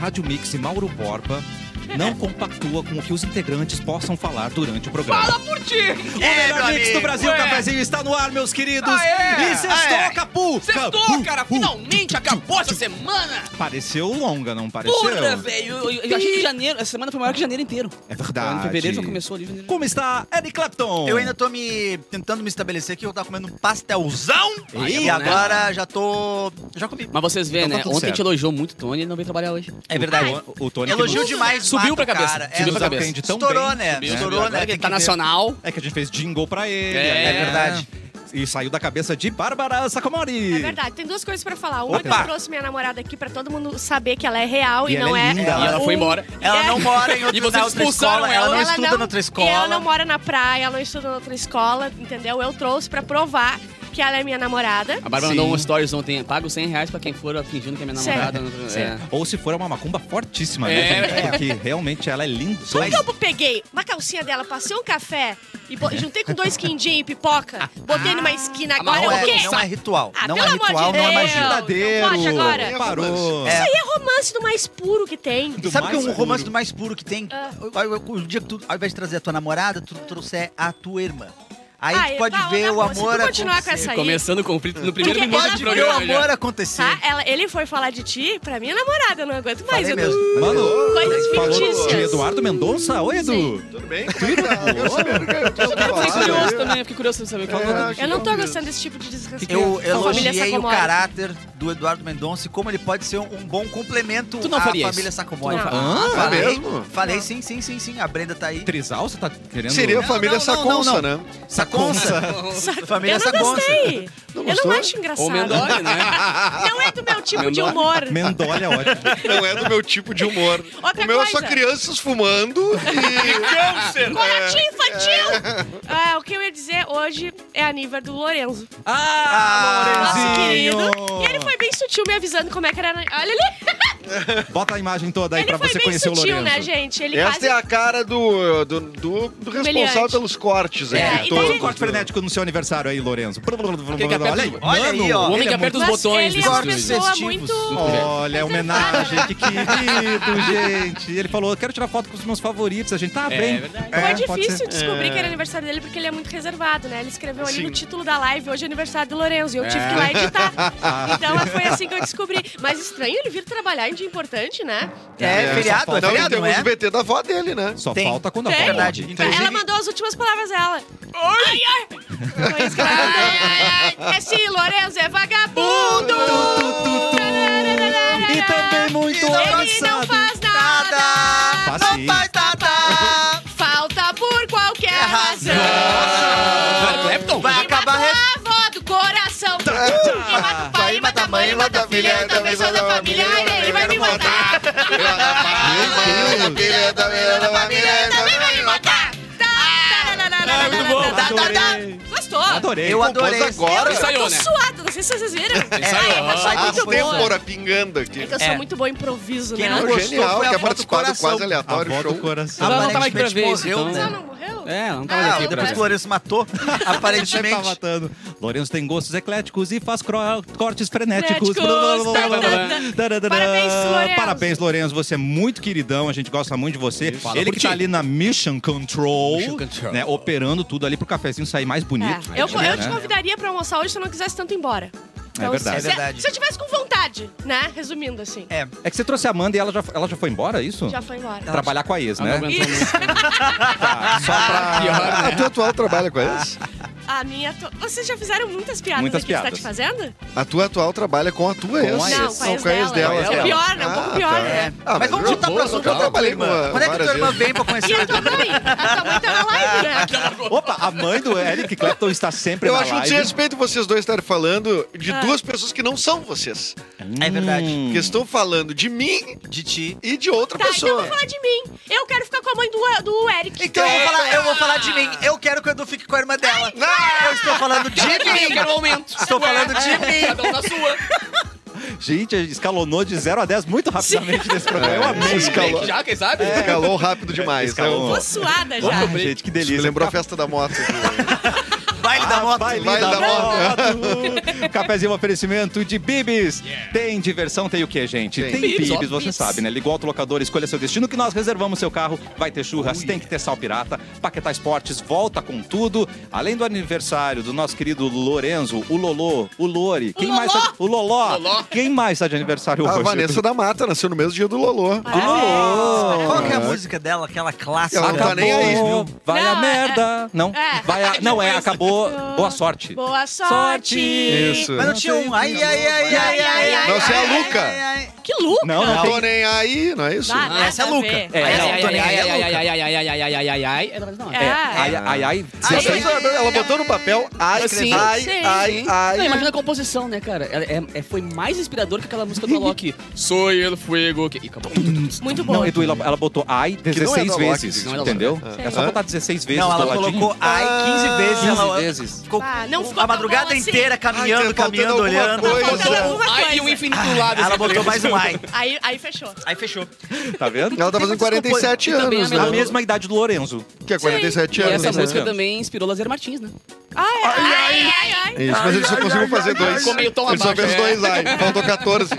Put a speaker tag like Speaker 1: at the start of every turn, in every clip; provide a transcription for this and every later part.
Speaker 1: Rádio Mix e Mauro Borba não compactua com o que os integrantes possam falar durante o programa.
Speaker 2: Fala por ti!
Speaker 1: O melhor mix É, do Brasil,
Speaker 2: Ué.
Speaker 1: o cafezinho está no ar, meus queridos.
Speaker 2: Aê.
Speaker 1: E sextou,
Speaker 3: Aê.
Speaker 1: Capu!
Speaker 2: Sextou,
Speaker 1: Capu,
Speaker 2: cara!
Speaker 1: Capu.
Speaker 2: Finalmente acabou essa semana!
Speaker 1: Pareceu longa, não pareceu?
Speaker 2: Porra, velho! Eu, eu, eu achei que janeiro, essa semana foi maior que janeiro inteiro.
Speaker 1: É
Speaker 2: Lá
Speaker 1: verdade.
Speaker 2: Em fevereiro já começou ali. janeiro.
Speaker 1: Como está Eric Clapton?
Speaker 3: Eu ainda tô me tentando me estabelecer que eu tava comendo um pastelzão
Speaker 2: Aí é
Speaker 3: e
Speaker 2: bom, né?
Speaker 3: agora já tô. Já comi.
Speaker 2: Mas vocês veem,
Speaker 1: Então tá
Speaker 2: né?
Speaker 1: tudo
Speaker 2: Ontem
Speaker 1: certo.
Speaker 2: te elogiou muito, Tony, ele não veio trabalhar hoje.
Speaker 3: É verdade.
Speaker 1: O, o Tony que
Speaker 3: Elogio
Speaker 1: nos-
Speaker 3: demais,
Speaker 2: Subiu
Speaker 3: mato,
Speaker 2: pra cabeça,
Speaker 3: Cara.
Speaker 2: subiu
Speaker 3: é,
Speaker 1: nos
Speaker 2: pra cabeça.
Speaker 1: atende tão
Speaker 3: Estourou,
Speaker 1: bem.
Speaker 3: né? Estourou,
Speaker 2: Agora
Speaker 3: né?
Speaker 2: que ele
Speaker 3: Tem
Speaker 2: tá
Speaker 3: que ver.
Speaker 2: nacional.
Speaker 1: É que a gente fez jingle pra ele.
Speaker 2: É.
Speaker 1: né?
Speaker 3: É verdade.
Speaker 1: E saiu da cabeça de Bárbara Sacomori.
Speaker 4: É verdade, tem duas coisas pra falar. Uma que
Speaker 1: Opa.
Speaker 4: eu trouxe minha namorada aqui pra todo mundo saber que ela é real e,
Speaker 1: E ela
Speaker 4: não
Speaker 1: é
Speaker 4: é.
Speaker 1: linda.
Speaker 2: E ela
Speaker 4: um-
Speaker 2: foi embora.
Speaker 3: Ela não mora em outra,
Speaker 2: vocês
Speaker 3: na outra
Speaker 2: expulsaram
Speaker 3: escola, ela,
Speaker 2: ela.
Speaker 3: não estuda na outra escola.
Speaker 4: Ela não mora na praia, ela não estuda na outra escola, entendeu? Eu trouxe pra provar que ela é minha namorada.
Speaker 2: A Bárbara mandou um stories ontem. Pago 100 reais pra quem for fingindo que é minha
Speaker 4: Certo.
Speaker 2: namorada. É.
Speaker 1: Certo. Ou se for é uma macumba fortíssima,
Speaker 2: É.
Speaker 1: né? Também, Porque realmente ela é linda.
Speaker 4: Como que eu peguei uma calcinha dela, passei um café e bo- juntei com dois quindinhos e pipoca, botei numa esquina agora,
Speaker 3: Não
Speaker 2: Amarrou
Speaker 4: é o
Speaker 3: é,
Speaker 4: quê?
Speaker 3: não é ritual.
Speaker 4: Ah,
Speaker 3: não
Speaker 4: pelo
Speaker 3: é
Speaker 4: amor de
Speaker 3: ritual, não é
Speaker 4: Deus.
Speaker 3: magia.
Speaker 1: Verdadeiro.
Speaker 4: Não pode agora.
Speaker 1: Parou.
Speaker 3: É.
Speaker 4: Isso aí é romance do mais puro que tem.
Speaker 1: Do
Speaker 3: Sabe que
Speaker 1: mais
Speaker 3: um romance
Speaker 1: puro.
Speaker 3: do mais puro que tem?
Speaker 4: Ah.
Speaker 3: O- o- O dia que tu, ao invés de trazer a tua namorada, tu trouxer a tua irmã. Aí
Speaker 4: Ah,
Speaker 3: tu pode
Speaker 4: tá,
Speaker 3: ver
Speaker 4: olha,
Speaker 3: o amor
Speaker 4: se tu continuar com
Speaker 3: acontecer.
Speaker 4: essa Tá aí,
Speaker 2: Começando o conflito no primeiro
Speaker 4: Porque
Speaker 2: minuto
Speaker 4: ela
Speaker 2: de
Speaker 3: Pode ver o
Speaker 2: programa. já.
Speaker 3: amor acontecer.
Speaker 4: tá? Ela- ele foi falar de ti, pra minha namorada, eu não aguento mais.
Speaker 3: Falei
Speaker 4: eu
Speaker 3: mesmo.
Speaker 1: É, Mano,
Speaker 4: Coisas
Speaker 1: falou de
Speaker 4: fictícias.
Speaker 1: Eduardo Mendonça? Oi, Edu.
Speaker 4: Sim.
Speaker 5: Tudo bem? Cara? Eu sou meio- eu tô
Speaker 2: Eu fiquei
Speaker 5: falando,
Speaker 2: curioso
Speaker 5: né?
Speaker 2: também, eu fiquei curioso pra saber qual
Speaker 5: É,
Speaker 2: é.
Speaker 5: acho
Speaker 4: Eu não tô
Speaker 5: que-
Speaker 4: gostando desse tipo de desrespeito.
Speaker 3: Eu
Speaker 4: com a família
Speaker 3: elogiei o
Speaker 4: Sacomori.
Speaker 3: caráter do Eduardo Mendonça e como ele pode ser um, um bom complemento
Speaker 2: Tu não
Speaker 3: à
Speaker 2: faria
Speaker 3: família
Speaker 2: isso.
Speaker 3: Sacomori.
Speaker 4: Tu não
Speaker 1: fa-
Speaker 3: Ah,
Speaker 1: Ah,
Speaker 3: falei,
Speaker 5: é mesmo?
Speaker 3: falei sim, sim, sim, sim. A Brenda tá aí.
Speaker 1: Trisal, você tá querendo...
Speaker 5: Seria a
Speaker 3: Não,
Speaker 5: família
Speaker 3: não, não, não,
Speaker 5: Saconça,
Speaker 3: não.
Speaker 5: né?
Speaker 3: Saconça. Família
Speaker 4: eu não
Speaker 3: Saconça.
Speaker 4: gostei.
Speaker 5: Não
Speaker 4: eu
Speaker 5: gostou?
Speaker 4: não acho engraçado.
Speaker 2: Ou Mendonça, né?
Speaker 4: Não é do meu tipo de
Speaker 2: Mendonça.
Speaker 4: humor.
Speaker 1: Mendolha, ótimo.
Speaker 5: Não é do meu tipo de humor.
Speaker 4: Outra
Speaker 5: o meu é só
Speaker 4: coisa.
Speaker 5: crianças fumando e...
Speaker 2: Câncer!
Speaker 5: É.
Speaker 4: Coratinho infantil! Ah, o que eu ia dizer hoje é a nível do Lorenzo.
Speaker 1: Ah,
Speaker 3: Ah,
Speaker 4: Nosso
Speaker 1: Lorenzinho!
Speaker 4: querido. E ele foi bem sutil me avisando como é que era. Olha ali!
Speaker 1: Bota a imagem toda aí
Speaker 4: Ele
Speaker 1: pra
Speaker 4: foi
Speaker 1: você
Speaker 4: bem
Speaker 1: conhecer o
Speaker 4: sutil,
Speaker 1: Lorenzo.
Speaker 4: né, gente? Ele
Speaker 5: Esta
Speaker 4: quase.
Speaker 5: é a cara do, do, do- do responsável
Speaker 4: Meliante.
Speaker 5: pelos cortes
Speaker 4: É,
Speaker 5: aqui.
Speaker 4: e
Speaker 1: Faz
Speaker 5: todos,
Speaker 1: um corte
Speaker 5: né?
Speaker 1: frenético no seu aniversário aí, Lorenzo.
Speaker 2: que aperta
Speaker 1: Olha aí,
Speaker 2: os-
Speaker 3: Olha aí, ó.
Speaker 2: O homem
Speaker 3: Ele
Speaker 2: que
Speaker 3: é
Speaker 2: aperta os
Speaker 4: Mas
Speaker 2: botões
Speaker 4: ele é uma
Speaker 2: desses
Speaker 3: cortes
Speaker 2: dois.
Speaker 4: pessoa
Speaker 3: festivos.
Speaker 4: muito.
Speaker 1: Olha, é homenagem, que querido, gente. Ele falou, quero tirar foto com os meus favoritos. A gente tá
Speaker 2: É
Speaker 1: bem.
Speaker 2: verdade.
Speaker 4: Foi
Speaker 1: pode ser.
Speaker 4: Então difícil descobrir
Speaker 5: É.
Speaker 4: que era aniversário dele porque ele é muito reservado, né? Ele escreveu ali
Speaker 5: Sim.
Speaker 4: no título da live, hoje é aniversário do Lourenço, e eu tive que ir lá editar. Então foi assim que eu descobri. Mas estranho ele vir trabalhar em dia importante, né?
Speaker 3: É,
Speaker 1: É,
Speaker 3: feriado,
Speaker 1: só falta-
Speaker 3: é
Speaker 5: Não, um e
Speaker 3: feriado, não
Speaker 5: temos
Speaker 3: é?
Speaker 5: o VT da avó dele, né?
Speaker 1: Só
Speaker 3: Tem.
Speaker 1: falta quando a
Speaker 4: Tem.
Speaker 1: avó
Speaker 3: Verdade.
Speaker 1: morre.
Speaker 3: Inclusive-
Speaker 4: Ela mandou as últimas palavras dela. Ai, ai! Foi isso que ela mandou. Ai, ai, Esse Lourenço é vagabundo!
Speaker 1: E também muito
Speaker 4: Ele não
Speaker 1: avançado.
Speaker 4: faz
Speaker 3: Nada,
Speaker 4: nada!
Speaker 1: Faz
Speaker 3: não
Speaker 1: sim.
Speaker 3: faz nada.
Speaker 4: Falta por qualquer
Speaker 3: É
Speaker 4: razão!
Speaker 2: Vai, Clapton.
Speaker 3: Vai acabar...
Speaker 4: Matou
Speaker 3: Re...
Speaker 4: a avó do coração. Ele mata o pai, ele tá. mata a mãe, ele mata a filha, ele também sou da família. Ai, ele vai me matar. Ele também vai me matar. Tá, tá, tá, tá, tá, tá,
Speaker 2: muito
Speaker 4: tá,
Speaker 2: bom.
Speaker 4: tá, tá, tá, tá.
Speaker 1: Adorei.
Speaker 4: Gostou?
Speaker 1: Adorei.
Speaker 3: Eu
Speaker 5: Compôs
Speaker 3: adorei.
Speaker 5: agora.
Speaker 2: Isso aí,
Speaker 4: Tô
Speaker 2: né?
Speaker 4: suado, não sei se vocês viram.
Speaker 2: Ensaiou.
Speaker 4: Ai, eu sou
Speaker 3: Ah,
Speaker 5: A
Speaker 4: muito boa.
Speaker 5: têmpora pingando aqui.
Speaker 4: É que eu sou
Speaker 3: É.
Speaker 4: muito boa em improviso,
Speaker 3: Quem
Speaker 4: né?
Speaker 3: não
Speaker 5: Não,
Speaker 3: gostou
Speaker 5: genial,
Speaker 3: foi a
Speaker 5: quer
Speaker 3: voto
Speaker 5: participar do
Speaker 3: coração.
Speaker 5: quase
Speaker 1: A
Speaker 5: aleatório
Speaker 1: avó do
Speaker 5: show.
Speaker 1: coração.
Speaker 2: Ela não tava aqui pra
Speaker 3: Aparentemente
Speaker 2: ver isso,
Speaker 3: morreu,
Speaker 2: então,
Speaker 3: né?
Speaker 4: Não morreu?
Speaker 2: É, ela não tava
Speaker 3: Ah,
Speaker 2: aqui pra
Speaker 3: depois
Speaker 2: ver.
Speaker 3: que o Lourenço matou,
Speaker 1: Tá
Speaker 3: aparentemente.
Speaker 1: matando. Lourenço tem gostos ecléticos e faz cro- cortes frenéticos.
Speaker 4: Frenéticos. Tá, tá, tá. Parabéns, Lourenço.
Speaker 1: Parabéns, Lourenço. Você é muito queridão. A gente gosta muito de você.
Speaker 2: Fala
Speaker 1: Ele
Speaker 2: por
Speaker 1: que
Speaker 2: ti.
Speaker 1: tá ali na Mission Control,
Speaker 2: Mission Control.
Speaker 1: né, operando tudo ali pro cafezinho sair mais bonito.
Speaker 4: É. Eu, eu
Speaker 1: né?
Speaker 4: te convidaria pra almoçar hoje se eu não quisesse tanto ir embora. Então,
Speaker 1: verdade.
Speaker 4: Se,
Speaker 3: É verdade.
Speaker 4: se eu tivesse com vontade, né? Resumindo assim.
Speaker 3: É,
Speaker 1: É que você trouxe a Amanda e ela já, ela já foi embora, é isso?
Speaker 4: Já foi embora.
Speaker 1: Trabalhar com a ex,
Speaker 2: Ah, não
Speaker 1: né?
Speaker 2: aguentou
Speaker 4: Isso.
Speaker 2: muito.
Speaker 1: Tá, só
Speaker 3: Ah,
Speaker 1: pra...
Speaker 2: Pior,
Speaker 5: Ah. A
Speaker 2: né?
Speaker 5: tua atual trabalha com esse?
Speaker 4: A minha. To... Vocês já fizeram muitas piadas
Speaker 1: Muitas
Speaker 4: aqui que você tá
Speaker 1: piadas.
Speaker 4: te fazendo?
Speaker 5: A tua atual trabalha com a tua ex.
Speaker 1: a ex.
Speaker 4: Não, com a ex dela.
Speaker 5: dela.
Speaker 4: É pior, né? Um
Speaker 1: Ah,
Speaker 4: pouco pior,
Speaker 1: tá.
Speaker 4: né?
Speaker 3: é. Mas vamos voltar pro assunto
Speaker 5: Eu
Speaker 3: da tua
Speaker 5: trabalhei com
Speaker 3: irmã.
Speaker 5: uma-
Speaker 3: Quando é que tua
Speaker 5: várias
Speaker 3: irmã
Speaker 5: vezes.
Speaker 3: vem pra conhecer
Speaker 4: E
Speaker 3: o
Speaker 4: a tua
Speaker 3: Eduardo?
Speaker 4: mãe? A tua mãe tá na live, né?
Speaker 1: Opa, a mãe do Eric Clapton está sempre
Speaker 5: Eu
Speaker 1: na
Speaker 5: acho um
Speaker 1: live.
Speaker 5: desrespeito vocês dois estarem falando de
Speaker 4: Ah.
Speaker 5: duas pessoas que não são vocês.
Speaker 3: É verdade.
Speaker 1: Hum.
Speaker 5: Que estão falando de mim
Speaker 3: De ti.
Speaker 5: e de outra
Speaker 4: Tá, então
Speaker 5: pessoa.
Speaker 4: vou falar de mim. Eu quero ficar com a mãe do, do Eric.
Speaker 3: Então eu vou, falar, eu vou falar de mim. Eu quero que o Edu fique com a irmã dela. Eu estou falando de
Speaker 2: Eu
Speaker 3: mim.
Speaker 2: quero um aumento.
Speaker 3: Estou falando de mim.
Speaker 2: Cada um na sua.
Speaker 1: Gente, escalonou de 0 a 10 muito rapidamente nesse programa. Eu amei.
Speaker 5: Escalou,
Speaker 2: Já, quem sabe?
Speaker 5: É. escalou rápido demais. né?
Speaker 1: Escalou.
Speaker 4: Tô suada já.
Speaker 1: Ah, gente, que
Speaker 5: Isso me
Speaker 1: delícia. Tá
Speaker 5: lembrou a festa Ah, da moto.
Speaker 3: Baile da moto.
Speaker 1: Baile
Speaker 5: Baile
Speaker 1: da
Speaker 5: da
Speaker 1: moto. Cafézinho é um oferecimento de Bibis. Tem diversão, tem o que, gente?
Speaker 5: Tem.
Speaker 1: Tem
Speaker 2: Bibis,
Speaker 1: Bibis,
Speaker 2: ó,
Speaker 1: você
Speaker 4: Bibis.
Speaker 1: sabe, né? Liga o autolocador, escolha seu destino que nós reservamos seu carro. Vai ter churras, tem que ter sal pirata. Paquetá Esportes volta com tudo. Além do aniversário do nosso querido Lorenzo, o Lolô, o Lore. Quem mais? tá- o Loló. Quem mais tá de aniversário
Speaker 5: A
Speaker 1: hoje?
Speaker 5: Ah, Vanessa da Mata nasceu no mesmo dia do Lolô.
Speaker 4: Ah, Parabéns.
Speaker 3: Qual que é a
Speaker 5: Ah.
Speaker 3: música dela, aquela clássica?
Speaker 5: Ela não tá nem aí.
Speaker 1: Acabou, Vai
Speaker 4: Não,
Speaker 1: a
Speaker 4: é-
Speaker 1: merda. Não.
Speaker 4: é.
Speaker 1: Vai a- não, é, acabou. Boa sorte.
Speaker 4: Boa sorte!
Speaker 1: Sorte.
Speaker 5: Isso.
Speaker 3: Mas não tinha um. Ai, ai, ai, ai, ai, ai.
Speaker 5: Não, você é a
Speaker 3: ai,
Speaker 5: Luca.
Speaker 3: ai, ai.
Speaker 4: Que louca!
Speaker 1: Não, não
Speaker 5: Não
Speaker 1: tem.
Speaker 5: tô nem aí, não é isso?
Speaker 4: Vá, nada
Speaker 3: essa é
Speaker 4: a
Speaker 3: Luca.
Speaker 4: ver.
Speaker 1: É,
Speaker 4: Ai,
Speaker 1: não,
Speaker 4: ai,
Speaker 2: né?
Speaker 3: tô nem
Speaker 4: ai,
Speaker 3: aí.
Speaker 4: É.
Speaker 1: Ai, ai, ai.
Speaker 5: Se a
Speaker 3: Ai,
Speaker 5: pessoa-
Speaker 3: ai,
Speaker 5: ela
Speaker 3: ai,
Speaker 5: botou no papel, ai,
Speaker 4: assim,
Speaker 2: Sim.
Speaker 5: ai,
Speaker 4: Sim.
Speaker 5: ai, ai.
Speaker 2: Não, imagina a composição, né, cara? Ela é- é- foi mais inspirador que aquela música do Alok. Sou eu, fuego. que- E acabou.
Speaker 4: Muito bom.
Speaker 1: Não, Edu, ela, ela botou ai
Speaker 5: é
Speaker 1: 16
Speaker 5: do Alok,
Speaker 1: vezes,
Speaker 2: não é do Alok.
Speaker 1: entendeu?
Speaker 5: Ah.
Speaker 1: É. só botar 16 vezes
Speaker 3: Não,
Speaker 1: do
Speaker 3: ela
Speaker 1: ladinho.
Speaker 3: colocou ai 15 Ah. vezes.
Speaker 1: 15
Speaker 3: ela
Speaker 1: vezes.
Speaker 3: Ficou
Speaker 4: Ah, não ficou
Speaker 3: a
Speaker 4: tão
Speaker 3: madrugada
Speaker 4: bom assim.
Speaker 3: inteira
Speaker 5: Ai,
Speaker 3: caminhando,
Speaker 5: tá faltando
Speaker 3: caminhando,
Speaker 5: alguma
Speaker 3: olhando.
Speaker 5: coisa.
Speaker 4: Tá faltando alguma
Speaker 2: Ai, e
Speaker 4: coisa.
Speaker 2: o infinito do lado.
Speaker 3: Ela
Speaker 2: assim,
Speaker 3: botou mais um ai.
Speaker 4: Aí, aí fechou.
Speaker 3: Aí fechou.
Speaker 1: Tá vendo?
Speaker 5: Ela tá fazendo 47
Speaker 2: também
Speaker 5: anos,
Speaker 2: a
Speaker 1: A
Speaker 5: né?
Speaker 2: Melody.
Speaker 1: mesma idade do Lorenzo.
Speaker 5: Que é 47
Speaker 2: E
Speaker 5: anos.
Speaker 2: essa
Speaker 5: né?
Speaker 2: música também inspirou Lazer Martins, né?
Speaker 4: Ai, ai, ai, ai.
Speaker 5: Isso, mas ele só conseguiu fazer dois.
Speaker 2: Ficou meio tom
Speaker 5: ele só
Speaker 2: abaixo,
Speaker 5: fez
Speaker 2: é.
Speaker 5: dois, ai. Faltou 14.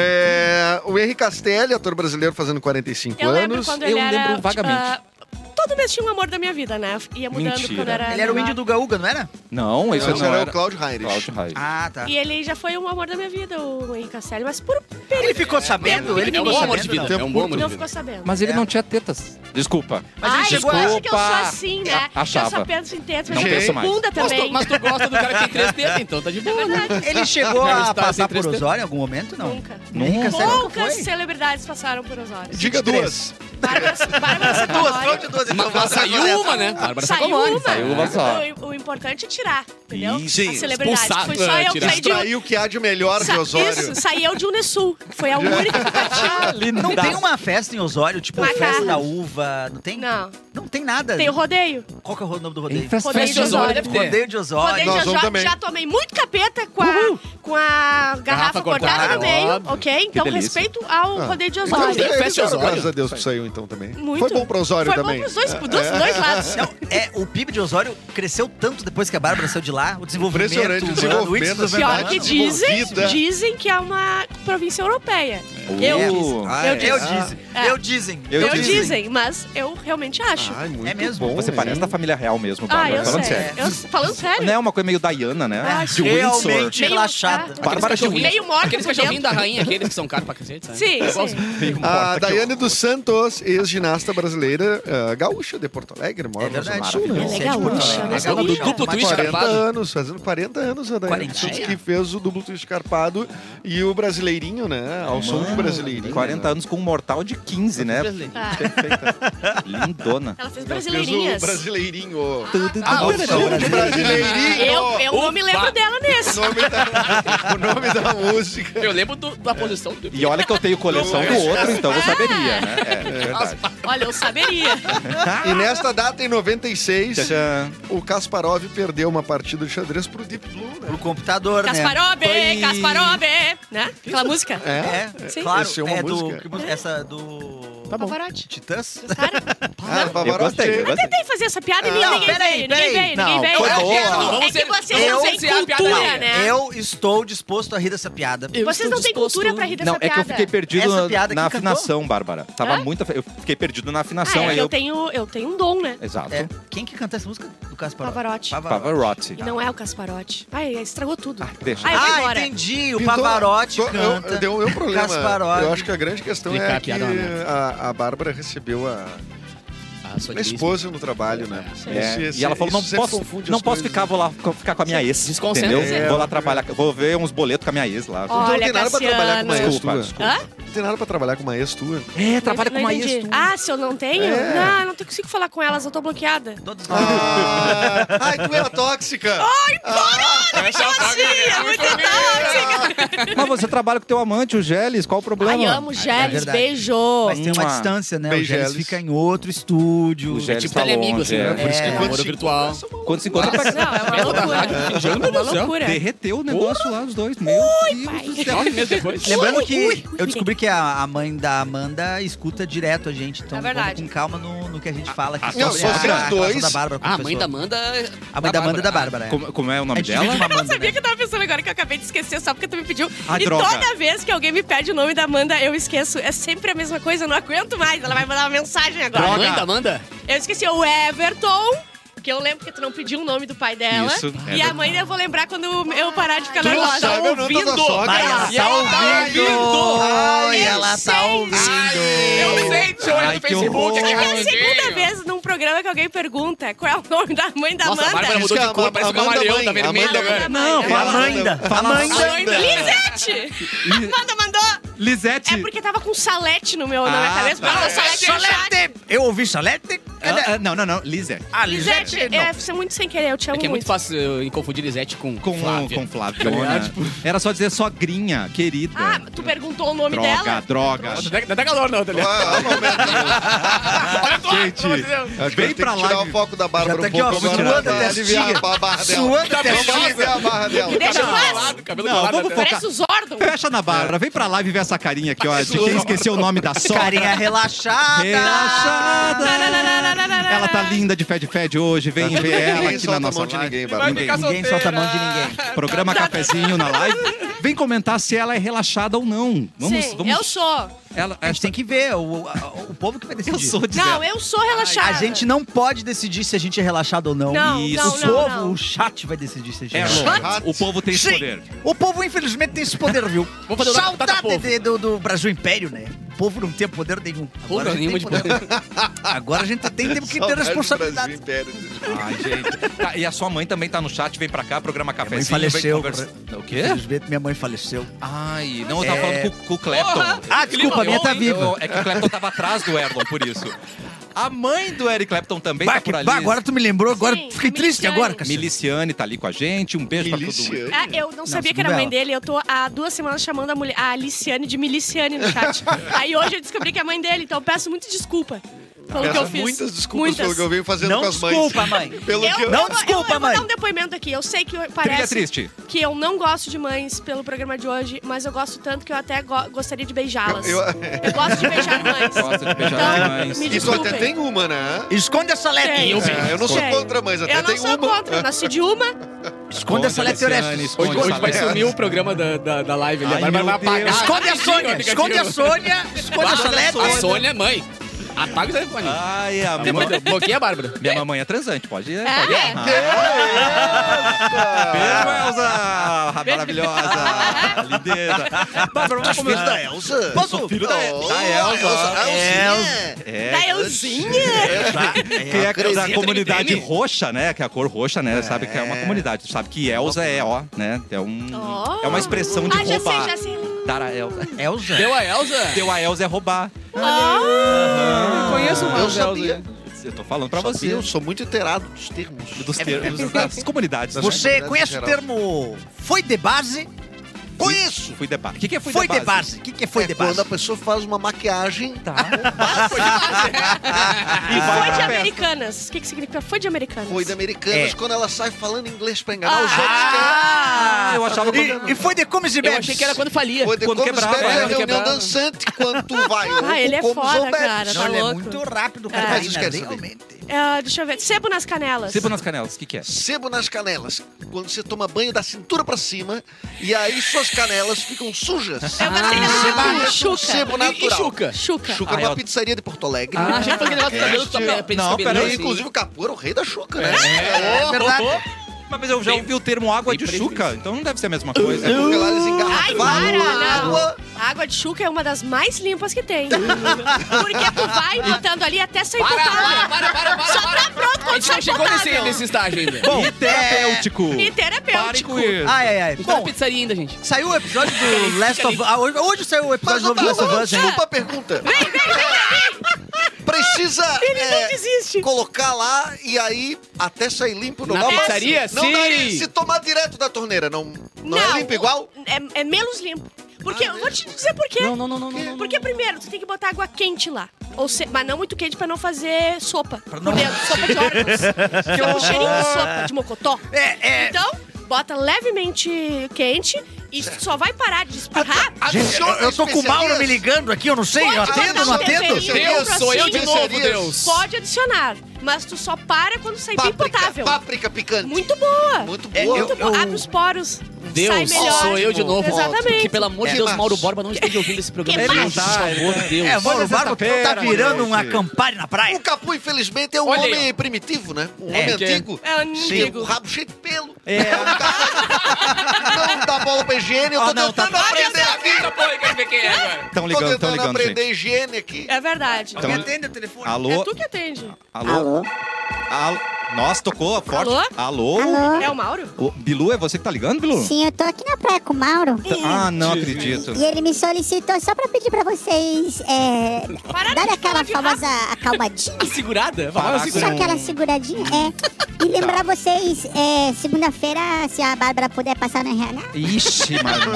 Speaker 5: É, o Henri Castelli, ator brasileiro, fazendo 45
Speaker 4: Eu lembro
Speaker 5: anos.
Speaker 4: quando
Speaker 1: eu
Speaker 4: ele era... tipo,
Speaker 1: lembro vagamente.
Speaker 4: ah, todo mês tinha um amor da minha vida, né? Ia mudando
Speaker 1: Mentira.
Speaker 4: quando era...
Speaker 3: Ele era o
Speaker 4: menor.
Speaker 3: índio do Gaúga, Ah, não era?
Speaker 1: Não, isso
Speaker 5: Esse
Speaker 1: não
Speaker 5: era
Speaker 1: era.
Speaker 5: o Claudio Heinrich.
Speaker 1: Cláudio Raio.
Speaker 3: Ah, tá.
Speaker 4: E ele já foi um amor da minha vida, o Henrique Castelli, mas por um
Speaker 3: Ele
Speaker 4: período
Speaker 3: ficou sabendo? Ele
Speaker 2: É um
Speaker 3: ficou
Speaker 2: bom amor de
Speaker 3: sabendo?
Speaker 2: vida.
Speaker 3: não?
Speaker 2: É um bom amor de
Speaker 4: não
Speaker 2: vida.
Speaker 4: ficou sabendo.
Speaker 1: Mas ele
Speaker 3: É.
Speaker 1: não tinha tetas. Desculpa.
Speaker 3: Mas ele
Speaker 4: Ai,
Speaker 3: chegou a...
Speaker 4: acho que eu sou
Speaker 1: Desculpa.
Speaker 4: assim, né?
Speaker 1: Achava.
Speaker 4: Eu só penso em tetas, mas
Speaker 1: Não
Speaker 4: eu
Speaker 5: penso
Speaker 4: penso em
Speaker 1: mais.
Speaker 4: bunda
Speaker 2: Mas tu,
Speaker 4: também.
Speaker 2: mas tu gosta do cara que tem três tetas, então tá de boa, né?
Speaker 3: Ele chegou
Speaker 2: Não,
Speaker 3: a
Speaker 2: está
Speaker 3: passar
Speaker 2: sem
Speaker 3: por
Speaker 2: tristeza.
Speaker 3: Osório em algum momento, não?
Speaker 4: Nunca.
Speaker 1: Nunca.
Speaker 3: Nunca, sério, nunca
Speaker 4: Poucas
Speaker 3: foi?
Speaker 4: celebridades passaram por Osório.
Speaker 5: Diga
Speaker 3: 23.
Speaker 5: duas.
Speaker 4: Bárbara, Bárbara
Speaker 3: Duas,
Speaker 4: Sacomori.
Speaker 3: pronto, duas.
Speaker 5: então.
Speaker 2: Mas, mas saiu uma, né? Bárbara
Speaker 4: Saiu
Speaker 2: Sacomori.
Speaker 4: uma.
Speaker 1: Saiu uma só.
Speaker 4: O, o importante é tirar, entendeu?
Speaker 1: Isso.
Speaker 4: A celebridade.
Speaker 2: Expulsar.
Speaker 4: Foi só eu que
Speaker 2: Tirar.
Speaker 4: saí de um...
Speaker 5: Extraiu o que há de melhor de
Speaker 4: sa-
Speaker 5: Osório.
Speaker 4: Isso, saí eu de Unesul. Foi a única que partiu.
Speaker 3: Não tem uma festa em Osório, tipo
Speaker 4: Macarrão.
Speaker 3: festa da uva, não tem?
Speaker 4: Não.
Speaker 3: Não tem nada.
Speaker 4: Tem o rodeio.
Speaker 3: Qual que é o nome do rodeio?
Speaker 1: Festa-
Speaker 4: Rodeio de
Speaker 1: festa-
Speaker 4: Osório.
Speaker 2: deve ter.
Speaker 3: Rodeio de Osório.
Speaker 4: Rodeio de
Speaker 5: Nós vamos
Speaker 4: Osório.
Speaker 5: também.
Speaker 4: Já tomei muito capeta com a, com a garrafa, cortada,
Speaker 2: cortada, né?
Speaker 4: no meio,
Speaker 2: óbvio.
Speaker 4: ok? Então
Speaker 1: delícia.
Speaker 4: respeito ao
Speaker 5: Ah.
Speaker 4: rodeio de
Speaker 5: Então,
Speaker 4: Osório.
Speaker 2: tem
Speaker 5: eles
Speaker 2: festa
Speaker 5: deram
Speaker 2: Osório?
Speaker 5: Graças a Deus que saiu, então, também.
Speaker 4: Muito.
Speaker 5: Foi bom pra Osório
Speaker 4: Foi
Speaker 5: também.
Speaker 4: bom pros dois, pros dois, dois lados.
Speaker 3: Não, é, o PIB de Osório cresceu tanto depois que a Bárbara saiu de lá. O desenvolvimento
Speaker 5: Impressionante, o
Speaker 3: humano,
Speaker 5: desenvolvimento
Speaker 3: índice do
Speaker 5: da
Speaker 3: desenvolvimento
Speaker 4: Pior
Speaker 5: Verdade,
Speaker 4: que
Speaker 3: humano.
Speaker 4: dizem,
Speaker 5: envolvida.
Speaker 4: dizem que é uma província europeia.
Speaker 3: Eu
Speaker 1: Uh,
Speaker 5: Ah,
Speaker 4: Eu
Speaker 5: é?
Speaker 3: Eu
Speaker 5: Ah,
Speaker 3: dizem.
Speaker 4: Ah.
Speaker 3: Eu dizem.
Speaker 1: Eu
Speaker 4: Eu
Speaker 1: dizem.
Speaker 4: dizem, mas eu realmente acho.
Speaker 5: Ai, muito
Speaker 3: É mesmo?
Speaker 5: bom, né?
Speaker 1: Você
Speaker 5: hein?
Speaker 1: parece tá da família real mesmo,
Speaker 4: Ah,
Speaker 1: Bárbara.
Speaker 4: eu
Speaker 1: falando
Speaker 4: sei.
Speaker 1: sério.
Speaker 4: Eu- falando sério.
Speaker 1: Não é uma coisa meio Diana, né?
Speaker 4: Ah,
Speaker 1: de Windsor.
Speaker 3: Realmente
Speaker 4: Meio-
Speaker 3: relaxada.
Speaker 4: Ah.
Speaker 1: Bárbara de
Speaker 2: cachorrinhos-
Speaker 4: Meio morta
Speaker 2: Aqueles
Speaker 4: por
Speaker 2: cachorrinhos da rainha, aqueles que são caros pra cacete, né? sabe?
Speaker 4: Sim,
Speaker 2: Eu
Speaker 4: sim.
Speaker 2: gosto.
Speaker 5: A
Speaker 1: Importa que
Speaker 5: Daiane dos Santos, ex-ginasta brasileira, ah, gaúcha de Porto Alegre, mora
Speaker 3: É verdade.
Speaker 5: no Sul, né?
Speaker 4: Ela é
Speaker 3: Sete
Speaker 4: gaúcha,
Speaker 3: por-
Speaker 4: né?
Speaker 3: é gaúcha.
Speaker 2: Dona do duplo
Speaker 3: Mas
Speaker 2: twist,
Speaker 3: quarenta-
Speaker 5: 40
Speaker 2: escarpado.
Speaker 5: anos, fazendo 40 anos a Daiane
Speaker 3: 40,
Speaker 5: dos Santos,
Speaker 2: é?
Speaker 5: que fez o duplo twist escarpado e o brasileirinho, né? Ao
Speaker 1: um
Speaker 5: som do brasileirinho.
Speaker 1: 40 anos com um mortal de 15, né?
Speaker 4: Ah,
Speaker 1: Lindona.
Speaker 4: ela fez
Speaker 5: Ela fez
Speaker 4: brasileirinhas.
Speaker 5: O brasileirinho.
Speaker 3: Ah,
Speaker 5: Ao som de brasileirinho.
Speaker 4: Eu, eu não
Speaker 2: Opa.
Speaker 4: me lembro dela
Speaker 5: O,
Speaker 4: nesse.
Speaker 5: nome da, o nome da música.
Speaker 2: Eu lembro do- da posição do...
Speaker 1: E olha que eu tenho coleção do outro, então eu saberia, né? É, é verdade.
Speaker 4: Olha, eu saberia.
Speaker 5: E nesta data, em 96,
Speaker 1: Tchan.
Speaker 5: o Kasparov perdeu uma partida de xadrez pro Deep Blue, né?
Speaker 3: Pro computador, né?
Speaker 4: Kasparov,
Speaker 1: Foi-
Speaker 4: Kasparov. Né? Aquela música.
Speaker 3: É,
Speaker 4: Sim.
Speaker 3: claro.
Speaker 5: Esse é uma
Speaker 3: é do...
Speaker 5: música.
Speaker 3: que música- Essa do...
Speaker 4: Tá bom. Pavarotti.
Speaker 3: Titãs?
Speaker 4: Gostaram?
Speaker 5: Ah,
Speaker 1: Eu
Speaker 5: Pavarotti.
Speaker 1: gostei, eu gostei.
Speaker 4: Tentei fazer essa piada e
Speaker 3: Não,
Speaker 4: ninguém
Speaker 3: peraí, peraí.
Speaker 4: veio. Ninguém veio,
Speaker 1: Não,
Speaker 4: ninguém veio.
Speaker 1: foi
Speaker 4: É que
Speaker 1: boa.
Speaker 4: eu não-
Speaker 2: Vamos
Speaker 4: É que
Speaker 2: ser-
Speaker 4: vocês
Speaker 3: eu
Speaker 4: não têm
Speaker 2: ser a piada
Speaker 4: cultura,
Speaker 2: real.
Speaker 4: né?
Speaker 3: Eu estou disposto a rir dessa piada.
Speaker 4: Vocês não têm cultura pra rir dessa
Speaker 1: Não, é
Speaker 4: piada.
Speaker 1: que eu fiquei perdido
Speaker 3: Essa
Speaker 1: na-
Speaker 3: piada
Speaker 1: na
Speaker 3: que cantou?
Speaker 1: afinação, Bárbara. Tava
Speaker 4: Hã?
Speaker 1: muito. afi- Eu fiquei perdido na afinação.
Speaker 4: Ah, é
Speaker 1: aí
Speaker 4: que eu
Speaker 1: eu...
Speaker 4: tenho, eu tenho um dom, né?
Speaker 1: Exato.
Speaker 3: É, quem que canta essa música do Kasparov?
Speaker 4: Pavarotti.
Speaker 1: Pavarotti.
Speaker 4: E não é o Casparotti. Ai, estragou tudo.
Speaker 1: Deixa.
Speaker 4: Ai, eu vou
Speaker 3: Ah,
Speaker 4: embora.
Speaker 3: entendi. O
Speaker 5: Pintou-
Speaker 3: Pavarotti
Speaker 5: Tô- eu-
Speaker 3: canta.
Speaker 5: eu- Deu o meu problema.
Speaker 3: Kasparov.
Speaker 5: Eu acho que a grande questão
Speaker 2: Explicar
Speaker 5: é
Speaker 2: a
Speaker 5: que
Speaker 2: piada, né?
Speaker 5: a, a Bárbara recebeu a,
Speaker 2: Ah, sou
Speaker 5: a esposa no trabalho, né?
Speaker 4: Sim.
Speaker 1: É,
Speaker 5: Esse- esse-
Speaker 1: e ela falou:
Speaker 5: isso
Speaker 1: não
Speaker 5: sempre
Speaker 1: posso,
Speaker 5: confunde
Speaker 1: não
Speaker 5: as
Speaker 1: posso
Speaker 5: coisas,
Speaker 1: ficar,
Speaker 5: né?
Speaker 1: vou lá ficar ficar com a minha ex.
Speaker 2: Desconcentra.
Speaker 1: Entendeu?
Speaker 5: É.
Speaker 1: Vou lá trabalhar, vou ver uns boletos com a minha ex lá.
Speaker 5: não
Speaker 4: Olha,
Speaker 5: tem nada pra trabalhar com
Speaker 4: Cassiano.
Speaker 5: uma ex
Speaker 1: desculpa,
Speaker 5: tua.
Speaker 1: desculpa.
Speaker 4: Hã?
Speaker 5: Não tem nada pra trabalhar com uma ex tua.
Speaker 1: É, trabalha
Speaker 4: Não
Speaker 1: com uma
Speaker 4: entendi.
Speaker 1: ex. tu.
Speaker 4: Ah, se eu não tenho?
Speaker 5: É.
Speaker 4: Não, eu não consigo falar com elas, eu tô bloqueada.
Speaker 3: Todos nós.
Speaker 5: Ah, ai, tu é a tóxica.
Speaker 4: Sim, é muito tóxica.
Speaker 1: Mas você trabalha com teu amante, o Geles, qual o problema?
Speaker 4: Ai, amo Geles,
Speaker 3: verdade.
Speaker 4: beijo.
Speaker 3: Mas tem uma
Speaker 1: Mua.
Speaker 3: distância, né?
Speaker 5: Bem
Speaker 3: o Gélis
Speaker 5: Gélis.
Speaker 3: fica em outro estúdio.
Speaker 1: O Gélis
Speaker 2: Tipo
Speaker 1: tá
Speaker 2: telemigo,
Speaker 1: longe,
Speaker 2: assim, né?
Speaker 1: é.
Speaker 2: Por isso que é
Speaker 3: É.
Speaker 2: namoro virtual.
Speaker 1: Quando se encontra,
Speaker 4: Nossa,
Speaker 1: pega-
Speaker 4: é uma loucura.
Speaker 2: Meu
Speaker 4: É uma
Speaker 2: Deus do céu.
Speaker 4: loucura.
Speaker 1: derreteu o negócio lá, os dois. Meu Deus
Speaker 4: pai.
Speaker 1: do
Speaker 5: um
Speaker 1: céu.
Speaker 2: Nove meses depois.
Speaker 3: Lembrando que
Speaker 4: Ui, ui, ui.
Speaker 3: eu descobri que a, a mãe da Amanda escuta direto a gente. Então
Speaker 4: É verdade.
Speaker 3: vamos com calma no, no que a gente fala aqui
Speaker 5: não,
Speaker 3: sobre
Speaker 5: sobre
Speaker 3: a
Speaker 5: os
Speaker 3: relação
Speaker 5: dois.
Speaker 3: da Bárbara com
Speaker 2: Ah, a
Speaker 3: pessoa.
Speaker 2: mãe da Amanda.
Speaker 3: A mãe da Amanda e da Bárbara. é.
Speaker 1: Como, como é o nome
Speaker 3: É
Speaker 1: dela?
Speaker 3: diferente de uma
Speaker 4: Eu não
Speaker 3: Amanda,
Speaker 4: sabia
Speaker 3: né?
Speaker 4: que eu tava pensando agora que eu acabei de esquecer, só porque tu me pediu.
Speaker 1: Ah,
Speaker 4: e
Speaker 1: droga.
Speaker 4: toda vez que alguém me pede o nome da Amanda, eu esqueço. É sempre a mesma coisa, eu não aguento mais. Ela vai mandar uma mensagem agora.
Speaker 2: A
Speaker 1: Droga.
Speaker 2: mãe da Amanda?
Speaker 4: Eu esqueci é o Everton. Que eu lembro que tu não pediu o nome do pai dela.
Speaker 1: Isso,
Speaker 4: e
Speaker 1: Everton.
Speaker 4: a mãe eu vou lembrar quando eu parar de ficar
Speaker 5: é
Speaker 2: não
Speaker 4: nervosa.
Speaker 2: sabe o nome da tua sogra?
Speaker 3: Ai, ela
Speaker 2: E ela
Speaker 3: tá
Speaker 2: tá
Speaker 3: ouvindo! Ai,
Speaker 4: Eu
Speaker 3: ela tá
Speaker 4: sei.
Speaker 3: ouvindo!
Speaker 2: sei, deixa eu olhar
Speaker 1: Ai, que horror.
Speaker 4: Acho que é a
Speaker 2: rapidinho.
Speaker 4: segunda vez num programa que alguém pergunta qual é o nome da mãe da
Speaker 2: Nossa, a Bárbara
Speaker 4: Amanda.
Speaker 5: Diz
Speaker 2: mudou
Speaker 5: que
Speaker 2: de
Speaker 5: a
Speaker 2: cor,
Speaker 5: Amanda-
Speaker 2: parece uma
Speaker 5: Amanda
Speaker 2: amarela, tá
Speaker 5: mãe,
Speaker 2: vermelho
Speaker 5: Amanda
Speaker 2: agora.
Speaker 4: mãe.
Speaker 1: Não, fala.
Speaker 3: Amanda.
Speaker 1: Fala
Speaker 3: Amanda.
Speaker 4: Amanda. Lisete! Amanda mandou!
Speaker 1: Lisete.
Speaker 4: É porque tava com salete no meu nome
Speaker 1: Ah,
Speaker 4: na cabeça.
Speaker 1: tá.
Speaker 4: Porque eu sou salete!
Speaker 3: Solete! Eu ouvi solete? Cadê?
Speaker 1: Ah, ah, não, não, não. Lisete.
Speaker 3: Ah,
Speaker 4: Lisete,
Speaker 3: Lisete?
Speaker 4: é, você é muito sem querer, eu te amo
Speaker 2: É que é muito
Speaker 4: muito.
Speaker 2: fácil eu confundir Lisete com,
Speaker 1: Com um,
Speaker 2: Flávia.
Speaker 1: com Flaviona.
Speaker 2: ligado? Tipo-
Speaker 1: Era só dizer sogrinha, querida.
Speaker 4: Ah, tu perguntou o nome
Speaker 1: droga,
Speaker 4: dela? é
Speaker 1: droga.
Speaker 2: Não dá- Não dá calor não, tá ligado?
Speaker 5: Ah,
Speaker 2: Olha, Eduardo,
Speaker 1: Gente.
Speaker 2: pelo amor de Deus.
Speaker 5: Acho que
Speaker 1: Vem
Speaker 5: eu tenho
Speaker 1: pra
Speaker 5: que
Speaker 1: lá,
Speaker 5: tirar o
Speaker 1: meu.
Speaker 5: foco da
Speaker 3: Já
Speaker 5: Bárbara
Speaker 3: tá
Speaker 5: um
Speaker 3: aqui, ó,
Speaker 5: pouco agora
Speaker 3: suando
Speaker 5: pra
Speaker 3: a testinha.
Speaker 5: aliviar a barra dela.
Speaker 3: Suando a
Speaker 5: Vamos
Speaker 3: testinha.
Speaker 5: aliviar a barra dela.
Speaker 4: Deixa
Speaker 2: Cabelo
Speaker 4: mais.
Speaker 2: enrolado, cabelo
Speaker 1: Não,
Speaker 2: enrolado
Speaker 1: vamos
Speaker 2: até.
Speaker 1: focar. É.
Speaker 4: Parece os Zordon.
Speaker 1: Fecha na Bárbara. Vem pra lá e vê essa carinha aqui, ó. De quem esqueceu o nome da sogra.
Speaker 3: Carinha relaxada!
Speaker 1: Relaxada. Ela
Speaker 4: Ela
Speaker 1: tá linda de Fed Fed hoje. Vem ver ela
Speaker 5: Ninguém
Speaker 1: aqui na
Speaker 5: solta a
Speaker 1: nossa
Speaker 5: mão de
Speaker 1: live.
Speaker 5: ninguém, Bárbara.
Speaker 1: Ninguém.
Speaker 3: Ninguém solta a mão de ninguém.
Speaker 1: Programa Cafezinho na live. Vem comentar se ela é relaxada ou não. Vamos,
Speaker 4: Sim,
Speaker 1: vamos.
Speaker 4: eu sou.
Speaker 1: Ela,
Speaker 3: A gente tem que ver, o, a- o povo que vai decidir.
Speaker 1: Eu sou de
Speaker 4: Não, eu sou relaxada.
Speaker 3: A gente não pode decidir se a gente é relaxado ou não.
Speaker 4: Não,
Speaker 1: Isso.
Speaker 4: não,
Speaker 3: o
Speaker 4: não,
Speaker 3: povo,
Speaker 4: não.
Speaker 3: o chat vai decidir se a gente
Speaker 1: É,
Speaker 3: relaxado.
Speaker 1: Lô, o povo tem esse
Speaker 3: Sim.
Speaker 1: poder.
Speaker 3: O povo, infelizmente, tem esse poder, viu?
Speaker 2: Vamos fazer o Tata
Speaker 3: Saudade
Speaker 2: Povo.
Speaker 3: de- do, do Brasil Império, né? O povo não tinha poder nenhum. Agora
Speaker 2: Porra
Speaker 3: a gente
Speaker 2: nenhuma
Speaker 3: tem
Speaker 2: de
Speaker 3: poder.
Speaker 2: poder.
Speaker 3: Agora a gente tem, temos que ter
Speaker 5: Saudade do
Speaker 3: responsabilidade.
Speaker 5: Brasil Império.
Speaker 1: Ai, gente. Tá, e a sua mãe também tá no chat, vem pra cá, programa
Speaker 3: Minha mãe
Speaker 1: cafezinho.
Speaker 3: faleceu.
Speaker 1: Vem conversa... O quê?
Speaker 3: Infelizmente, minha mãe faleceu.
Speaker 1: Ai, não, eu tava
Speaker 3: É.
Speaker 1: falando com, com o Clapton.
Speaker 2: Porra!
Speaker 3: Ah, desculpa, a minha tá
Speaker 1: Eu-
Speaker 3: viva.
Speaker 1: é que o Clapton tava atrás do Erlon, por isso. A mãe do Eric Clapton também
Speaker 3: Bah,
Speaker 1: tá
Speaker 3: que-
Speaker 1: por ali.
Speaker 3: bah, agora tu me lembrou, agora
Speaker 4: Sim,
Speaker 3: fiquei
Speaker 4: a
Speaker 3: triste
Speaker 4: miliciane.
Speaker 3: agora, Cassiano.
Speaker 1: Miliciane tá ali com a gente, um beijo pra todo mundo.
Speaker 5: Miliciane.
Speaker 4: Ah, eu não sabia que era a
Speaker 3: segunda
Speaker 4: mãe
Speaker 3: ela.
Speaker 4: dele. Eu tô há duas semanas chamando a, mulher, a Aliciane de Miliciane no chat. Aí hoje eu descobri que é a mãe dele, então eu peço muito desculpa pelo que eu
Speaker 5: Peço
Speaker 4: fiz.
Speaker 5: muitas desculpas pelo que eu venho fazendo
Speaker 3: Não
Speaker 5: com as mães.
Speaker 3: desculpa, mãe.
Speaker 5: Pelo
Speaker 4: Eu,
Speaker 5: que eu...
Speaker 3: Não
Speaker 4: eu vou- eu-
Speaker 3: desculpa,
Speaker 4: eu,
Speaker 3: mãe.
Speaker 4: vou dar um depoimento aqui. Eu sei que
Speaker 1: Trilha
Speaker 4: parece
Speaker 1: triste.
Speaker 4: que eu não gosto de mães pelo programa de hoje, mas eu gosto tanto que eu até go- gostaria de beijá-las. Eu,
Speaker 5: Eu- eu-
Speaker 4: gosto de beijar mães.
Speaker 1: Gosta de beijar
Speaker 4: então,
Speaker 1: mães.
Speaker 4: Me
Speaker 5: E tu
Speaker 4: desculpem.
Speaker 5: até tem uma, né?
Speaker 3: Esconde essa letra.
Speaker 4: Tem.
Speaker 5: É, eu não sou
Speaker 4: Tem.
Speaker 5: contra, mas até
Speaker 4: eu não
Speaker 5: tem
Speaker 4: sou
Speaker 5: uma.
Speaker 4: contra, eu nasci de uma.
Speaker 3: Esconde essa letra,
Speaker 1: Aliciane,
Speaker 3: Orestes.
Speaker 1: esconde
Speaker 2: Hoje, hoje
Speaker 1: essa
Speaker 2: vai
Speaker 1: letra.
Speaker 2: sumir o programa da, da, da live ali.
Speaker 1: Ai,
Speaker 2: Agora vai
Speaker 1: meu
Speaker 2: apagar.
Speaker 1: Deus.
Speaker 3: Esconde a
Speaker 2: Ai,
Speaker 3: Sônia.
Speaker 2: gente,
Speaker 3: Esconde a
Speaker 2: aplicativo.
Speaker 3: Sônia. Esconde essa letra.
Speaker 2: A Sônia é mãe. Apaga o telefone.
Speaker 1: Ai, a
Speaker 2: Pelo amor de
Speaker 1: mãe...
Speaker 2: Deus. Bloqueia a Bárbara.
Speaker 1: Minha mamãe é transante, pode ir. Pode
Speaker 4: É.
Speaker 1: errar. Beijo, Elza! Maravilhosa! Lideira! Bárbara, vamos começar.
Speaker 3: da Elsa.
Speaker 1: Sou
Speaker 3: Posso? Tá, é
Speaker 1: filho da Elza. Da
Speaker 5: Elsa.
Speaker 1: Tá, Elza.
Speaker 3: Elsa.
Speaker 1: É,
Speaker 4: Da Elzinha.
Speaker 3: Tá.
Speaker 1: que é da
Speaker 2: tem
Speaker 1: comunidade
Speaker 2: creme.
Speaker 1: roxa, né? Que é a cor roxa, né? Sabe que é uma comunidade. Tu sabe que Elza é, ó, né? É, um,
Speaker 4: Oh.
Speaker 1: é uma expressão de
Speaker 4: ah, já
Speaker 1: roubar.
Speaker 4: sei, já sei.
Speaker 1: Dar a Elza.
Speaker 3: Elsa.
Speaker 2: Deu a Elza?
Speaker 1: Deu a Elza é roubar. Ah,
Speaker 4: Ah,
Speaker 2: Eu conheço uma
Speaker 5: Eu
Speaker 2: Elza.
Speaker 5: sabia.
Speaker 1: Eu tô falando pra
Speaker 5: Só que
Speaker 1: você.
Speaker 5: Eu sou muito inteirado dos termos. É,
Speaker 1: Dos termos, das comunidades.
Speaker 5: Você-
Speaker 3: Você conhece o termo foi de base? Conheço.
Speaker 1: Fui de base. O que, que é fui
Speaker 3: Foi
Speaker 1: de
Speaker 3: de base. O que, que é foi
Speaker 5: É
Speaker 3: de
Speaker 5: quando
Speaker 3: base? Tá.
Speaker 5: a pessoa faz uma maquiagem
Speaker 1: E é. vai
Speaker 4: Ah. Foi de
Speaker 1: pra festa.
Speaker 4: Americanas. O que, que significa? Foi de Americanas.
Speaker 5: foi de americanas,
Speaker 3: É.
Speaker 5: quando ela sai falando inglês pra enganar os outros.
Speaker 3: Ah,
Speaker 1: Eu achava que...
Speaker 3: E, e foi de comes e
Speaker 2: Eu
Speaker 3: bebes?
Speaker 2: achei que era quando falia.
Speaker 5: Foi de
Speaker 1: Ah, Quando
Speaker 5: como
Speaker 1: quebrava,
Speaker 5: espera
Speaker 1: né?
Speaker 5: a reunião
Speaker 2: Quebrava.
Speaker 5: dançante quando tu vai. ou
Speaker 4: ele é
Speaker 5: comes ou
Speaker 4: foda,
Speaker 5: bebes.
Speaker 4: cara.
Speaker 3: Não,
Speaker 4: Tá
Speaker 3: ele é
Speaker 4: louco.
Speaker 3: muito rápido,
Speaker 4: É.
Speaker 3: cara.
Speaker 5: Mas isso quer dizer-
Speaker 3: realmente.
Speaker 4: Ah, deixa eu ver. Sebo nas canelas.
Speaker 1: Sebo nas canelas, o que, que é?
Speaker 5: Sebo nas canelas. Quando você toma banho da cintura pra cima e aí suas canelas ficam sujas.
Speaker 4: É uma ah,
Speaker 5: Sebo,
Speaker 4: chuca.
Speaker 5: um sebo
Speaker 2: E, e
Speaker 5: natural.
Speaker 2: Chuca?
Speaker 4: Chuca.
Speaker 5: Chuca
Speaker 1: Ah,
Speaker 5: é uma
Speaker 1: eu-
Speaker 5: pizzaria de Porto Alegre.
Speaker 2: Ah, achei que foi aquele negócio do cabelo que tu aperta
Speaker 1: Não,
Speaker 2: esse cabelo
Speaker 1: peraí,
Speaker 5: Não,
Speaker 2: assim.
Speaker 5: inclusive o Capu era o rei da Chuca, né?
Speaker 3: É verdade.
Speaker 1: Mas eu já
Speaker 2: Tem-
Speaker 1: ouvi o termo água
Speaker 2: tem
Speaker 1: de
Speaker 2: prejuízo.
Speaker 1: chuca, então não deve ser a mesma coisa.
Speaker 5: É porque lá eles
Speaker 4: Ai,
Speaker 5: engarrafavam
Speaker 4: para, Ah, não.
Speaker 5: água.
Speaker 4: A água de chuca é uma das mais limpas que tem. Porque tu vai botando ali até sair
Speaker 2: Para, para,
Speaker 4: potável.
Speaker 2: para, para, para.
Speaker 4: Só
Speaker 2: para.
Speaker 4: tá pronto
Speaker 2: A
Speaker 4: quando
Speaker 2: gente não
Speaker 4: sai
Speaker 2: chegou nesse,
Speaker 4: potável.
Speaker 2: nesse estágio ainda.
Speaker 3: Bom,
Speaker 1: e terapêutico. Pare
Speaker 4: E terapêutico.
Speaker 1: com isso.
Speaker 3: Ai, ai, ai.
Speaker 2: A gente tá na
Speaker 3: Bom,
Speaker 2: pizzaria ainda, gente.
Speaker 3: saiu o episódio do Last of Us. Ah, hoje, hoje saiu o episódio
Speaker 5: Mas
Speaker 3: novo do Last of Us, hein?
Speaker 5: desculpa a pergunta. Precisa
Speaker 4: Ele não
Speaker 5: é,
Speaker 4: desiste.
Speaker 5: colocar lá e aí até sair limpo no
Speaker 2: Na
Speaker 5: normal.
Speaker 2: pizzaria,
Speaker 5: não
Speaker 2: sim.
Speaker 5: daria- se tomar direto da torneira, não, não, é limpo igual?
Speaker 4: É, é menos limpo. Porque, eu vou te dizer por quê.
Speaker 2: Ah, né? Não, não, não, não, não, não.
Speaker 4: Porque primeiro, tu tem que botar água quente lá. Ou se- mas não muito quente pra não fazer sopa. Por
Speaker 3: não-
Speaker 4: dentro, sopa de órgãos. é Fica um cheirinho de sopa, de mocotó.
Speaker 3: É, é.
Speaker 4: Então, bota levemente quente E só vai parar de espirrar.
Speaker 3: Gente, eu, eu tô com o Mauro me ligando aqui, eu não sei, eu
Speaker 4: Pode
Speaker 3: atendo, não
Speaker 4: mandar um
Speaker 3: atendo?
Speaker 4: desenho,
Speaker 2: Deus,
Speaker 4: um
Speaker 2: sou eu de
Speaker 4: patrocínio.
Speaker 2: novo, Deus.
Speaker 4: Pode adicionar, mas tu só para quando sair bem
Speaker 6: Páprica,
Speaker 4: potável.
Speaker 6: páprica picante.
Speaker 4: Muito boa.
Speaker 6: Muito
Speaker 4: É,
Speaker 6: boa.
Speaker 4: muito boa. Abre os poros, sai
Speaker 2: Deus,
Speaker 4: melhor.
Speaker 2: sou eu de novo.
Speaker 4: Exatamente.
Speaker 2: Que pelo amor de
Speaker 6: É
Speaker 2: Deus,
Speaker 6: macho.
Speaker 2: Mauro Borba não esteja ouvindo esse programa.
Speaker 4: Que
Speaker 2: Pelo
Speaker 4: macho.
Speaker 2: amor de Deus.
Speaker 3: É, Mauro
Speaker 1: Só
Speaker 3: Barba tá
Speaker 1: sexta-feira,
Speaker 3: virando
Speaker 1: gente.
Speaker 3: um acampare na praia.
Speaker 6: O Capu, infelizmente, é um
Speaker 2: Olha aí,
Speaker 6: homem primitivo, né? Um
Speaker 2: É,
Speaker 6: homem
Speaker 2: que-
Speaker 6: antigo.
Speaker 4: É, eu não
Speaker 6: Sim,
Speaker 4: digo.
Speaker 6: O rabo cheio de pelo.
Speaker 1: É.
Speaker 6: Não dá bola pra higiene. Eu tô
Speaker 1: Ah, não, tá-
Speaker 6: tentando aprender
Speaker 2: É,
Speaker 6: aqui.
Speaker 2: Ah,
Speaker 1: Estão
Speaker 6: Tô
Speaker 1: ligando, estão
Speaker 6: tentando
Speaker 1: ligando,
Speaker 6: aprender
Speaker 1: gente.
Speaker 6: higiene aqui.
Speaker 4: É verdade.
Speaker 1: Então-
Speaker 7: atende o telefone.
Speaker 3: ah,
Speaker 4: É
Speaker 1: Alô?
Speaker 4: tu que atende.
Speaker 1: Alô? Alô? Nossa, tocou forte. Alô?
Speaker 8: Alô?
Speaker 4: É o Mauro?
Speaker 1: Ô, Bilu, é você que tá ligando, Bilu?
Speaker 8: Sim, eu tô aqui na praia com o Mauro.
Speaker 1: Ah, não acredito.
Speaker 8: E ele me solicitou só pra pedir pra vocês é,
Speaker 4: Parar
Speaker 8: dar
Speaker 4: de falar
Speaker 8: aquela
Speaker 4: de
Speaker 8: famosa acalmadinha.
Speaker 2: Segurada?
Speaker 1: Parar
Speaker 2: Vai,
Speaker 1: com-
Speaker 8: Só
Speaker 2: segurada.
Speaker 8: aquela seguradinha,
Speaker 1: Tá.
Speaker 8: é. E lembrar vocês, é, segunda-feira, se a Bárbara puder passar na RH.
Speaker 1: Ixi, mano.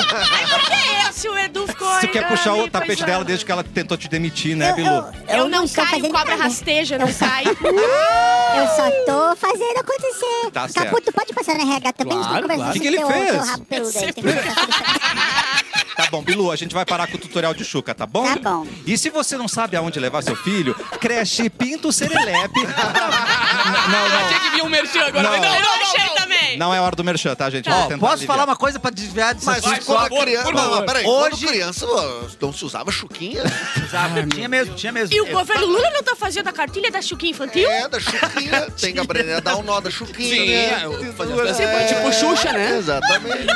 Speaker 4: É, se o Edu ficou...
Speaker 1: Se tu
Speaker 4: ah,
Speaker 1: quer puxar o
Speaker 4: meio
Speaker 1: tapete
Speaker 4: coisado.
Speaker 1: dela desde que ela tentou te demitir, né, Bilu?
Speaker 4: Eu, não,
Speaker 8: estou
Speaker 4: caio,
Speaker 8: fazendo
Speaker 4: cobra
Speaker 8: nada.
Speaker 4: rasteja, não cai.
Speaker 8: Eu só tô fazendo acontecer.
Speaker 1: Tá certo.
Speaker 8: Caputo, pode passar na RH também?
Speaker 2: Claro,
Speaker 8: Estou conversando
Speaker 1: claro. O que que
Speaker 8: com
Speaker 1: ele
Speaker 8: teu-
Speaker 1: fez?
Speaker 8: teu rabo peludo aí, tem muita coisa pra falar.
Speaker 1: Tá bom, Bilu, a gente vai parar com o tutorial de Chuca, tá bom?
Speaker 8: Tá bom.
Speaker 1: E se você não sabe aonde levar seu filho, creche Pinto Serelepe. não, não.
Speaker 2: Tinha que vir um merchan agora.
Speaker 1: Não.
Speaker 2: Não, não,
Speaker 4: Eu
Speaker 2: não.
Speaker 4: achei também.
Speaker 1: Não é hora do merchan, tá, gente? Vou
Speaker 3: Ó,
Speaker 1: tentar
Speaker 3: posso
Speaker 1: aliviar.
Speaker 3: falar uma coisa pra desviar disso
Speaker 6: Mas
Speaker 3: assunto?
Speaker 6: quando a criança...
Speaker 2: por
Speaker 6: Não,
Speaker 2: favor.
Speaker 6: mas peraí.
Speaker 3: Hoje-
Speaker 6: Quando criança, não se usava chuquinha?
Speaker 3: Ah, Tinha mesmo, tinha mesmo.
Speaker 4: E o governo Lula não tá fazendo a cartilha da Chuquinha Infantil?
Speaker 6: É, da chuquinha. Tem que aprender a dar um nó da chuquinha.
Speaker 2: Sim,
Speaker 6: né?
Speaker 2: é, eu- fazer
Speaker 6: É,
Speaker 2: as dancinhas, tipo Xuxa, né?
Speaker 6: Exatamente.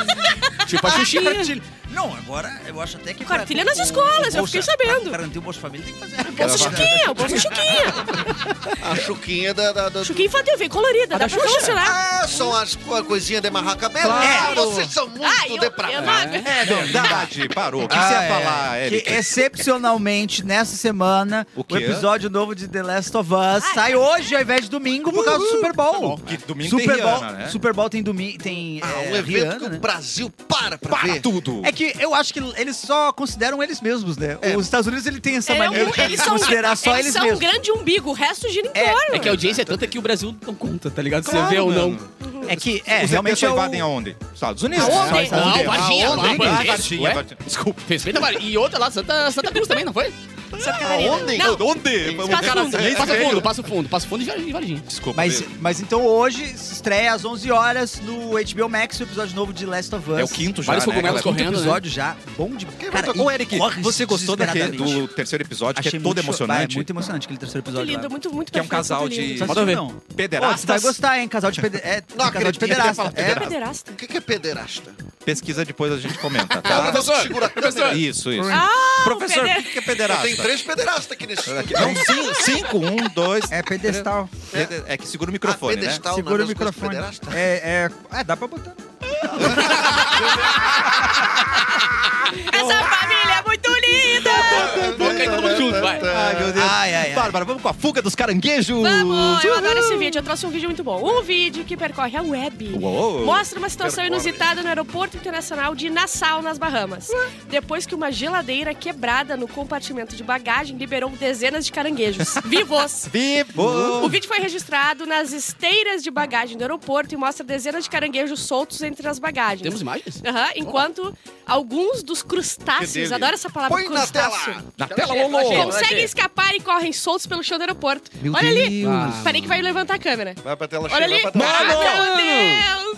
Speaker 2: Tipo a Xuxinha.
Speaker 3: Cartilha. Não, agora eu acho até que.
Speaker 4: Cartilha
Speaker 3: pra-
Speaker 4: nas escolas, eu
Speaker 3: Bolsa-
Speaker 4: fiquei sabendo.
Speaker 3: pra Garantir o Bolsa Família tem que fazer.
Speaker 4: O bolso Chuquinha, o bolso Chuquinha.
Speaker 6: A chuquinha da... da, da-
Speaker 4: Chuquinha Infantil, vem colorida, dá pra solucionar.
Speaker 6: Ah, são as co- coisinhas de amarrar cabelo.
Speaker 3: Claro.
Speaker 6: Ah, vocês são muito
Speaker 4: Ah, eu- eu não
Speaker 6: depravados.
Speaker 4: aguento.
Speaker 1: É verdade, parou. O que você
Speaker 3: Ah,
Speaker 1: ia
Speaker 3: é.
Speaker 1: falar,
Speaker 3: Que,
Speaker 1: Erika?
Speaker 3: excepcionalmente, nessa semana,
Speaker 1: O
Speaker 3: o,
Speaker 1: quê?
Speaker 3: episódio novo de The Last of Us
Speaker 4: Ai,
Speaker 3: sai hoje ao invés de domingo por causa do Super Bowl.
Speaker 1: Tá Que domingo
Speaker 3: Super
Speaker 1: tem
Speaker 3: Bowl,
Speaker 1: Rihanna, né?
Speaker 3: Super Bowl tem domingo, tem
Speaker 6: Ah,
Speaker 3: é,
Speaker 6: um evento
Speaker 3: Rihanna,
Speaker 6: que o
Speaker 3: né?
Speaker 6: Brasil para pra
Speaker 1: Para
Speaker 6: ver.
Speaker 1: tudo.
Speaker 3: É que eu acho que eles só consideram eles mesmos, né?
Speaker 1: É.
Speaker 3: Os Estados Unidos ele tem essa
Speaker 4: É,
Speaker 3: maneira
Speaker 4: um-
Speaker 3: de
Speaker 4: eles são,
Speaker 3: considerar só
Speaker 4: eles
Speaker 3: eles,
Speaker 4: são um
Speaker 3: mesmos.
Speaker 4: grande umbigo, o resto gira em torno.
Speaker 2: É que a audiência é tanta que o Brasil não conta, tá ligado?
Speaker 1: Claro,
Speaker 2: Você vê ou não.
Speaker 1: mano.
Speaker 3: É que é,
Speaker 1: Os EPs
Speaker 3: realmente
Speaker 1: só
Speaker 3: é o...
Speaker 1: invadem aonde? Estados Unidos.
Speaker 4: Aonde?
Speaker 1: Só Estados
Speaker 2: Não,
Speaker 1: Unidos.
Speaker 2: Varginha,
Speaker 1: Aonde?
Speaker 2: lá,
Speaker 1: Ah,
Speaker 2: Varginha,
Speaker 1: Varginha,
Speaker 2: ué?
Speaker 1: Varginha.
Speaker 2: Desculpa, respeita, Mari. E outra lá, Santa, Santa Cruz também, não foi?
Speaker 4: Santa Catarina.
Speaker 6: Onde?
Speaker 4: Não,
Speaker 1: Onde? um
Speaker 4: Espaço fundo.
Speaker 1: Nem
Speaker 2: Passa
Speaker 1: veio.
Speaker 2: fundo, passa fundo, passa fundo e Varginha. Varginha.
Speaker 1: Desculpa.
Speaker 3: Mas,
Speaker 1: veio.
Speaker 3: mas então hoje estreia às 11 horas no HBO Max o episódio novo de Last of Us.
Speaker 1: É o quinto já,
Speaker 2: Vários
Speaker 1: né,
Speaker 2: cogumelos
Speaker 1: galera?
Speaker 3: Quinto
Speaker 2: correndo, né?
Speaker 3: episódio já, bom de...
Speaker 1: Cara,
Speaker 3: e
Speaker 1: Ô, Eric,
Speaker 3: corre
Speaker 1: você gostou daquele, do
Speaker 3: desesperadamente.
Speaker 1: terceiro episódio, que
Speaker 3: Achei
Speaker 1: é todo
Speaker 3: muito cho- Ah,
Speaker 1: emocionante?
Speaker 3: É muito emocionante aquele terceiro
Speaker 4: Muito
Speaker 3: episódio
Speaker 4: lindo,
Speaker 3: lá.
Speaker 4: muito, muito
Speaker 1: Que é um
Speaker 4: perfeito,
Speaker 1: casal
Speaker 4: muito
Speaker 1: de-
Speaker 4: lindo.
Speaker 3: Você
Speaker 1: Bota
Speaker 3: assistiu,
Speaker 2: ver.
Speaker 3: não? Pô, você vai
Speaker 1: Pederastas.
Speaker 3: gostar, hein? Casal de, pede... é, tem
Speaker 6: Não
Speaker 3: casal de
Speaker 6: acredito que ele
Speaker 3: pederasta.
Speaker 6: fala
Speaker 3: É,
Speaker 6: pederasta.
Speaker 4: Pederasta.
Speaker 6: O que que é pederasta?
Speaker 1: Pesquisa depois a gente comenta, tá?
Speaker 6: Ah, Professor, segura a câmera.
Speaker 1: Isso, isso.
Speaker 4: Ah,
Speaker 1: Professor,
Speaker 4: o
Speaker 1: o
Speaker 4: peder-
Speaker 1: que que é
Speaker 6: Eu
Speaker 1: pederasta?
Speaker 6: tenho três pederastas aqui nesse estúdio.
Speaker 1: Não, cin- cinco, um, dois.
Speaker 9: É pedestal.
Speaker 1: pede- É que segura o
Speaker 6: Ah,
Speaker 1: microfone, né?
Speaker 6: pedestal, não é
Speaker 9: Segura
Speaker 6: a
Speaker 9: o
Speaker 6: mesma coisa que
Speaker 9: microfone.
Speaker 6: pederasta?
Speaker 9: É, é. Ah, dá pra botar.
Speaker 4: Essa família é muito linda!
Speaker 2: Vamos cair todo mundo junto, vai.
Speaker 1: Ai, meu Deus.
Speaker 3: Ai, ai, ai.
Speaker 1: Bárbara, vamos com a fuga dos caranguejos.
Speaker 4: Vamos! Eu adoro esse vídeo, eu trouxe um vídeo muito bom. Um vídeo que percorre a web.
Speaker 1: Uou.
Speaker 4: Mostra uma situação
Speaker 6: Percorre.
Speaker 4: inusitada no aeroporto internacional de Nassau, nas Bahamas. Depois que uma geladeira quebrada no compartimento de bagagem liberou dezenas de caranguejos vivos.
Speaker 1: Vivo.
Speaker 4: O vídeo foi registrado nas esteiras de bagagem do aeroporto e mostra dezenas de caranguejos soltos entre as bagagens.
Speaker 2: Temos imagens?
Speaker 4: Aham, enquanto alguns dos crustáceos,
Speaker 1: delícia.
Speaker 4: adoro essa palavra,
Speaker 6: Põe na tela.
Speaker 4: crustáceo,
Speaker 1: Na tela,
Speaker 2: Ah,
Speaker 1: Lolo.
Speaker 4: conseguem escapar e correm soltos pelo chão do aeroporto. Olha ali,
Speaker 2: Ah.
Speaker 4: parei que vai levantar a câmera.
Speaker 6: Vai pra tela,
Speaker 4: Olha
Speaker 6: chega,
Speaker 4: ali,
Speaker 6: vai pra tela.
Speaker 4: Ai,
Speaker 1: Mano!
Speaker 4: meu Deus!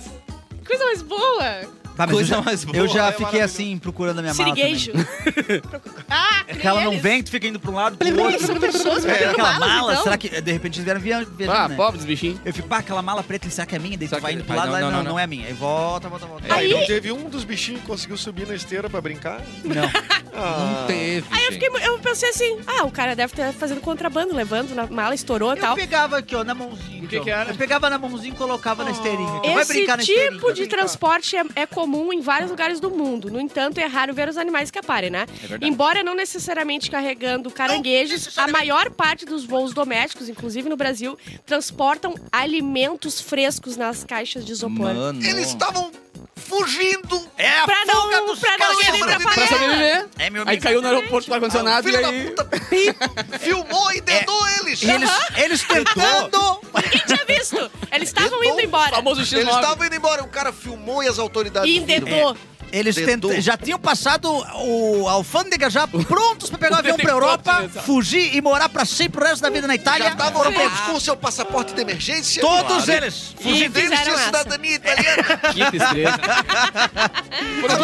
Speaker 4: Coisa mais boa!
Speaker 3: Tá, mas eu
Speaker 1: Coisa
Speaker 3: já,
Speaker 1: mais boa,
Speaker 3: eu
Speaker 1: é
Speaker 3: já fiquei
Speaker 1: maravilhoso.
Speaker 3: assim, procurando a minha mala
Speaker 4: Sirigueijo. ah,
Speaker 3: também. É Que ela não
Speaker 4: eles.
Speaker 3: vem, tu fica indo pra um lado, pro
Speaker 4: Plim, plim,
Speaker 3: outro.
Speaker 4: são pessoas
Speaker 3: É,
Speaker 4: procurando
Speaker 3: aquela
Speaker 4: malas,
Speaker 3: mala,
Speaker 4: então?
Speaker 3: será que... De repente eles vieram via- viajando,
Speaker 2: Ah,
Speaker 3: né?
Speaker 2: pobres bichinhos.
Speaker 3: Eu fico, pá, aquela mala preta, será que é minha? Daí tu
Speaker 1: Será
Speaker 3: vai
Speaker 1: que-
Speaker 3: indo pro
Speaker 1: Ai,
Speaker 3: lado,
Speaker 1: não,
Speaker 3: lá,
Speaker 1: não,
Speaker 3: não,
Speaker 1: não,
Speaker 3: não,
Speaker 1: não.
Speaker 3: é minha. Aí volta, volta, volta.
Speaker 4: Aí-
Speaker 6: Não teve um dos bichinhos que conseguiu subir na esteira pra brincar?
Speaker 3: Não.
Speaker 6: Ah,
Speaker 1: Teve,
Speaker 4: Aí eu,
Speaker 1: gente.
Speaker 4: fiquei, mu- eu pensei assim, ah, o cara deve estar fazendo contrabando, levando na mala, estourou e
Speaker 3: Eu
Speaker 4: tal.
Speaker 3: pegava aqui, ó, na mãozinha.
Speaker 2: O que
Speaker 3: aqui, ó.
Speaker 2: que era?
Speaker 3: Eu pegava na mãozinha e colocava na esteirinha. aqui. Vai
Speaker 4: Esse
Speaker 3: brincar na esteirinha.
Speaker 4: tipo de transporte é, é comum em vários lugares do mundo. No entanto, é raro ver os animais escaparem, né?
Speaker 1: verdade.
Speaker 4: Embora não necessariamente carregando caranguejos, a maior parte dos voos domésticos, inclusive no Brasil, transportam alimentos frescos nas caixas de isopor.
Speaker 1: Mano.
Speaker 6: Eles estavam fugindo.
Speaker 3: É a
Speaker 4: Pra
Speaker 3: fuga
Speaker 4: não,
Speaker 3: dos
Speaker 4: pra não
Speaker 3: caranguejos.
Speaker 4: irem
Speaker 6: pra
Speaker 2: Pra né? Ah,
Speaker 4: atrapalhar.
Speaker 2: sobreviver.
Speaker 3: É, meu
Speaker 2: Aí
Speaker 3: amigo.
Speaker 2: caiu no aeroporto com ar-condicionado e
Speaker 6: Filho da
Speaker 2: aí.
Speaker 6: puta filmou e dedou eles.
Speaker 3: É. E eles, eles tentando...
Speaker 4: Ninguém tinha visto! Eles estavam indo embora.
Speaker 2: Famoso
Speaker 6: Eles
Speaker 2: X9.
Speaker 6: estavam indo embora. O cara filmou e as autoridades
Speaker 4: E
Speaker 6: viram.
Speaker 4: endedou.
Speaker 3: Eles
Speaker 5: Dedou.
Speaker 3: tenta- já tinham passado o a alfândega já prontos pra pegar o avião pra Europa, fugir e morar pra sempre pro resto da vida na Itália.
Speaker 5: Já estavam todos com o seu passaporte de emergência?
Speaker 3: Todos
Speaker 5: Claro.
Speaker 3: eles.
Speaker 4: E
Speaker 5: Fugidos de
Speaker 4: fizeram essa.
Speaker 5: cidadania italiana.
Speaker 2: Que tristeza.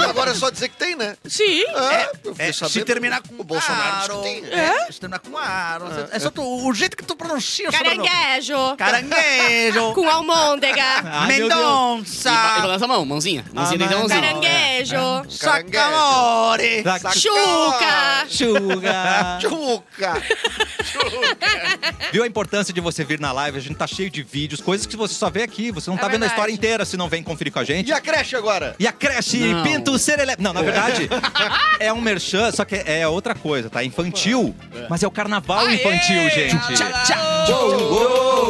Speaker 5: Agora é só dizer que tem, né?
Speaker 4: Sim.
Speaker 5: Ah, eu fiquei
Speaker 3: É, se
Speaker 5: sabendo.
Speaker 3: terminar com
Speaker 5: o Bolsonaro diz que tem.
Speaker 3: É. Se terminar com aro. É só tu- o jeito que tu pronuncia o sobrenome.
Speaker 4: Caranguejo.
Speaker 3: Caranguejo.
Speaker 4: Com almôndega.
Speaker 2: Ah, meu Deus. E ba- e
Speaker 3: Mendonça.
Speaker 2: balança a mão, mãozinha. Mãozinha tem que ter mãozinha.
Speaker 4: Ah,
Speaker 2: É.
Speaker 4: Caranguejo.
Speaker 3: Sacamore.
Speaker 4: Chuca.
Speaker 1: Chuga!
Speaker 5: Tchuca.
Speaker 1: Viu a importância de você vir na live? A gente tá cheio de vídeos, coisas que você só vê aqui. Você não
Speaker 4: É
Speaker 1: tá vendo a
Speaker 4: verdade.
Speaker 1: história inteira se não vem conferir com a gente.
Speaker 5: E a creche agora?
Speaker 1: E a creche
Speaker 2: Não.
Speaker 1: Pinto Serelepe. Não, na verdade, é um merchan, só que é outra coisa, tá? Infantil. Mas é o carnaval infantil, gente. Uou,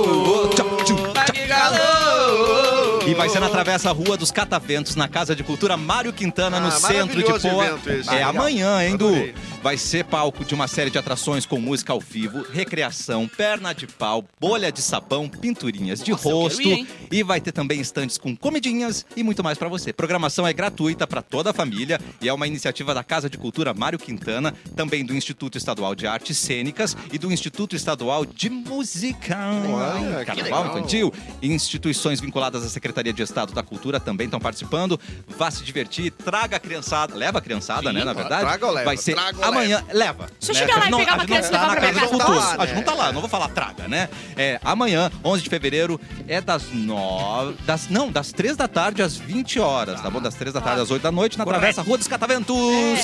Speaker 1: uou, tchau, tchau, tchau. E vai ser na Travessa Rua dos Cataventos, na Casa de Cultura Mário Quintana, no
Speaker 5: Ah,
Speaker 1: centro de
Speaker 5: maravilhoso
Speaker 1: Poa.
Speaker 5: evento esse.
Speaker 1: É
Speaker 5: Legal.
Speaker 1: amanhã, hein, Du?
Speaker 5: Adorei.
Speaker 1: Vai ser palco de uma série de atrações com música ao vivo, recreação, perna de pau, bolha de sabão, pinturinhas de
Speaker 2: eu quero
Speaker 1: rosto.
Speaker 2: ir, hein?
Speaker 1: e vai ter também estantes com comidinhas e muito mais pra você. Programação é gratuita pra toda a família e é uma iniciativa da Casa de Cultura Mário Quintana, também do Instituto Estadual de Artes Cênicas e do Instituto Estadual de Música.
Speaker 5: Olha, que
Speaker 1: Carnaval
Speaker 5: legal.
Speaker 1: infantil. Brasil. Instituições vinculadas à Secretaria de Estado da Cultura também estão participando. Vá se divertir, traga a criançada, leva a criançada, né, na verdade?
Speaker 5: traga ou leva?
Speaker 1: Vai ser
Speaker 5: Traga ou
Speaker 1: amanhã, leva.
Speaker 4: Só
Speaker 1: né?
Speaker 4: chegar lá e
Speaker 1: Não,
Speaker 4: pegar
Speaker 1: a
Speaker 4: uma
Speaker 1: gente
Speaker 4: criança e
Speaker 1: não tá
Speaker 4: levar
Speaker 1: na
Speaker 4: pra
Speaker 1: Casa de
Speaker 5: casa.
Speaker 1: Cultura.
Speaker 5: Não tá lá,
Speaker 1: A gente não tá lá, não vou falar traga, né? É, amanhã, 11 de fevereiro, é das 9, das não, das 3 da tarde às 20 horas, tá bom? Das 3 da tarde às 8 da noite na Travessa Rua dos Cataventos,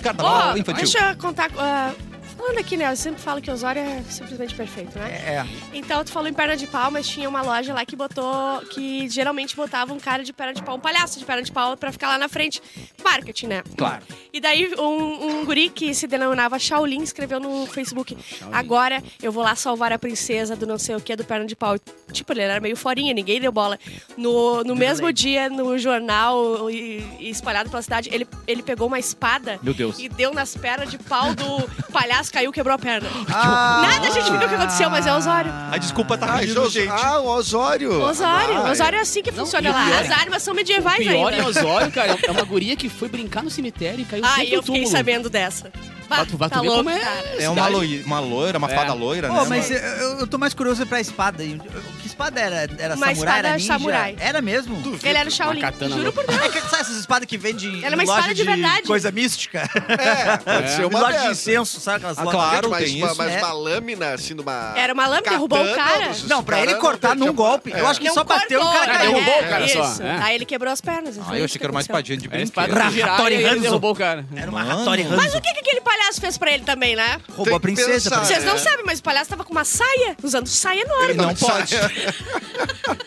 Speaker 1: Carnaval
Speaker 4: É, Ó,
Speaker 1: Infantil.
Speaker 4: Deixa eu contar. ah, falando aqui, né? Eu sempre falo que Osório é simplesmente perfeito, né?
Speaker 3: É.
Speaker 4: Então, tu falou em perna de pau, mas tinha uma loja lá que botou. que geralmente botava um cara de perna de pau, um palhaço de perna de pau, pra ficar lá na frente. Marketing, né?
Speaker 1: Claro.
Speaker 4: E daí, um, um guri que se denominava Shaolin escreveu no Facebook: Agora eu vou lá salvar a princesa do não sei o que, do perna de pau. Tipo, ele era meio forinha, ninguém deu bola. No, no mesmo dia, no jornal e, e espalhado pela cidade, ele, ele pegou uma espada
Speaker 2: Meu Deus.
Speaker 4: e deu nas pernas de pau do palhaço, caiu, quebrou a perna.
Speaker 3: Ah.
Speaker 4: Nada a gente viu o que aconteceu, mas é Osório.
Speaker 1: A desculpa tá
Speaker 5: Ah, isso é
Speaker 1: pedindo,
Speaker 5: os-
Speaker 1: gente.
Speaker 5: ah, o Osório.
Speaker 4: Osório.
Speaker 5: Ah,
Speaker 4: Osório é assim que
Speaker 2: Não,
Speaker 4: funciona
Speaker 2: e o
Speaker 4: lá.
Speaker 2: pior
Speaker 4: As
Speaker 2: é-
Speaker 4: armas são
Speaker 2: O
Speaker 4: medievais
Speaker 2: pior em
Speaker 4: ainda.
Speaker 2: Osório, cara, é uma guria que foi brincar no cemitério e caiu
Speaker 4: Ah,
Speaker 2: dentro
Speaker 4: eu
Speaker 2: do
Speaker 4: fiquei
Speaker 2: túmulo.
Speaker 4: sabendo dessa. Bah,
Speaker 2: Vai tu- vai tu
Speaker 4: tá
Speaker 2: ver
Speaker 4: louco,
Speaker 2: como é.
Speaker 4: cara.
Speaker 1: É uma, loi- uma loira, uma
Speaker 2: É.
Speaker 1: fada loira,
Speaker 3: Pô,
Speaker 1: né?
Speaker 3: mas eu, eu tô mais curioso pra espada. E o- Que espada era? Era
Speaker 4: Uma
Speaker 3: samurai?
Speaker 4: espada
Speaker 3: era ninja?
Speaker 4: samurai.
Speaker 3: Era mesmo?
Speaker 4: Ele era o Shaolin.
Speaker 2: Uma katana
Speaker 4: Juro por Deus.
Speaker 3: É que sabe essas espadas que vende em
Speaker 4: Era é uma
Speaker 3: loja
Speaker 4: espada de verdade.
Speaker 3: coisa mística?
Speaker 5: É, pode ser
Speaker 3: Em
Speaker 5: uma
Speaker 3: loja de
Speaker 5: dessas.
Speaker 3: incenso, sabe aquelas
Speaker 1: Ah,
Speaker 3: lojas?
Speaker 1: claro.
Speaker 5: Gente, mas,
Speaker 1: tem
Speaker 5: uma,
Speaker 1: isso.
Speaker 5: mas
Speaker 3: É.
Speaker 5: uma lâmina, assim, numa...
Speaker 4: Era uma lâmina, derrubou o
Speaker 5: katana,
Speaker 4: cara.
Speaker 5: dos-
Speaker 3: Não, pra
Speaker 5: cara
Speaker 3: ele cortar
Speaker 5: tinha-
Speaker 3: num golpe.
Speaker 5: É.
Speaker 3: Eu acho que
Speaker 4: Não
Speaker 3: só bateu o cara
Speaker 4: cortou,
Speaker 3: caiu.
Speaker 2: derrubou o cara
Speaker 4: isso.
Speaker 2: só, é.
Speaker 4: Aí ele quebrou as pernas.
Speaker 1: Ah, eu achei que era uma espadinha
Speaker 4: É
Speaker 1: de
Speaker 2: Era
Speaker 1: brinquedo.
Speaker 2: É espada que girava e
Speaker 3: Ratori
Speaker 2: ele
Speaker 3: Hanzo.
Speaker 2: derrubou o cara.
Speaker 3: Era uma
Speaker 1: Mano.
Speaker 3: Hattori
Speaker 4: Mas
Speaker 3: Hanzo.
Speaker 4: o que, que aquele palhaço fez pra ele também, né?
Speaker 3: Roubou a
Speaker 5: Tem que
Speaker 3: princesa.
Speaker 5: pensar,
Speaker 3: princesa.
Speaker 4: Vocês não
Speaker 5: É.
Speaker 4: sabem, mas o palhaço tava com uma saia, usando saia enorme.
Speaker 1: Não pode.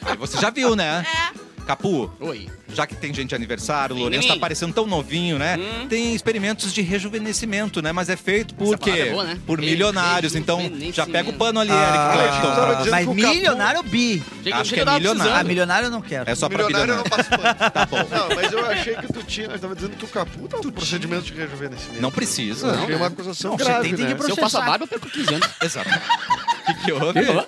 Speaker 1: Aí você já viu, né?
Speaker 4: É.
Speaker 1: Capu,
Speaker 2: Oi.
Speaker 1: já que tem gente de aniversário, o
Speaker 2: Sim. Hum.
Speaker 1: Lourenço tá parecendo tão novinho, né? Tem experimentos de rejuvenescimento, né? Mas é feito por
Speaker 2: Essa palavra
Speaker 1: quê?
Speaker 2: é boa, né?
Speaker 1: Por milionários. Então, já pega o pano ali,
Speaker 5: Ah.
Speaker 1: Eric
Speaker 5: eu tava
Speaker 1: Clapton.
Speaker 5: dizendo
Speaker 3: Mas
Speaker 5: que o Capu-
Speaker 3: milionário bi.
Speaker 1: Acho que é milionário.
Speaker 3: Ah, milionário eu não quero.
Speaker 1: É só pra
Speaker 5: Milionário eu
Speaker 1: bilionário.
Speaker 5: não passo pano.
Speaker 1: Tá bom.
Speaker 5: Não, mas eu achei que tu tinha... Eu tava dizendo que o Capu tá um procedimento de rejuvenescimento.
Speaker 1: Não
Speaker 5: Eu
Speaker 1: precisa.
Speaker 5: achei
Speaker 2: né?
Speaker 5: uma acusação
Speaker 3: Não, você
Speaker 5: grave,
Speaker 3: tem- tem que
Speaker 5: né?
Speaker 2: Se eu
Speaker 3: processar.
Speaker 2: faço a barba, eu perco 15 anos.
Speaker 1: Exato. O que, que houve?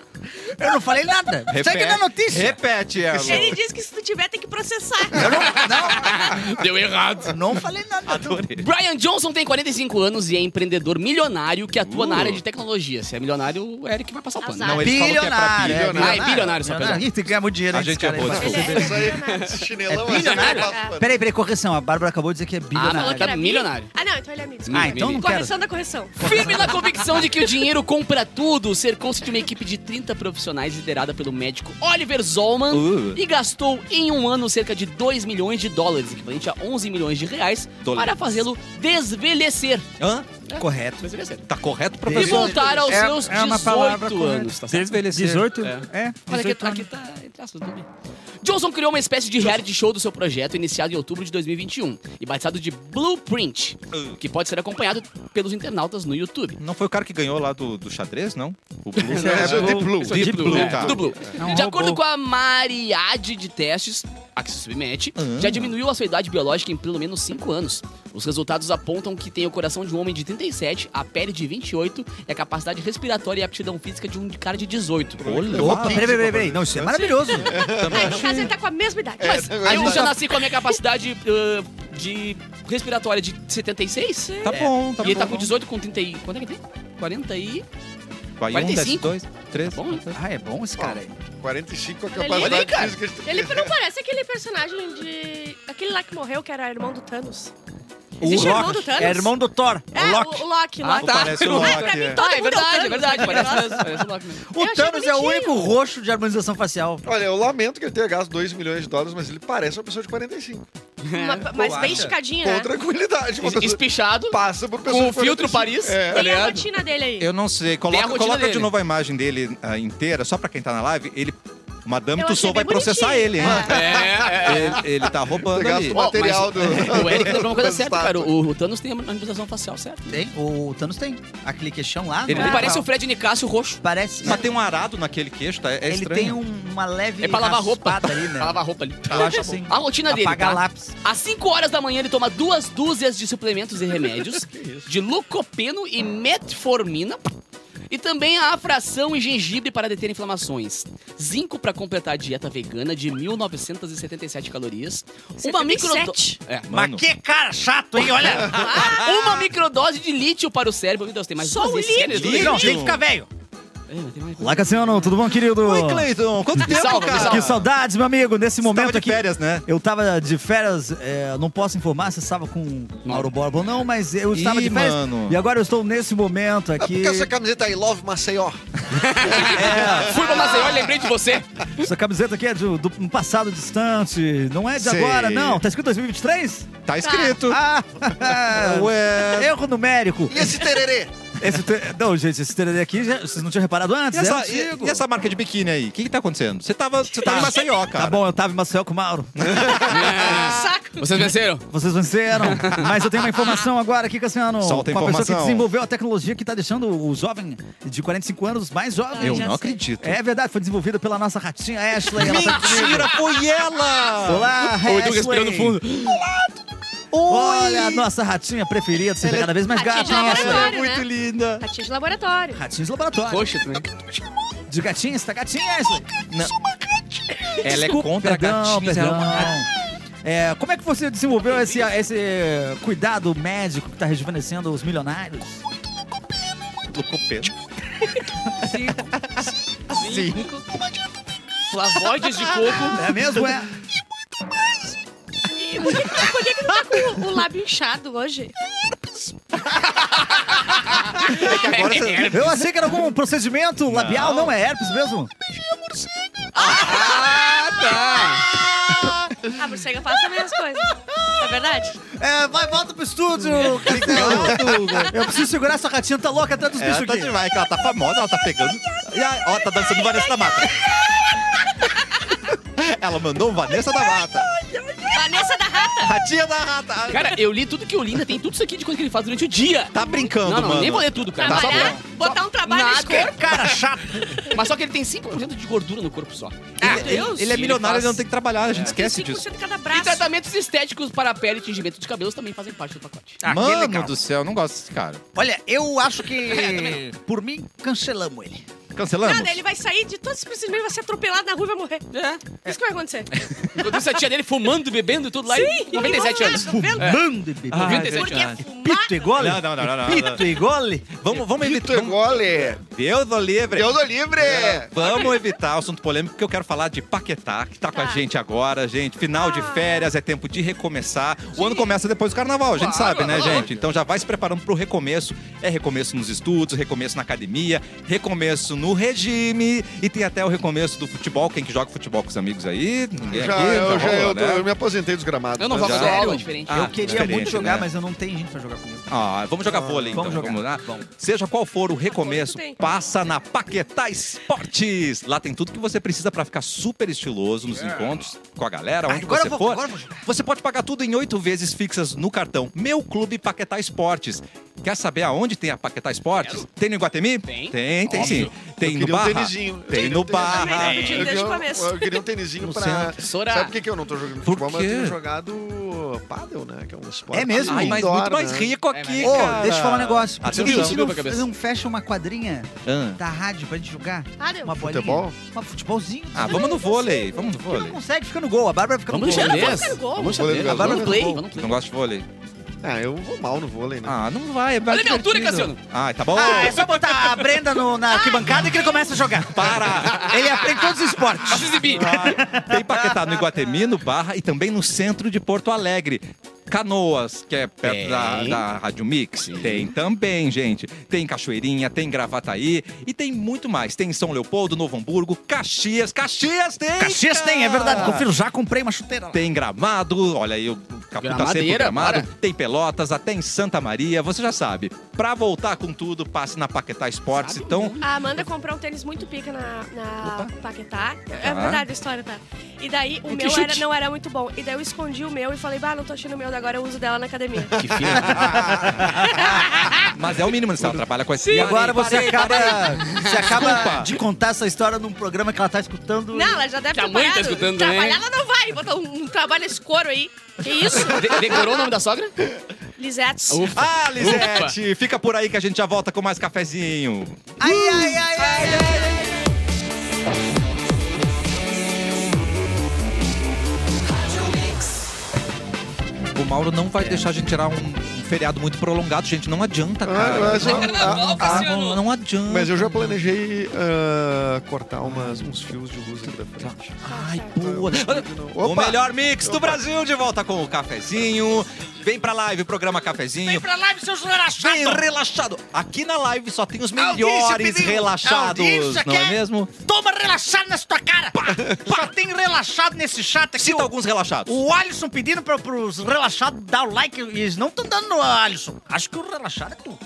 Speaker 3: Eu não falei nada. Segue na é notícia.
Speaker 1: Repete,
Speaker 4: Ele
Speaker 3: Tá
Speaker 1: Erlon.
Speaker 4: disse que se tu tiver, tem que processar.
Speaker 2: Deu errado.
Speaker 3: Eu não falei nada.
Speaker 1: Adorei.
Speaker 2: Brian Johnson tem 45 anos e é empreendedor milionário que atua na área de tecnologia. Se é milionário, o Eric vai passar o pano.
Speaker 4: Azar.
Speaker 1: Não, ele falou que é pra
Speaker 3: Bilionário,
Speaker 1: bilionário.
Speaker 2: Ah, é bilionário só,
Speaker 3: Bilionário. Ih, tem que ganhar muito dinheiro.
Speaker 1: A
Speaker 3: hein,
Speaker 1: gente
Speaker 3: esse cara aí,
Speaker 1: errou,
Speaker 3: vai.
Speaker 1: desculpa.
Speaker 4: Ele é
Speaker 5: Isso aí,
Speaker 4: milionário.
Speaker 5: esse chinelão...
Speaker 3: É
Speaker 5: assim,
Speaker 3: bilionário?
Speaker 5: eu não passo pano.
Speaker 3: Peraí, peraí, correção. A Bárbara acabou de dizer que é
Speaker 4: Ah, Falou que
Speaker 3: bilionário.
Speaker 4: era bi.
Speaker 2: milionário.
Speaker 4: Ah, não, então ele é amigo.
Speaker 3: Ah, então não quero.
Speaker 4: Correção da correção.
Speaker 2: Firme na convicção de que o dinheiro compra tudo, cercou-se de uma equipe de 30 profissionais liderada pelo médico Oliver Zolman
Speaker 1: Uh.
Speaker 2: e gastou em um ano cerca de 2 milhões de dólares, equivalente a 11 milhões de reais,
Speaker 1: Dólares.
Speaker 2: para fazê-lo desvelhecer.
Speaker 1: Hã?
Speaker 3: Correto.
Speaker 2: Desvelhecer.
Speaker 1: Tá correto,
Speaker 2: E
Speaker 1: professor?
Speaker 2: É. voltar aos
Speaker 6: É-
Speaker 2: seus
Speaker 6: é uma palavra
Speaker 2: 18
Speaker 6: correta.
Speaker 2: anos. Tá certo?
Speaker 6: Desvelhecer. 18?
Speaker 2: É.
Speaker 6: É,
Speaker 2: Olha, aqui,
Speaker 6: 18 anos.
Speaker 2: aqui tá entre aspas, tudo bem. Johnson criou uma espécie de reality show do seu projeto, iniciado em outubro de 2021 e batizado de Blueprint, que pode ser acompanhado pelos internautas no YouTube.
Speaker 1: Não foi o cara que ganhou lá do, do xadrez, não? O Blue.
Speaker 6: Esse é
Speaker 5: É,
Speaker 6: o-
Speaker 5: Deep Blue.
Speaker 1: Deep Deep Blue, Blue,
Speaker 5: Tá.
Speaker 1: cara.
Speaker 2: Do Blue.
Speaker 6: Não
Speaker 2: de
Speaker 6: roubou.
Speaker 2: acordo com a Mariade de testes, a que se submete, já diminuiu a sua idade biológica em pelo menos 5 anos. Os resultados apontam que tem o coração de um homem de 37, a pele de 28 e a capacidade respiratória e aptidão física de um cara de 18.
Speaker 3: Opa, peraí, peraí, peraí, peraí. Não, isso é maravilhoso.
Speaker 4: Ah, no caso, ele tá com a mesma idade.
Speaker 2: Mas
Speaker 5: agora
Speaker 2: eu
Speaker 5: tá.
Speaker 2: já nasci com a minha capacidade uh, de respiratória de 76.
Speaker 1: Tá bom, tá
Speaker 2: e ele
Speaker 1: bom.
Speaker 2: tá com 18, com 30 e... Quanto é que ele tem? 40 e...
Speaker 1: Vai um, desce
Speaker 2: 45?
Speaker 1: dois, três.
Speaker 2: Tá bom, hein?
Speaker 3: Ah, é bom esse cara aí.
Speaker 5: 45 é a
Speaker 4: Olha
Speaker 2: aí,
Speaker 5: capacidade
Speaker 2: cara.
Speaker 5: física de tu-
Speaker 4: Ele não parece aquele personagem de. Aquele lá que morreu, que era irmão do Thanos.
Speaker 1: O
Speaker 4: Existe o irmão
Speaker 1: Loki.
Speaker 4: do Thanos?
Speaker 3: É irmão do Thor,
Speaker 4: É,
Speaker 3: o Loki.
Speaker 4: O, Loki, Loki.
Speaker 1: tá. Parece o
Speaker 4: Ah,
Speaker 1: Loki,
Speaker 4: pra
Speaker 1: é.
Speaker 4: mim, todo
Speaker 2: ah, é
Speaker 4: mundo
Speaker 2: verdade, é
Speaker 4: Thanos,
Speaker 2: verdade.
Speaker 4: né?
Speaker 2: Parece mesmo, parece o Loki mesmo.
Speaker 4: Eu
Speaker 3: O
Speaker 4: achei
Speaker 3: Thanos é o
Speaker 4: bonitinho.
Speaker 3: único roxo de harmonização facial.
Speaker 5: Olha, eu lamento que ele tenha gasto 2 milhões de dólares, mas ele parece uma pessoa de 45.
Speaker 4: Uma- mas bem esticadinha, né?
Speaker 5: Com tranquilidade. uma
Speaker 2: Es-
Speaker 5: pessoa-
Speaker 2: Espichado,
Speaker 5: Passa por pessoa
Speaker 2: com o
Speaker 5: de 45.
Speaker 2: filtro Paris,
Speaker 5: É.
Speaker 2: tá
Speaker 4: Tem a
Speaker 2: ligado?
Speaker 4: rotina dele aí.
Speaker 1: Eu não sei. Coloca,
Speaker 2: rotina
Speaker 1: coloca de
Speaker 2: dele.
Speaker 1: novo a imagem dele ah, inteira, só pra quem tá na live. Ele. Madame
Speaker 4: Eu
Speaker 1: Tussauds
Speaker 4: achei
Speaker 1: vai
Speaker 4: bem
Speaker 1: processar
Speaker 4: bonitinho.
Speaker 1: ele, hein?
Speaker 4: É.
Speaker 2: É, é.
Speaker 1: Ele, ele tá roubando
Speaker 5: Você
Speaker 1: ali.
Speaker 5: gastou- material
Speaker 2: Ó,
Speaker 5: do-
Speaker 2: O Eric lembrou uma coisa
Speaker 5: do
Speaker 2: certa, cara.
Speaker 5: estátua.
Speaker 2: O, o Thanos tem a harmonização facial, certo?
Speaker 3: Tem? O Thanos tem. Aquele queixão lá.
Speaker 1: Ele
Speaker 3: não
Speaker 2: Ele
Speaker 3: é?
Speaker 2: parece o Fred Nicásio roxo.
Speaker 3: Parece.
Speaker 1: Mas tem um arado naquele queixo, tá? É
Speaker 3: ele
Speaker 1: estranho.
Speaker 3: tem um- uma leve.
Speaker 2: É pra lavar roupa.
Speaker 3: raspada ali, né?
Speaker 2: Pra lavar roupa ali.
Speaker 3: Eu acho assim.
Speaker 2: A rotina dele,
Speaker 3: Apagar
Speaker 2: tá?
Speaker 3: lápis.
Speaker 2: Às 5 horas da manhã ele toma duas dúzias de suplementos e remédios, de lucopeno e metformina, e também a afração e gengibre para deter inflamações. Zinco para completar a dieta vegana de 1977 calorias, uma
Speaker 4: 77?
Speaker 2: microdose... É.
Speaker 1: Mano,
Speaker 3: Mas que cara chato, hein? Olha.
Speaker 2: Ah, Uma microdose de lítio para o cérebro. Meu Deus, tem mais
Speaker 4: Só
Speaker 2: duas
Speaker 4: o
Speaker 2: vezes.
Speaker 4: lítio?
Speaker 1: Lítio?
Speaker 3: Não, tem que ficar velho.
Speaker 2: É, mas tem mais coisa.
Speaker 3: Olá, Cassiano. Tudo bom, querido?
Speaker 1: Oi, Cleiton. Quanto tempo,
Speaker 2: salva, me
Speaker 1: cara?
Speaker 2: salva.
Speaker 3: Que saudades, meu amigo. Nesse
Speaker 1: Você tava
Speaker 3: momento
Speaker 1: de
Speaker 3: aqui.
Speaker 1: férias, né?
Speaker 3: Eu tava de férias, é, não posso informar se estava com Mauro Borba ou não, mas eu
Speaker 1: Ih,
Speaker 3: estava de férias.
Speaker 1: mano.
Speaker 3: E agora eu estou nesse momento
Speaker 5: É
Speaker 3: aqui.
Speaker 5: porque essa camiseta I Love Maceió.
Speaker 2: Fui pra Maceió, lembrei de você.
Speaker 3: É, Essa camiseta aqui é de- do, um passado distante. Não é de
Speaker 1: Sei.
Speaker 3: agora, não. Tá escrito 2023?
Speaker 1: Tá escrito.
Speaker 3: Ah!
Speaker 1: Ué.
Speaker 3: Erro numérico.
Speaker 5: E esse tererê?
Speaker 3: Esse te- Não, gente, esse tererê aqui, já- vocês não tinham reparado
Speaker 1: E
Speaker 3: antes?
Speaker 1: essa,
Speaker 3: é antigo.
Speaker 1: e- e essa marca de biquíni aí? O que, que tá acontecendo? Você tava, você tava em Maceió, cara.
Speaker 3: Tá bom, eu tava em Maceió com o Mauro.
Speaker 4: Saco.
Speaker 2: Vocês venceram?
Speaker 3: Vocês venceram. Mas eu tenho uma informação agora aqui, Cassiano.
Speaker 1: Solta a
Speaker 3: uma pessoa que
Speaker 1: informação.
Speaker 3: desenvolveu a tecnologia que tá deixando o jovem de 45 anos mais jovem.
Speaker 1: Eu
Speaker 4: Já
Speaker 1: não
Speaker 4: sei.
Speaker 1: acredito.
Speaker 3: É verdade, foi desenvolvida pela nossa ratinha Ashley. Ela tá...
Speaker 1: Mentira, foi ela!
Speaker 3: Olá,
Speaker 2: O Edu respirou no
Speaker 3: Ashley.
Speaker 2: fundo.
Speaker 3: Olha, a nossa ratinha preferida, seja cada vez mais
Speaker 4: ratinha
Speaker 3: gata.
Speaker 4: de
Speaker 3: Ashley.
Speaker 4: laboratório, né?
Speaker 1: linda.
Speaker 4: Ratinho de laboratório.
Speaker 3: Ratinhos de laboratório.
Speaker 2: Roxo também.
Speaker 3: De gatinha, você tá gatinha, Ashley?
Speaker 1: Ela é
Speaker 3: Desculpa,
Speaker 1: contra
Speaker 3: perdão,
Speaker 1: gatinhos. ela é
Speaker 3: perdão.
Speaker 1: uma-
Speaker 3: É, como é que você desenvolveu esse, esse cuidado médico que tá rejuvenescendo os milionários?
Speaker 1: Lucopeno.
Speaker 2: Flavoides de coco.
Speaker 3: É mesmo, é?
Speaker 4: E por que, por que que tu tá com o lábio inchado hoje?
Speaker 5: Agora você...
Speaker 3: Eu achei que era algum procedimento labial, não é herpes mesmo?
Speaker 4: A morcega passa as mesmas coisas. É verdade?
Speaker 3: É, vai, volta pro estúdio, Castelo. Eu preciso segurar essa ratinha, tá louca atrás dos bichos
Speaker 1: Ela tá
Speaker 3: aqui.
Speaker 1: demais, que ela tá famosa, ela tá pegando. E aí, ó, tá dançando Vanessa da Mata. Ela mandou um Vanessa da Mata.
Speaker 4: Vanessa da Rata.
Speaker 1: Ratinha da Rata.
Speaker 2: Cara, eu li tudo que eu li, ainda tem tudo isso aqui de coisa que ele faz durante o dia.
Speaker 1: Tá brincando,
Speaker 2: Não, não,
Speaker 1: mano. Tá
Speaker 2: nem vou ler tudo, cara. Só
Speaker 4: Trabalhar,
Speaker 2: pra-
Speaker 4: botar um trabalho
Speaker 2: Nada.
Speaker 4: nesse corpo.
Speaker 3: Cara chato.
Speaker 2: Mas só que ele tem 5% de gordura no corpo só.
Speaker 4: Ah,
Speaker 1: Ele,
Speaker 4: Deus.
Speaker 1: ele é milionário, ele,
Speaker 2: faz-
Speaker 1: não tem que trabalhar, a gente esquece
Speaker 4: 5%
Speaker 1: disso.
Speaker 4: cada
Speaker 2: E
Speaker 4: braço.
Speaker 2: tratamentos estéticos para a pele e tingimento de cabelos também fazem parte do pacote.
Speaker 3: Ah, que
Speaker 1: Mano
Speaker 3: legal.
Speaker 1: do céu, eu não gosto desse cara.
Speaker 3: Olha, eu acho
Speaker 1: É,
Speaker 3: que, por mim, cancelamos ele.
Speaker 1: Cancelamos?
Speaker 4: Nada, ele vai sair de todos os procedimentos, vai ser atropelado na rua e vai morrer. É. Isso que vai acontecer.
Speaker 2: Enquanto isso, a tia dele fumando, bebendo e tudo lá.
Speaker 4: Sim,
Speaker 2: e 97 anos.
Speaker 4: Tá Vendo?
Speaker 3: Mando e bebê.
Speaker 2: Ah, 97
Speaker 4: Porque
Speaker 2: anos.
Speaker 3: Pito e
Speaker 4: fumar...
Speaker 3: gole?
Speaker 1: É. Não, não, não, não, não.
Speaker 3: Pito e gole?
Speaker 1: Vamos, vamos evitar.
Speaker 5: Pito é
Speaker 1: Vamos, É,
Speaker 5: gole.
Speaker 1: Deus do livre.
Speaker 5: Deus do livre.
Speaker 1: Vamos evitar o assunto polêmico, porque eu quero falar de Paquetá, que tá com a
Speaker 4: Tá.
Speaker 1: gente agora, gente. Final de
Speaker 4: Ah.
Speaker 1: férias, é tempo de recomeçar. O ano começa depois do carnaval, a gente
Speaker 2: Claro,
Speaker 1: sabe, né,
Speaker 2: lógico.
Speaker 1: gente? Então já vai se preparando pro recomeço. É recomeço nos estudos, recomeço na academia, recomeço no regime e tem até o recomeço do futebol. Quem que joga futebol com os amigos aí? Ninguém
Speaker 5: Já,
Speaker 1: é. aqui?
Speaker 5: eu,
Speaker 1: Já
Speaker 5: já, é eu,
Speaker 1: rolou,
Speaker 5: tô-
Speaker 1: né?
Speaker 5: eu me aposentei dos gramados.
Speaker 2: Eu não jogo
Speaker 1: Já.
Speaker 2: só aula,
Speaker 3: Sério?
Speaker 2: é diferente.
Speaker 1: Ah,
Speaker 3: eu queria
Speaker 1: diferente,
Speaker 3: muito jogar,
Speaker 1: né?
Speaker 3: mas eu não tenho gente pra jogar comigo.
Speaker 1: Ah, vamos jogar vôlei então.
Speaker 3: Vamos jogar.
Speaker 1: lá? Seja qual for o recomeço,
Speaker 4: Vôlei tu tem.
Speaker 1: passa na Paquetá Esportes. Lá tem tudo que você precisa pra ficar super estiloso nos encontros com a galera, onde
Speaker 3: É. Agora
Speaker 1: você
Speaker 3: eu vou-
Speaker 1: for.
Speaker 3: agora eu vou jogar.
Speaker 1: Você pode pagar tudo em oito vezes fixas no cartão Meu Clube Paquetá Esportes. Quer saber aonde tem a Paquetá Esportes? Tem no Iguatemi?
Speaker 2: Tem.
Speaker 1: Tem, tem sim. Tem no
Speaker 5: eu queria um
Speaker 1: Barra.
Speaker 5: tênisinho. Eu
Speaker 1: tem
Speaker 5: queria
Speaker 1: no
Speaker 5: um tênis.
Speaker 1: Barra.
Speaker 4: Tem.
Speaker 5: Eu,
Speaker 4: Desde o
Speaker 5: queria-
Speaker 4: começo.
Speaker 5: eu queria um tênisinho pra.
Speaker 1: centro.
Speaker 2: Sora.
Speaker 5: Sabe por que, que eu não tô jogando
Speaker 1: Por
Speaker 5: futebol, mas eu
Speaker 1: quê?
Speaker 5: tenho jogado pádel, né? Que é um esporte.
Speaker 3: É mesmo?
Speaker 1: Ai, mas muito
Speaker 5: indoor,
Speaker 1: mais
Speaker 5: né?
Speaker 1: rico
Speaker 2: É,
Speaker 1: aqui,
Speaker 2: mas-
Speaker 3: Ô,
Speaker 1: cara.
Speaker 3: deixa eu falar um negócio. Por que
Speaker 1: Atenção.
Speaker 3: que a gente
Speaker 2: Subiu
Speaker 3: não,
Speaker 2: pra cabeça.
Speaker 3: não fecha uma quadrinha
Speaker 1: Ah,
Speaker 3: da rádio pra gente jogar?
Speaker 4: Ah, deu.
Speaker 3: Uma bolinha?
Speaker 5: Futebol?
Speaker 3: Uma futebolzinho?
Speaker 1: É, Ah, vamos no vôlei. Vamos no
Speaker 3: Porque não
Speaker 1: vôlei.
Speaker 3: consegue, fica no gol. A Bárbara fica
Speaker 2: Vamos no
Speaker 3: no gol.
Speaker 2: xadrez.
Speaker 4: Vamos no gol.
Speaker 2: Vamos no
Speaker 5: Vamos
Speaker 2: xadrez.
Speaker 5: no
Speaker 2: Vamos no
Speaker 5: gol.
Speaker 2: play.
Speaker 3: Vamos
Speaker 2: Vamos no
Speaker 1: Não
Speaker 2: play.
Speaker 1: gosta de vôlei?
Speaker 5: Ah, eu vou mal no vôlei, né?
Speaker 1: Ah, não vai. É mais
Speaker 2: Olha a minha altura,
Speaker 1: divertido.
Speaker 2: Cassiano.
Speaker 1: Ah, tá bom?
Speaker 3: Ah, é só botar a Brenda no, na arquibancada que ele começa a jogar.
Speaker 1: Para!
Speaker 3: Ele aprende todos os esportes.
Speaker 2: Vai se exibir.
Speaker 1: Vai. Tem Paquetá no Iguatemi, no Barra e também no centro de Porto Alegre. Canoas, que é perto
Speaker 2: Tem.
Speaker 1: da, da Rádio Mix, tem também, gente. Tem Cachoeirinha, tem Gravataí e tem muito mais. Tem São Leopoldo, Novo Hamburgo, Caxias. Caxias tem!
Speaker 3: Caxias tem, é verdade.
Speaker 1: cara!
Speaker 3: Confiro, já comprei uma chuteira lá.
Speaker 1: Tem Gramado, olha aí, o Capu tá sempre
Speaker 2: Gramadeira,
Speaker 1: gramado.
Speaker 2: bora.
Speaker 1: Tem Pelotas, até em Santa Maria, você já sabe. Pra voltar com tudo, passe na Paquetá Esportes.
Speaker 2: Sabe
Speaker 1: então,
Speaker 4: A Amanda comprou um tênis muito pica na, na Paquetá. É
Speaker 1: Tá.
Speaker 4: verdade a história, tá? E daí o
Speaker 2: que
Speaker 4: meu era-
Speaker 2: chute.
Speaker 4: não era muito bom. E daí eu escondi o meu e falei, bah, não tô achando o meu, agora eu uso dela na academia.
Speaker 2: Que filha.
Speaker 1: mas é o mínimo, né? ela trabalha com esse.
Speaker 3: E agora você acaba, você acaba
Speaker 1: Desculpa.
Speaker 3: de contar essa história num programa que ela tá escutando.
Speaker 4: Não, ela já deve
Speaker 2: Que a
Speaker 4: ter
Speaker 2: mãe tá
Speaker 4: parado.
Speaker 2: escutando também.
Speaker 4: Trabalhar ela não vai. Botar um, um trabalho nesse couro aí. Que isso?
Speaker 2: De- Decorou o nome da sogra?
Speaker 4: Lisetes.
Speaker 2: Ufa.
Speaker 1: Ah, Lisete, fica por aí que a gente já volta com mais cafezinho.
Speaker 3: Ai, ai, ai, ai, ai.
Speaker 1: O Mauro não vai deixar a gente tirar um, um feriado muito prolongado, gente. Não adianta,
Speaker 5: Ah,
Speaker 1: é cara.
Speaker 5: mas, eu-
Speaker 2: Carnaval,
Speaker 5: ah,
Speaker 3: tá
Speaker 5: ah,
Speaker 2: Cassiano.
Speaker 1: não adianta.
Speaker 5: mas eu já planejei ah, cortar umas, uns fios de luz aqui da
Speaker 1: Tá.
Speaker 5: frente.
Speaker 1: Ai, boa. O
Speaker 5: Opa!
Speaker 1: melhor mix do Brasil de volta com o cafezinho. Vem pra live, programa cafezinho.
Speaker 3: pra lá, seu relaxado.
Speaker 1: Vem relaxado. Aqui na live só tem os
Speaker 3: Audiência,
Speaker 1: melhores
Speaker 3: pediu.
Speaker 1: relaxados,
Speaker 3: Audiência
Speaker 1: não é
Speaker 3: quer.
Speaker 1: mesmo?
Speaker 3: Toma relaxado nessa tua cara. Só tem relaxado nesse chat aqui.
Speaker 1: Cita
Speaker 3: ó.
Speaker 1: alguns relaxados.
Speaker 3: O Alisson pedindo pra, pros relaxados dar o like e eles não estão dando no Alisson. Acho que o relaxado é tu.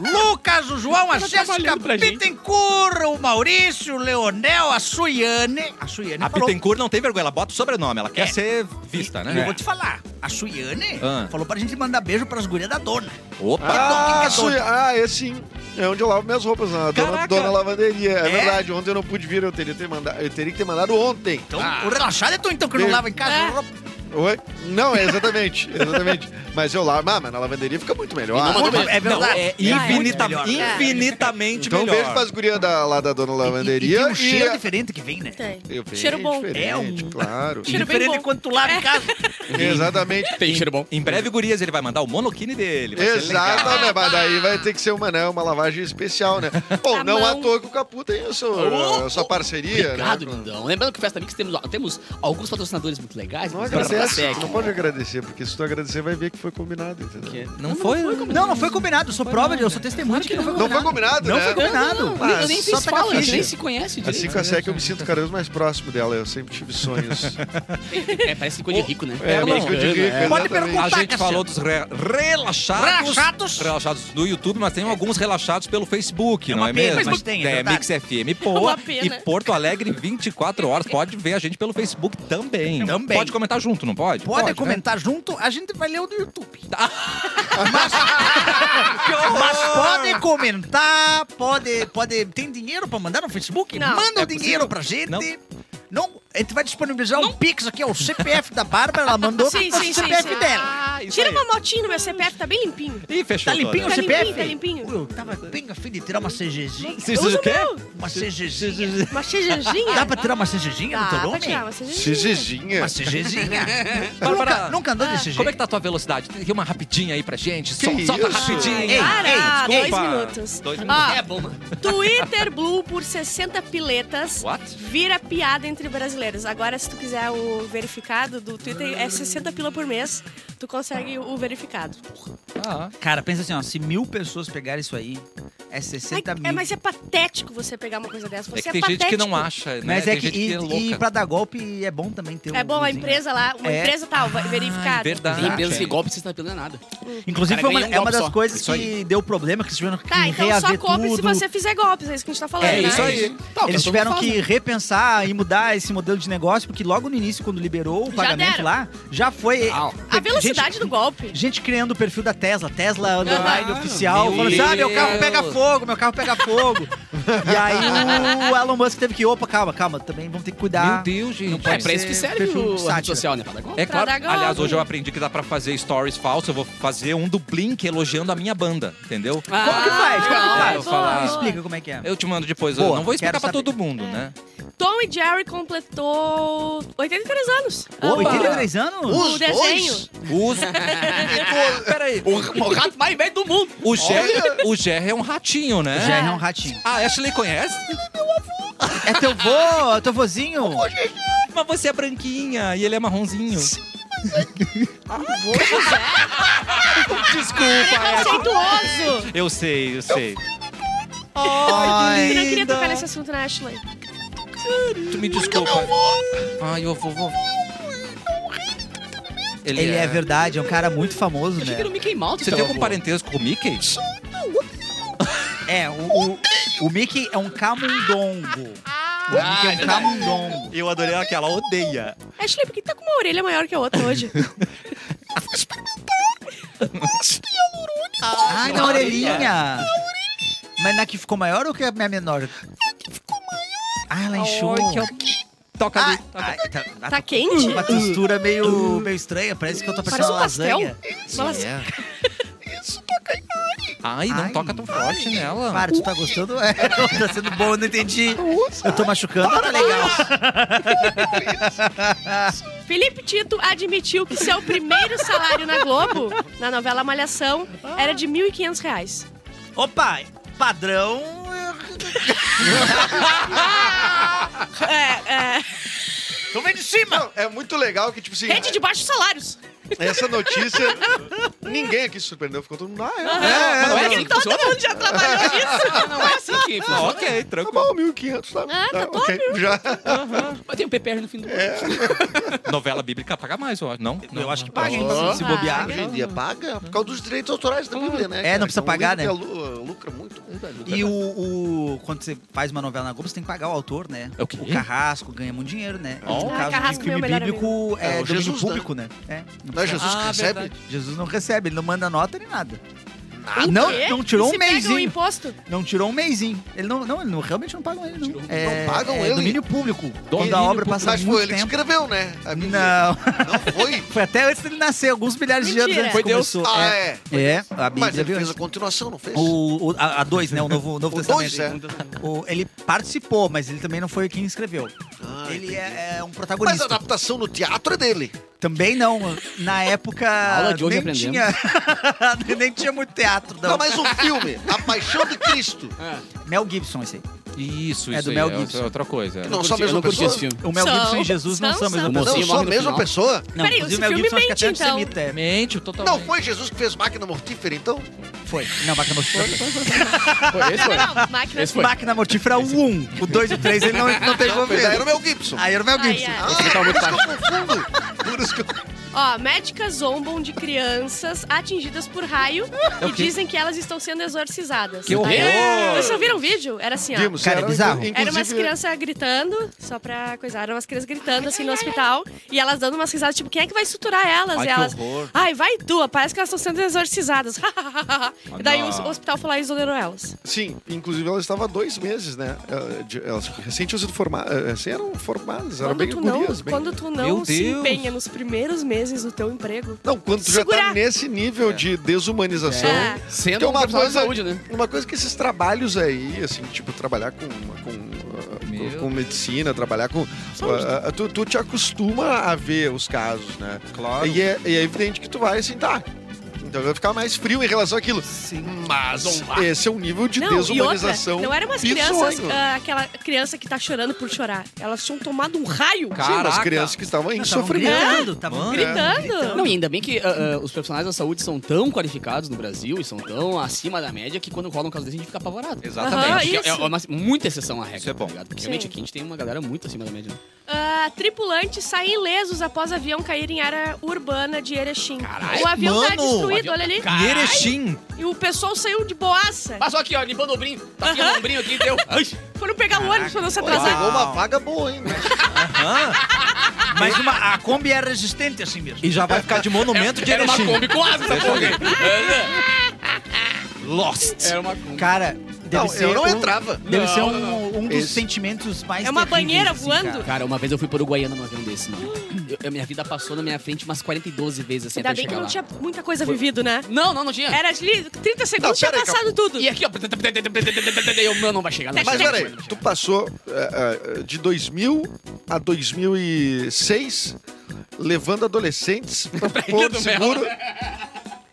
Speaker 3: Lucas, o João, a Jéssica, Bittencourt, o Maurício, o Leonel, a Suiane. A Suiane
Speaker 1: A
Speaker 3: falou...
Speaker 1: Bittencourt não tem vergonha, ela bota o sobrenome, ela quer
Speaker 3: É.
Speaker 1: ser
Speaker 3: E-
Speaker 1: vista,
Speaker 3: e Eu vou
Speaker 1: né?
Speaker 3: te falar. A Suiane
Speaker 1: Ah.
Speaker 3: falou pra gente mandar beijo pras gurias da dona.
Speaker 1: Opa!
Speaker 5: Ah,
Speaker 3: que que é
Speaker 5: sui- ah, esse sim. É onde eu lavo minhas roupas, na dona,
Speaker 1: Caraca.
Speaker 5: dona lavanderia. É,
Speaker 3: É?
Speaker 5: verdade, ontem eu não pude vir, eu teria, ter manda- eu teria que ter mandado ontem.
Speaker 3: Então, o relaxado é tu, então, que não
Speaker 5: Beijo.
Speaker 3: lava em casa.
Speaker 4: É.
Speaker 3: roupa.
Speaker 5: Oi? Não, é exatamente, exatamente. Mas eu lavo, ah, mas na lavanderia fica muito melhor.
Speaker 2: mandou
Speaker 3: Muito-
Speaker 2: beijo.
Speaker 3: é verdade.
Speaker 1: É
Speaker 3: muito
Speaker 1: infinita-
Speaker 3: melhor.
Speaker 1: infinitamente
Speaker 5: então
Speaker 1: melhor.
Speaker 5: beijo pras gurias da, lá da dona lavanderia.
Speaker 3: E, e tem um
Speaker 5: e
Speaker 3: cheiro
Speaker 5: a-
Speaker 3: diferente que vem, né?
Speaker 4: Tem.
Speaker 5: Eu vejo,
Speaker 4: Cheiro bom.
Speaker 3: É
Speaker 5: Diferente,
Speaker 3: um-
Speaker 5: claro.
Speaker 4: Cheiro bem
Speaker 3: diferente
Speaker 4: bom.
Speaker 3: quando tu lava em casa.
Speaker 5: Exatamente.
Speaker 2: Tem cheiro bom.
Speaker 1: Em breve, gurias, ele vai mandar o monokini dele. vai ser legal.
Speaker 5: Exatamente, mas daí vai ter que ser uma, né, uma lavagem especial, né? Bom,
Speaker 4: A
Speaker 5: não à
Speaker 4: mão.
Speaker 5: toa que o Capu tem a sua, a sua parceria,
Speaker 2: Obrigado,
Speaker 5: né?
Speaker 2: lindão. Lembrando que Festa Mix temos, temos alguns patrocinadores muito legais.
Speaker 5: Não
Speaker 2: mas temos a
Speaker 5: agradece,
Speaker 2: Sec.
Speaker 5: tu não pode agradecer, porque se tu agradecer vai ver que foi combinado, entendeu?
Speaker 2: Que-
Speaker 1: Não foi?
Speaker 3: Não, não foi combinado. Eu sou prova, de- eu sou testemunha de que não foi
Speaker 5: Não
Speaker 3: combinado.
Speaker 5: foi combinado,
Speaker 3: Não
Speaker 5: né?
Speaker 3: foi combinado.
Speaker 2: Não,
Speaker 5: Ah,
Speaker 2: eu nem sei
Speaker 5: só
Speaker 2: se
Speaker 5: taca
Speaker 2: fala, a gente
Speaker 5: ficha.
Speaker 2: nem se conhece
Speaker 5: Assim
Speaker 2: direito.
Speaker 5: com a SEC eu me sinto cada vez mais próximo dela, eu sempre tive sonhos.
Speaker 2: É, parece coisa de rico, né?
Speaker 1: É,
Speaker 5: mas
Speaker 1: americano,
Speaker 5: eu digo,
Speaker 2: é.
Speaker 3: Pode
Speaker 5: exatamente.
Speaker 1: A
Speaker 3: perguntar.
Speaker 1: gente
Speaker 3: Cassiano.
Speaker 1: falou dos re- relaxados.
Speaker 3: Relaxados.
Speaker 1: Relaxados no YouTube, mas tem alguns relaxados pelo Facebook, não
Speaker 3: uma
Speaker 1: é
Speaker 3: pena,
Speaker 1: mesmo?
Speaker 3: mas tem, é
Speaker 1: é, Mix
Speaker 3: verdade.
Speaker 1: FM Poa
Speaker 4: Uma
Speaker 1: e
Speaker 4: pena.
Speaker 1: Porto Alegre 24 horas. Pode ver a gente pelo Facebook também.
Speaker 3: Também.
Speaker 1: Pode comentar junto, não pode?
Speaker 3: Pode,
Speaker 1: né?
Speaker 3: comentar junto, a gente vai ler o do YouTube. mas, mas pode comentar, pode, pode. Tem dinheiro pra mandar no Facebook?
Speaker 4: Não.
Speaker 3: Manda o
Speaker 1: É possível?
Speaker 3: dinheiro pra gente.
Speaker 1: Não.
Speaker 3: Não, a gente vai disponibilizar um Pix aqui, é o CPF da Bárbara, ela mandou
Speaker 4: Sim,
Speaker 3: o
Speaker 4: sim, sim,
Speaker 3: CPF
Speaker 4: sim.
Speaker 3: dela.
Speaker 4: Tira uma motinha no meu CPF, tá bem limpinho.
Speaker 1: Ih, fechou.
Speaker 3: Tá limpinho o
Speaker 4: Tá
Speaker 3: CPF?
Speaker 4: limpinho, tá limpinho.
Speaker 3: Eu tava bem afim de tirar uma CGzinha.
Speaker 1: Você
Speaker 4: Usa
Speaker 1: o
Speaker 4: o
Speaker 1: quê?
Speaker 4: meu.
Speaker 3: Uma CGzinha.
Speaker 4: Uma xejanjinha.
Speaker 3: Dá pra tirar uma CGzinha no teu
Speaker 4: Dá pra
Speaker 3: nome?
Speaker 4: tirar uma xejanjinha.
Speaker 5: Gigizinha.
Speaker 3: Uma CGzinha.
Speaker 1: Bárbara,
Speaker 3: nunca, nunca andou de CG.
Speaker 1: Como é que tá a tua velocidade? Tem uma rapidinha aí pra gente.
Speaker 5: Que
Speaker 1: Sol- solta
Speaker 5: isso?
Speaker 1: rapidinho.
Speaker 3: Ei,
Speaker 4: Para,
Speaker 1: ei,
Speaker 4: Ah, dois
Speaker 1: desculpa.
Speaker 4: minutos. Ah.
Speaker 1: Dois
Speaker 4: Ó,
Speaker 2: É bom, mano.
Speaker 4: Twitter Blue por 60 piletas.
Speaker 1: What?
Speaker 4: Vira piada entre brasileiros. Agora, se tu quiser o verificado do Twitter, é 60 pila por mês. Tu consegue o verificado.
Speaker 1: Ah,
Speaker 3: Cara, pensa assim, ó, se mil pessoas pegarem isso aí, é 60
Speaker 4: Ai,
Speaker 3: mil.
Speaker 4: é, mas é patético você pegar uma coisa dessa. Você
Speaker 1: é que
Speaker 4: é
Speaker 1: tem
Speaker 4: patético.
Speaker 1: gente que não acha, né?
Speaker 3: Mas é
Speaker 1: tem
Speaker 3: que,
Speaker 1: gente
Speaker 3: e,
Speaker 1: é
Speaker 3: e
Speaker 1: louca.
Speaker 3: pra dar golpe é bom também ter um.
Speaker 4: É bom a
Speaker 3: luzinho.
Speaker 4: empresa lá, uma
Speaker 3: É.
Speaker 4: empresa tal, vai- verificado.
Speaker 1: né?
Speaker 5: Tá,
Speaker 1: verdade.
Speaker 2: Tem empresas que
Speaker 1: gente.
Speaker 2: golpe, vocês não estão nada.
Speaker 3: Inclusive,
Speaker 2: Cara,
Speaker 3: foi uma,
Speaker 2: ganha um
Speaker 3: é uma
Speaker 2: golpe
Speaker 3: das
Speaker 2: só.
Speaker 3: coisas
Speaker 1: Isso
Speaker 3: que deu problema, que eles tiveram que
Speaker 4: Tá, então só
Speaker 3: reaver
Speaker 4: compre se
Speaker 3: tudo.
Speaker 4: você então fizer golpes, é isso que a gente tá falando,
Speaker 1: É
Speaker 4: né?
Speaker 1: isso aí.
Speaker 2: Tá, o
Speaker 3: Eles
Speaker 2: que eu tô
Speaker 3: tiveram
Speaker 2: falando.
Speaker 3: que repensar e mudar esse modelo de negócio, porque logo no início, quando liberou o
Speaker 4: Já
Speaker 3: pagamento
Speaker 4: deram.
Speaker 3: lá, já foi.
Speaker 2: Ah, ó.
Speaker 4: A velocidade do golpe.
Speaker 3: Gente criando o perfil da Tesla, Tesla Underline
Speaker 2: Ah,
Speaker 3: oficial,
Speaker 2: meu
Speaker 3: falando assim, ah, meu
Speaker 2: Deus.
Speaker 3: carro pega fogo, meu carro pega fogo. e aí o Elon Musk teve que, opa, calma, calma, também vamos ter que
Speaker 1: Meu
Speaker 3: cuidar.
Speaker 1: Deus, gente.
Speaker 2: É pra isso que
Speaker 3: ser
Speaker 2: serve
Speaker 3: perfil
Speaker 2: o a rede
Speaker 3: sátira.
Speaker 2: social, né? Pra dar golpe.
Speaker 1: É claro.
Speaker 4: dar golpe.
Speaker 1: Aliás, hoje eu aprendi que dá pra fazer stories falsas. Eu vou fazer um do Blink elogiando a minha banda, entendeu?
Speaker 3: Como que faz? Como que
Speaker 2: Ah,
Speaker 3: faz?
Speaker 1: eu vou falar.
Speaker 3: Me explica como é que é.
Speaker 1: Eu te mando depois. eu
Speaker 3: Boa,
Speaker 1: não vou explicar
Speaker 3: quero
Speaker 1: pra
Speaker 3: saber.
Speaker 1: todo mundo, né?
Speaker 4: Tom e Jerry completou 83 anos.
Speaker 3: Opa. 83 anos?
Speaker 4: O
Speaker 5: Os
Speaker 4: desenho.
Speaker 5: dois?
Speaker 1: Os...
Speaker 2: Peraí. O, o rato mais velho do mundo.
Speaker 1: O Ger, o Ger é um ratinho, né?
Speaker 3: Já é um ratinho.
Speaker 1: Ah, a Ashley conhece?
Speaker 3: É teu vô, é teu vozinho?
Speaker 1: Mas você é branquinha e ele é marronzinho. Desculpa,
Speaker 4: Tá Conceituoso.
Speaker 1: eu sei, eu sei.
Speaker 4: Eu
Speaker 3: Ai,
Speaker 4: não queria tocar nesse assunto, né, Ashley?
Speaker 1: Tu me desculpa. Ai, eu vou, vou. então tá
Speaker 3: ele é verdade, é um cara muito famoso,
Speaker 2: Achei que era
Speaker 3: né?
Speaker 2: o Mickey Mouse. então.
Speaker 1: Você tem
Speaker 5: um
Speaker 1: algum parentesco com o Mickey?
Speaker 3: É, o, o, o Mickey é um camundongo. O Mickey é um camundongo.
Speaker 1: Eu adorei aquela, odeia.
Speaker 4: Ashley, por que tu tá com uma orelha maior que a outra hoje?
Speaker 3: Ah, na orelhinha. Mas na que ficou maior ou que é a minha menor? Ah, ela inchou.
Speaker 1: Toca
Speaker 3: Ah,
Speaker 1: ali.
Speaker 3: ah, tá, tá
Speaker 4: Tá quente?
Speaker 3: uma textura meio, meio estranha, parece que eu tô parecendo
Speaker 4: Parece um
Speaker 3: uma lasanha.
Speaker 4: Fala assim.
Speaker 1: Ai, não
Speaker 3: Ai.
Speaker 1: toca tão forte nela.
Speaker 3: Para, tu tá gostando? É, não, tá sendo bom, eu não entendi. Eu tô machucando, tá legal.
Speaker 4: Felipe Tito admitiu que seu primeiro salário na Globo, na novela Malhação, era de R$ 1.500. reais.
Speaker 3: Opa, padrão...
Speaker 4: É, é,
Speaker 3: Tu vem de cima!
Speaker 5: Não, é muito legal que, tipo assim,
Speaker 4: rede de baixos salários.
Speaker 5: essa notícia, ninguém aqui se surpreendeu. Ficou todo mundo, ah, é,
Speaker 2: Mas não é assim que
Speaker 4: Todo
Speaker 2: funciona?
Speaker 4: mundo já trabalhou nisso.
Speaker 2: Não é assim que
Speaker 1: Ah,
Speaker 2: funciona.
Speaker 1: ok,
Speaker 5: tá
Speaker 1: tranquilo.
Speaker 5: bom, 1.500, tá?
Speaker 4: Ah, tá
Speaker 5: ok, já.
Speaker 2: Mas tem um PPR no fim
Speaker 5: É,
Speaker 2: do ano.
Speaker 1: Novela bíblica paga mais, eu acho. Não? não.
Speaker 3: Eu acho que paga, hein,
Speaker 5: Ó.
Speaker 3: se bobear.
Speaker 5: Hoje em dia é paga por causa dos direitos autorais da Bíblia, né?
Speaker 3: É,
Speaker 5: cara?
Speaker 3: não precisa
Speaker 5: Que um
Speaker 3: pagar, Hum,
Speaker 5: livro que alu- lucra muito.
Speaker 3: E o, o- Quando você faz uma novela na Globo, você tem que pagar o autor, né?
Speaker 1: É o quê?
Speaker 3: carrasco ganha muito dinheiro, né?
Speaker 1: Oh.
Speaker 4: Ah, Carrasco, meu melhor
Speaker 3: bíblico é,
Speaker 5: É, o
Speaker 3: domínio
Speaker 5: Jesus,
Speaker 3: público, né? É. Não
Speaker 5: Não
Speaker 3: precisa-
Speaker 5: é Jesus que
Speaker 1: Ah,
Speaker 5: recebe?
Speaker 1: verdade.
Speaker 3: Jesus não recebe, ele não manda nota nem nada. não,
Speaker 4: Quê?
Speaker 3: não tirou
Speaker 4: Se
Speaker 3: um
Speaker 4: pega
Speaker 3: mêsinho.
Speaker 4: imposto.
Speaker 3: Não tirou um mêsinho. Ele não, não, ele não realmente não pagam ele, não.
Speaker 2: Tirou-
Speaker 3: É,
Speaker 5: não um pagam
Speaker 3: é
Speaker 5: ele?
Speaker 3: domínio público. Quando
Speaker 1: Domínio
Speaker 3: a obra
Speaker 1: público.
Speaker 3: passa
Speaker 5: Mas
Speaker 3: muito
Speaker 5: foi ele que
Speaker 3: tempo.
Speaker 5: escreveu, né? A Bíblia.
Speaker 3: Não, É.
Speaker 5: Não foi?
Speaker 3: foi até antes dele nascer, alguns milhares de
Speaker 4: Mentira.
Speaker 3: anos antes
Speaker 4: Foi
Speaker 3: que começou.
Speaker 5: Ah,
Speaker 3: é.
Speaker 5: é.
Speaker 3: é, a Bíblia
Speaker 5: Mas ele
Speaker 3: veio
Speaker 5: fez a
Speaker 3: antes.
Speaker 5: continuação, não fez?
Speaker 3: o, o- a, a dois, né? O novo, o novo
Speaker 5: O
Speaker 3: testamento.
Speaker 5: dois, é.
Speaker 3: O- ele participou, mas ele também não foi quem escreveu.
Speaker 5: Ah,
Speaker 3: ele
Speaker 5: entendi.
Speaker 3: é, é um
Speaker 5: Mas a
Speaker 3: protagonista.
Speaker 5: adaptação no teatro é dele.
Speaker 3: Também não. Na época.
Speaker 2: aula de hoje
Speaker 3: nem
Speaker 2: aprendemos.
Speaker 3: tinha, nem tinha muito teatro, não.
Speaker 5: Não, mas um filme, A Paixão de Cristo.
Speaker 3: Mel Gibson, esse aí.
Speaker 1: Isso, isso.
Speaker 3: É do
Speaker 1: aí,
Speaker 3: Mel
Speaker 1: outra-
Speaker 3: Gibson.
Speaker 1: outra coisa.
Speaker 5: Não,
Speaker 2: Eu
Speaker 5: só a
Speaker 2: curti- eu
Speaker 5: mesma
Speaker 2: não curti
Speaker 5: pessoa.
Speaker 2: esse filme.
Speaker 3: O Mel
Speaker 4: São,
Speaker 3: Gibson e Jesus não
Speaker 4: são,
Speaker 3: são a mesma
Speaker 4: são.
Speaker 3: pessoa.
Speaker 5: Não,
Speaker 2: Mocinho
Speaker 5: só a
Speaker 2: morre no
Speaker 5: mesma
Speaker 2: final.
Speaker 5: pessoa.
Speaker 3: Não,
Speaker 4: Peraí,
Speaker 3: inclusive
Speaker 4: esse
Speaker 3: o Mel
Speaker 4: filme
Speaker 3: Gibson acho que
Speaker 4: mente,
Speaker 3: até
Speaker 4: então.
Speaker 3: antissemita. é.
Speaker 1: Mente,
Speaker 5: Não
Speaker 1: totalmente.
Speaker 5: foi Jesus que fez Máquina Mortífera, então?
Speaker 3: Foi. Não, Máquina Mortífera.
Speaker 2: Foi esse, foi.
Speaker 4: Não, não, máquina.
Speaker 2: Esse foi.
Speaker 3: Máquina Mortífera 1. O 2 e o 3 ele não, não tem
Speaker 5: Mas aí era
Speaker 3: envolvido.
Speaker 5: o Mel Gibson.
Speaker 3: Aí era o Mel
Speaker 4: Ai,
Speaker 3: Gibson.
Speaker 4: ai.
Speaker 5: Ah, por isso que eu confundo. Por isso que eu...
Speaker 4: Ó, médicas zombam de crianças atingidas por raio e dizem que elas estão sendo exorcizadas.
Speaker 1: Que horror!
Speaker 4: Aí, Vocês só viram o vídeo? Era assim, ó.
Speaker 5: Vimos,
Speaker 3: Cara, é
Speaker 5: era,
Speaker 3: bizarro.
Speaker 5: inclu-
Speaker 4: Era umas
Speaker 5: inclusive-
Speaker 4: crianças gritando, só pra coisa, eram umas crianças gritando assim no hospital e elas dando umas risadas, tipo, quem é que vai suturar elas?
Speaker 1: Ai,
Speaker 4: E
Speaker 1: que
Speaker 4: elas,
Speaker 1: horror.
Speaker 4: ai, vai tu, parece que elas estão sendo exorcizadas. e daí o
Speaker 1: não.
Speaker 4: o hospital foi lá e exonerou elas.
Speaker 5: Sim, inclusive ela estava há dois meses, né? Eh, de- Elas recém tinham sido formadas, recém eram formadas, eram
Speaker 4: Quando
Speaker 5: bem
Speaker 4: tu, não,
Speaker 5: gurias. Bem...
Speaker 4: quando tu não
Speaker 1: Meu
Speaker 4: se
Speaker 1: Deus.
Speaker 4: empenha nos primeiros meses do teu emprego,
Speaker 5: Não, quando tu já
Speaker 4: Segurar.
Speaker 5: tá nesse nível de desumanização.
Speaker 4: É.
Speaker 5: Que
Speaker 2: Sendo
Speaker 5: é
Speaker 2: um
Speaker 5: uma
Speaker 2: profissional
Speaker 5: coisa,
Speaker 2: de saúde, né?
Speaker 5: uma coisa que esses trabalhos aí, assim, tipo, trabalhar com, com, ah,
Speaker 1: Meu.
Speaker 5: com, com medicina, trabalhar com. ah, ah, tu, tu te acostuma a ver os casos, né?
Speaker 1: Claro.
Speaker 5: E é, e é evidente que tu vai assim, tá. Então vai ficar mais frio em relação àquilo.
Speaker 3: Sim.
Speaker 5: Mas
Speaker 2: Zombar.
Speaker 5: esse é um nível de
Speaker 4: não, e outra,
Speaker 5: desumanização.
Speaker 4: não eram umas crianças,
Speaker 5: bizonho.
Speaker 4: ah, aquela criança que tá chorando por chorar. Elas tinham tomado um raio
Speaker 5: Sim, umas
Speaker 1: Caraca.
Speaker 5: crianças que estavam em
Speaker 2: tá
Speaker 3: Não, tavam
Speaker 5: sofrimento.
Speaker 3: gritando, tavam
Speaker 1: Mano,
Speaker 3: gritando.
Speaker 4: gritando.
Speaker 2: é. Não, e ainda bem que ah, ah, os profissionais da saúde são tão qualificados no Brasil e são tão acima da média que quando rola um caso desse a gente fica apavorado.
Speaker 1: Exatamente.
Speaker 4: Aham,
Speaker 2: Acho que é-
Speaker 4: isso.
Speaker 2: é uma- muita exceção à regra.
Speaker 1: Isso é bom.
Speaker 2: tá ligado? Porque realmente
Speaker 4: Sim.
Speaker 2: aqui a gente tem uma galera muito acima da média. né?
Speaker 4: Ah, tripulantes saem ilesos após avião cair em área urbana de Erechim.
Speaker 2: Caralho,
Speaker 4: o avião tá
Speaker 3: mano!
Speaker 4: destruído,
Speaker 2: O avião- tá
Speaker 4: olha ali.
Speaker 2: Caralho!
Speaker 1: Erechim.
Speaker 4: E o pessoal saiu de boaça.
Speaker 2: Passou aqui, ó, limpando o brinco. Tá aqui o ombrinho aqui, deu. Ai,
Speaker 4: Foram pegar o ônibus pra não se
Speaker 5: Pô, ele
Speaker 4: atrasar.
Speaker 5: pegou uma vaga boa, hein? né?
Speaker 1: Aham.
Speaker 3: Mas uma, a Kombi é resistente assim mesmo. é
Speaker 1: E já vai ficar de monumento de
Speaker 2: Era uma
Speaker 1: Erechim.
Speaker 2: Kombi com asas, essa porra. aí.
Speaker 1: Lost.
Speaker 2: Era uma Kombi.
Speaker 3: Cara, deve
Speaker 5: Não,
Speaker 3: ser.
Speaker 5: eu não
Speaker 3: um-
Speaker 5: entrava.
Speaker 3: Deve
Speaker 2: Não,
Speaker 3: ser
Speaker 2: não,
Speaker 3: um, um dos
Speaker 5: Esse-
Speaker 3: sentimentos mais.
Speaker 4: É uma
Speaker 3: terríveis,
Speaker 4: banheira
Speaker 3: assim,
Speaker 4: voando?
Speaker 3: cara.
Speaker 2: Cara, uma vez eu fui para Uruguaiana num avião desse, mano. Eu- eu- minha vida passou na minha frente umas 42 vezes assim
Speaker 4: Ainda
Speaker 2: até
Speaker 4: bem que
Speaker 2: chegar lá.
Speaker 4: não
Speaker 2: É.
Speaker 4: tinha muita coisa vivido, né?
Speaker 2: Não, não, não tinha.
Speaker 4: Era ali 30 segundos,
Speaker 5: Não,
Speaker 4: tinha
Speaker 5: peraí,
Speaker 4: passado tudo.
Speaker 2: E é aqui, ó. Eu, meu, não vai chegar lá.
Speaker 5: Mas peraí, tu passou é, é, de 2000 a 2006 levando adolescentes pra Porto
Speaker 2: do
Speaker 5: Seguro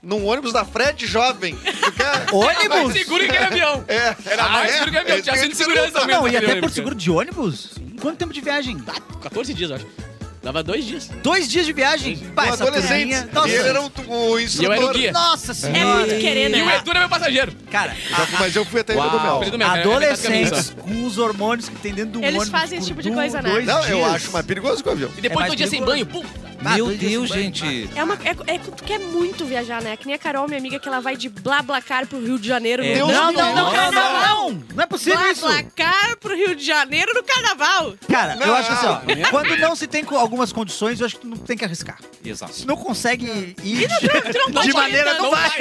Speaker 5: num ônibus da Fred Jovem. Tu quer-
Speaker 2: Mais
Speaker 3: Ônibus?
Speaker 2: seguro que avião.
Speaker 5: É.
Speaker 2: Era mais
Speaker 5: Ah, é?
Speaker 2: seguro que avião.
Speaker 5: É
Speaker 2: Tinha
Speaker 5: isso que
Speaker 2: sido
Speaker 5: eu
Speaker 2: segurança mesmo.
Speaker 3: Não,
Speaker 2: aquele
Speaker 3: e até por
Speaker 2: ônibus,
Speaker 3: seguro de ônibus? Quanto tempo de viagem?
Speaker 2: cara. Ah, 14 dias, eu acho. Dava dois dias.
Speaker 3: Dois dias de viagem?
Speaker 5: Um
Speaker 3: Pá, essa é
Speaker 5: adolescente.
Speaker 3: turminha-
Speaker 5: E ele era um- o, o
Speaker 2: E eu era o
Speaker 5: instrutor.
Speaker 2: guia.
Speaker 3: Nossa
Speaker 4: É
Speaker 3: senhora.
Speaker 4: muito querer,
Speaker 2: E o
Speaker 4: né?
Speaker 2: Edu era é meu passageiro.
Speaker 3: Cara,
Speaker 4: Ah,
Speaker 5: Já fui- mas eu fui até Ilha do Mel.
Speaker 2: Pedro
Speaker 4: é,
Speaker 2: Melo, era- era metade do caminho só.
Speaker 3: adolescentes com os hormônios que tem dentro do
Speaker 4: Eles
Speaker 3: ônibus.
Speaker 4: fazem esse
Speaker 3: por
Speaker 4: tipo de
Speaker 3: du-
Speaker 4: coisa, né?
Speaker 3: dois
Speaker 5: Não, eu
Speaker 3: dias.
Speaker 5: acho mais perigoso que o avião.
Speaker 2: E
Speaker 3: É
Speaker 2: depois
Speaker 3: mais
Speaker 2: todo dia sem banho.
Speaker 3: perigoso.
Speaker 2: Pum.
Speaker 5: Tá
Speaker 6: Meu Deus, gente.
Speaker 4: É, uma, é, é que tu quer muito viajar, né? Que nem a Carol, minha amiga, que ela vai de Blablacar pro Rio de Janeiro.
Speaker 6: É.
Speaker 4: No...
Speaker 5: Deus
Speaker 3: Não,
Speaker 5: me
Speaker 3: não, não,
Speaker 5: livre.
Speaker 3: não, não, não. Não é possível isso.
Speaker 4: Blablacar pro Rio de Janeiro no carnaval.
Speaker 3: Cara, eu
Speaker 5: Não.
Speaker 3: acho assim, ó. Quando não se tem co- algumas condições, eu acho que não tem que arriscar.
Speaker 1: É. Exato.
Speaker 3: Se não consegue ir
Speaker 4: não
Speaker 3: de
Speaker 4: vai,
Speaker 3: maneira
Speaker 4: não
Speaker 3: não vai.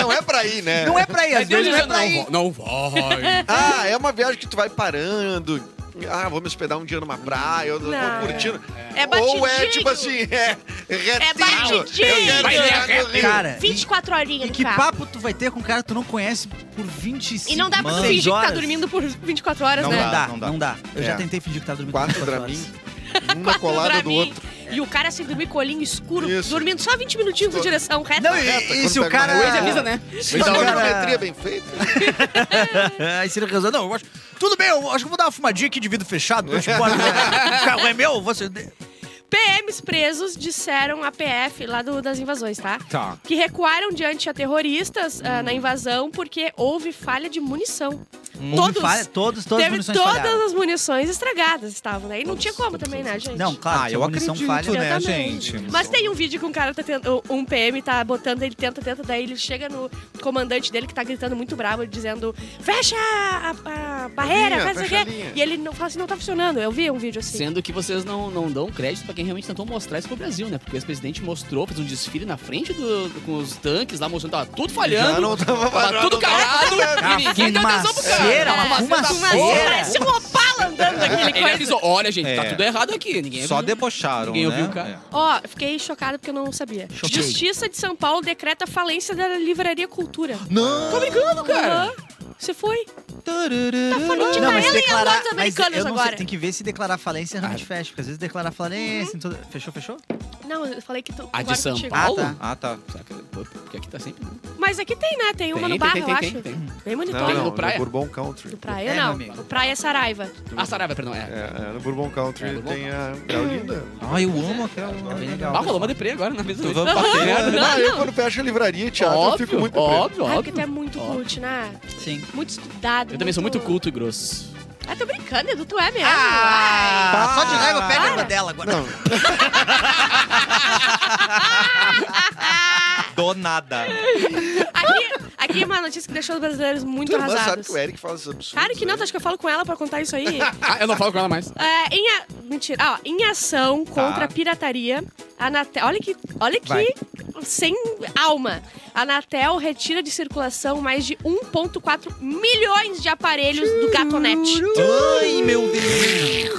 Speaker 5: Não é pra ir, né?
Speaker 3: Não é pra ir, às
Speaker 2: Aí Deus
Speaker 3: vezes não é
Speaker 2: dizendo,
Speaker 3: pra ir.
Speaker 2: não vai.
Speaker 5: Ah, é uma viagem que tu vai parando. Ah, vou me hospedar um dia numa praia, eu
Speaker 4: Não.
Speaker 5: vou curtindo.
Speaker 4: É
Speaker 5: Ou é
Speaker 4: batidinho.
Speaker 5: tipo assim, é retinho.
Speaker 4: batidinho.
Speaker 5: Eu quero
Speaker 2: Vai
Speaker 5: viajar
Speaker 2: ver a
Speaker 5: no Rio.
Speaker 3: Cara, e,
Speaker 4: 24 horinhas
Speaker 3: e
Speaker 4: no
Speaker 3: que
Speaker 4: carro.
Speaker 3: papo tu vai ter com um cara que tu não conhece por 25
Speaker 4: E não dá pra tu
Speaker 3: seis
Speaker 4: fingir que tá
Speaker 3: horas?
Speaker 4: dormindo por 24 horas,
Speaker 1: Não
Speaker 4: né?
Speaker 3: Não dá,
Speaker 1: Não
Speaker 3: não
Speaker 1: dá.
Speaker 3: dá. Eu já
Speaker 5: É.
Speaker 3: tentei fingir que tá dormindo
Speaker 5: Quatro
Speaker 3: 24
Speaker 5: Dramin,
Speaker 3: horas.
Speaker 5: um na
Speaker 4: Quatro
Speaker 5: colada do
Speaker 4: Dramin.
Speaker 5: outro.
Speaker 4: E o cara assim, dormir com o olhinho escuro,
Speaker 5: Isso.
Speaker 4: dormindo só 20 minutinhos na direção reta.
Speaker 3: Não,
Speaker 5: Reta,
Speaker 3: e, Ah. e
Speaker 5: quando
Speaker 3: se o
Speaker 5: pega uma
Speaker 3: cara...
Speaker 5: rua,
Speaker 2: Pois avisa, né?
Speaker 5: Se
Speaker 3: Mas
Speaker 5: a
Speaker 3: não, cara-
Speaker 5: colorimetria é bem feita,
Speaker 3: Aí se ele resolve, não, eu acho... Tudo bem, eu acho que eu vou dar uma fumadinha aqui de vidro fechado. Tipo, o carro é meu, você...
Speaker 4: PMs presos disseram à PF lá do- das invasões, tá?
Speaker 1: Tá.
Speaker 4: Que recuaram diante a terroristas ah, na invasão porque houve falha de munição.
Speaker 3: Houve falha, todos, todas as
Speaker 4: teve
Speaker 3: munições
Speaker 4: todas
Speaker 3: falharam.
Speaker 4: as munições estragadas estavam, né? E não tinha como também, né, gente?
Speaker 3: Não, claro,
Speaker 1: Ah,
Speaker 3: se
Speaker 1: eu
Speaker 3: a munição
Speaker 1: acredito,
Speaker 3: falha...
Speaker 4: Eu
Speaker 1: né,
Speaker 4: também.
Speaker 1: gente?
Speaker 4: Mas tem um vídeo que um cara tá tentando. Um PM tá botando, ele tenta, tenta, daí ele chega no comandante dele que tá gritando muito bravo, dizendo: fecha a, a barreira,
Speaker 5: linha,
Speaker 4: faz o
Speaker 5: fecha a
Speaker 4: quê?"
Speaker 5: linha.
Speaker 4: E ele não fala assim, não tá funcionando. Eu vi um vídeo assim.
Speaker 2: Sendo que vocês não, não dão crédito pra quem realmente tentou mostrar isso pro Brasil, né? Porque o ex-presidente mostrou, fez um desfile na frente do, do- com os tanques lá, mostrando que tava tudo falhando.
Speaker 5: Já não tava
Speaker 2: tava
Speaker 5: parado,
Speaker 2: tudo cagado. E ninguém deu atenção pro
Speaker 3: fumaceira,
Speaker 2: cara.
Speaker 3: uma
Speaker 4: Nossa,
Speaker 3: fumaceira.
Speaker 4: Parece um opala andando aquele
Speaker 2: Ele
Speaker 4: coisa.
Speaker 2: avisou, olha, gente, tá
Speaker 1: É.
Speaker 2: tudo errado aqui. Ninguém
Speaker 1: Só
Speaker 2: avisou.
Speaker 1: debocharam,
Speaker 2: Ninguém
Speaker 1: né?
Speaker 2: ouviu o cara.
Speaker 4: Ó, fiquei chocada porque eu não sabia.
Speaker 3: Choquei.
Speaker 4: Justiça de São Paulo decreta falência da Livraria Cultura.
Speaker 1: Não!
Speaker 4: Tô brincando, cara. Você foi? Tá falando de
Speaker 3: Não, mas
Speaker 4: ela e a
Speaker 3: declarar,
Speaker 4: loja dos
Speaker 3: mas
Speaker 4: americanos
Speaker 3: eu não sei,
Speaker 4: agora.
Speaker 3: tem que ver se declarar falência realmente fecha, porque às vezes declarar falência, em toda- fechou, fechou?
Speaker 4: Não, eu falei que tu
Speaker 2: A
Speaker 4: agora
Speaker 2: de São
Speaker 4: contigo.
Speaker 2: Paulo?
Speaker 3: Ah,
Speaker 1: Ah, tá.
Speaker 2: Será que- pô, Porque aqui tá sempre...
Speaker 4: Mas aqui tem, né? Tem uma
Speaker 2: Tem,
Speaker 4: no
Speaker 2: tem,
Speaker 4: barra,
Speaker 2: tem,
Speaker 4: eu
Speaker 2: tem,
Speaker 4: acho.
Speaker 2: tem, tem.
Speaker 4: Bem
Speaker 5: Não,
Speaker 4: monitorado.
Speaker 5: não,
Speaker 2: tá no praia?
Speaker 5: no Bourbon Country.
Speaker 4: Do praia
Speaker 3: É,
Speaker 4: não.
Speaker 3: meu amigo.
Speaker 4: Do praia é Saraiva.
Speaker 2: Ah, Saraiva, perdão. É.
Speaker 5: É, é, no Bourbon Country
Speaker 2: É, Bourbon
Speaker 5: tem a Carolina.
Speaker 1: Ah, eu amo aquela.
Speaker 3: É bem
Speaker 2: Ah,
Speaker 3: legal.
Speaker 2: rolou uma deprê agora na mesa.
Speaker 1: Vamos bater.
Speaker 2: Merda, né?
Speaker 5: Ah, eu quando fecho a livraria, teatro, eu fico muito preso.
Speaker 2: óbvio,
Speaker 4: Ah, porque tu é
Speaker 2: óbvio.
Speaker 4: muito cult, né?
Speaker 3: Sim.
Speaker 4: Muito estudado.
Speaker 2: Eu também sou muito culto e grosso.
Speaker 4: Ah, tô brincando, Edu, tu é mesmo.
Speaker 3: Ah, só de raiva pega a
Speaker 4: Para.
Speaker 3: irmã dela agora.
Speaker 5: Não,
Speaker 1: Do nada.
Speaker 4: Aqui, aqui é uma notícia que deixou os brasileiros muito
Speaker 5: tua irmã é, sabe
Speaker 4: arrasados.
Speaker 5: que o Eric fala esses absurdos.
Speaker 4: Claro que não,
Speaker 5: né?
Speaker 4: tu acha que eu falo com ela pra contar isso aí?
Speaker 2: Ah, eu não falo com ela mais.
Speaker 4: É, em a- Mentira. Ah, ó, em ação contra a pirataria, a Anatel... Olha que... Olha que...
Speaker 3: Vai.
Speaker 4: Sem alma. A Anatel retira de circulação mais de 1,4 milhões de aparelhos do Gatonete.
Speaker 1: Ai, meu Deus.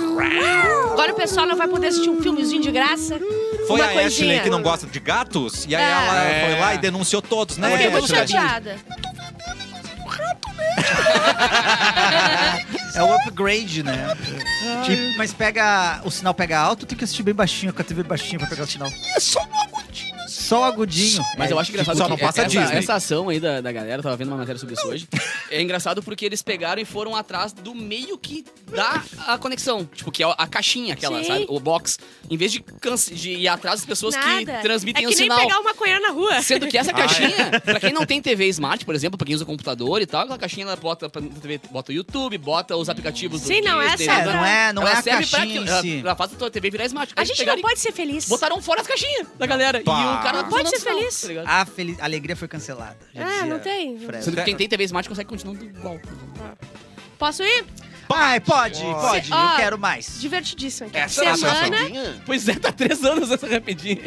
Speaker 4: Agora o pessoal não vai poder assistir um filmezinho de graça.
Speaker 1: Foi
Speaker 4: uma
Speaker 1: a
Speaker 4: coisinha.
Speaker 1: Ashley que não gosta de gatos? E aí
Speaker 4: É.
Speaker 1: ela foi lá e denunciou todos, né?
Speaker 4: Eu fiquei muito
Speaker 1: Ashley?
Speaker 4: chateada.
Speaker 3: É o upgrade, né? Que- mas pega. O sinal pega alto, tem que assistir bem baixinho, com a TV baixinha pra pegar o sinal. É só o agudinho. É, tipo, Só o agudinho.
Speaker 2: Mas eu acho engraçado
Speaker 1: só
Speaker 2: que
Speaker 1: não passa
Speaker 2: essa,
Speaker 1: Disney.
Speaker 2: essa ação aí da, da galera, eu tava vendo uma matéria sobre isso hoje. É engraçado porque eles pegaram e foram atrás do meio que dá a conexão. Tipo, que é a caixinha aquela,
Speaker 4: Sim.
Speaker 2: sabe? O box. Em vez de, canse- de ir atrás das pessoas
Speaker 4: Nada.
Speaker 2: que transmitem
Speaker 4: é
Speaker 2: o
Speaker 4: que
Speaker 2: sinal.
Speaker 4: nem pegar uma coia na rua.
Speaker 2: Sendo que essa
Speaker 3: Ah, é.
Speaker 2: caixinha, pra quem não tem TV Smart, por exemplo, pra quem usa computador e tal, aquela caixinha ela bota pra TV, bota o YouTube, bota os aplicativos do
Speaker 4: Sim, não,
Speaker 2: Disney, blá,
Speaker 4: essa é
Speaker 2: blá,
Speaker 4: a-
Speaker 3: não é, não
Speaker 2: ela
Speaker 3: é a
Speaker 2: serve pra
Speaker 3: caixinha
Speaker 2: aquilo.
Speaker 3: em si.
Speaker 2: Ela, ela faz a tua TV virar smart.
Speaker 4: A
Speaker 2: Eles
Speaker 4: gente
Speaker 2: pegaram
Speaker 4: não
Speaker 2: e
Speaker 4: pode ser feliz.
Speaker 2: Botaram fora as caixinhas da galera. E
Speaker 1: Pá.
Speaker 2: o cara
Speaker 4: Não pode
Speaker 2: funcionando
Speaker 4: ser
Speaker 2: sinal,
Speaker 4: feliz.
Speaker 2: tá
Speaker 5: Ah,
Speaker 2: ligado?
Speaker 3: A, fel- a alegria foi cancelada. já
Speaker 4: É,
Speaker 3: dizia
Speaker 4: não tem.
Speaker 3: Fred.
Speaker 2: Sendo que quem tem TV Smart consegue continuar igual.
Speaker 4: Posso ir?
Speaker 3: Ai, pode, pode.
Speaker 4: Ó,
Speaker 3: Eu quero mais.
Speaker 4: Divertidíssimo aqui.
Speaker 10: Essa é a
Speaker 4: semana,
Speaker 2: Pois é, tá três anos essa rapidinha.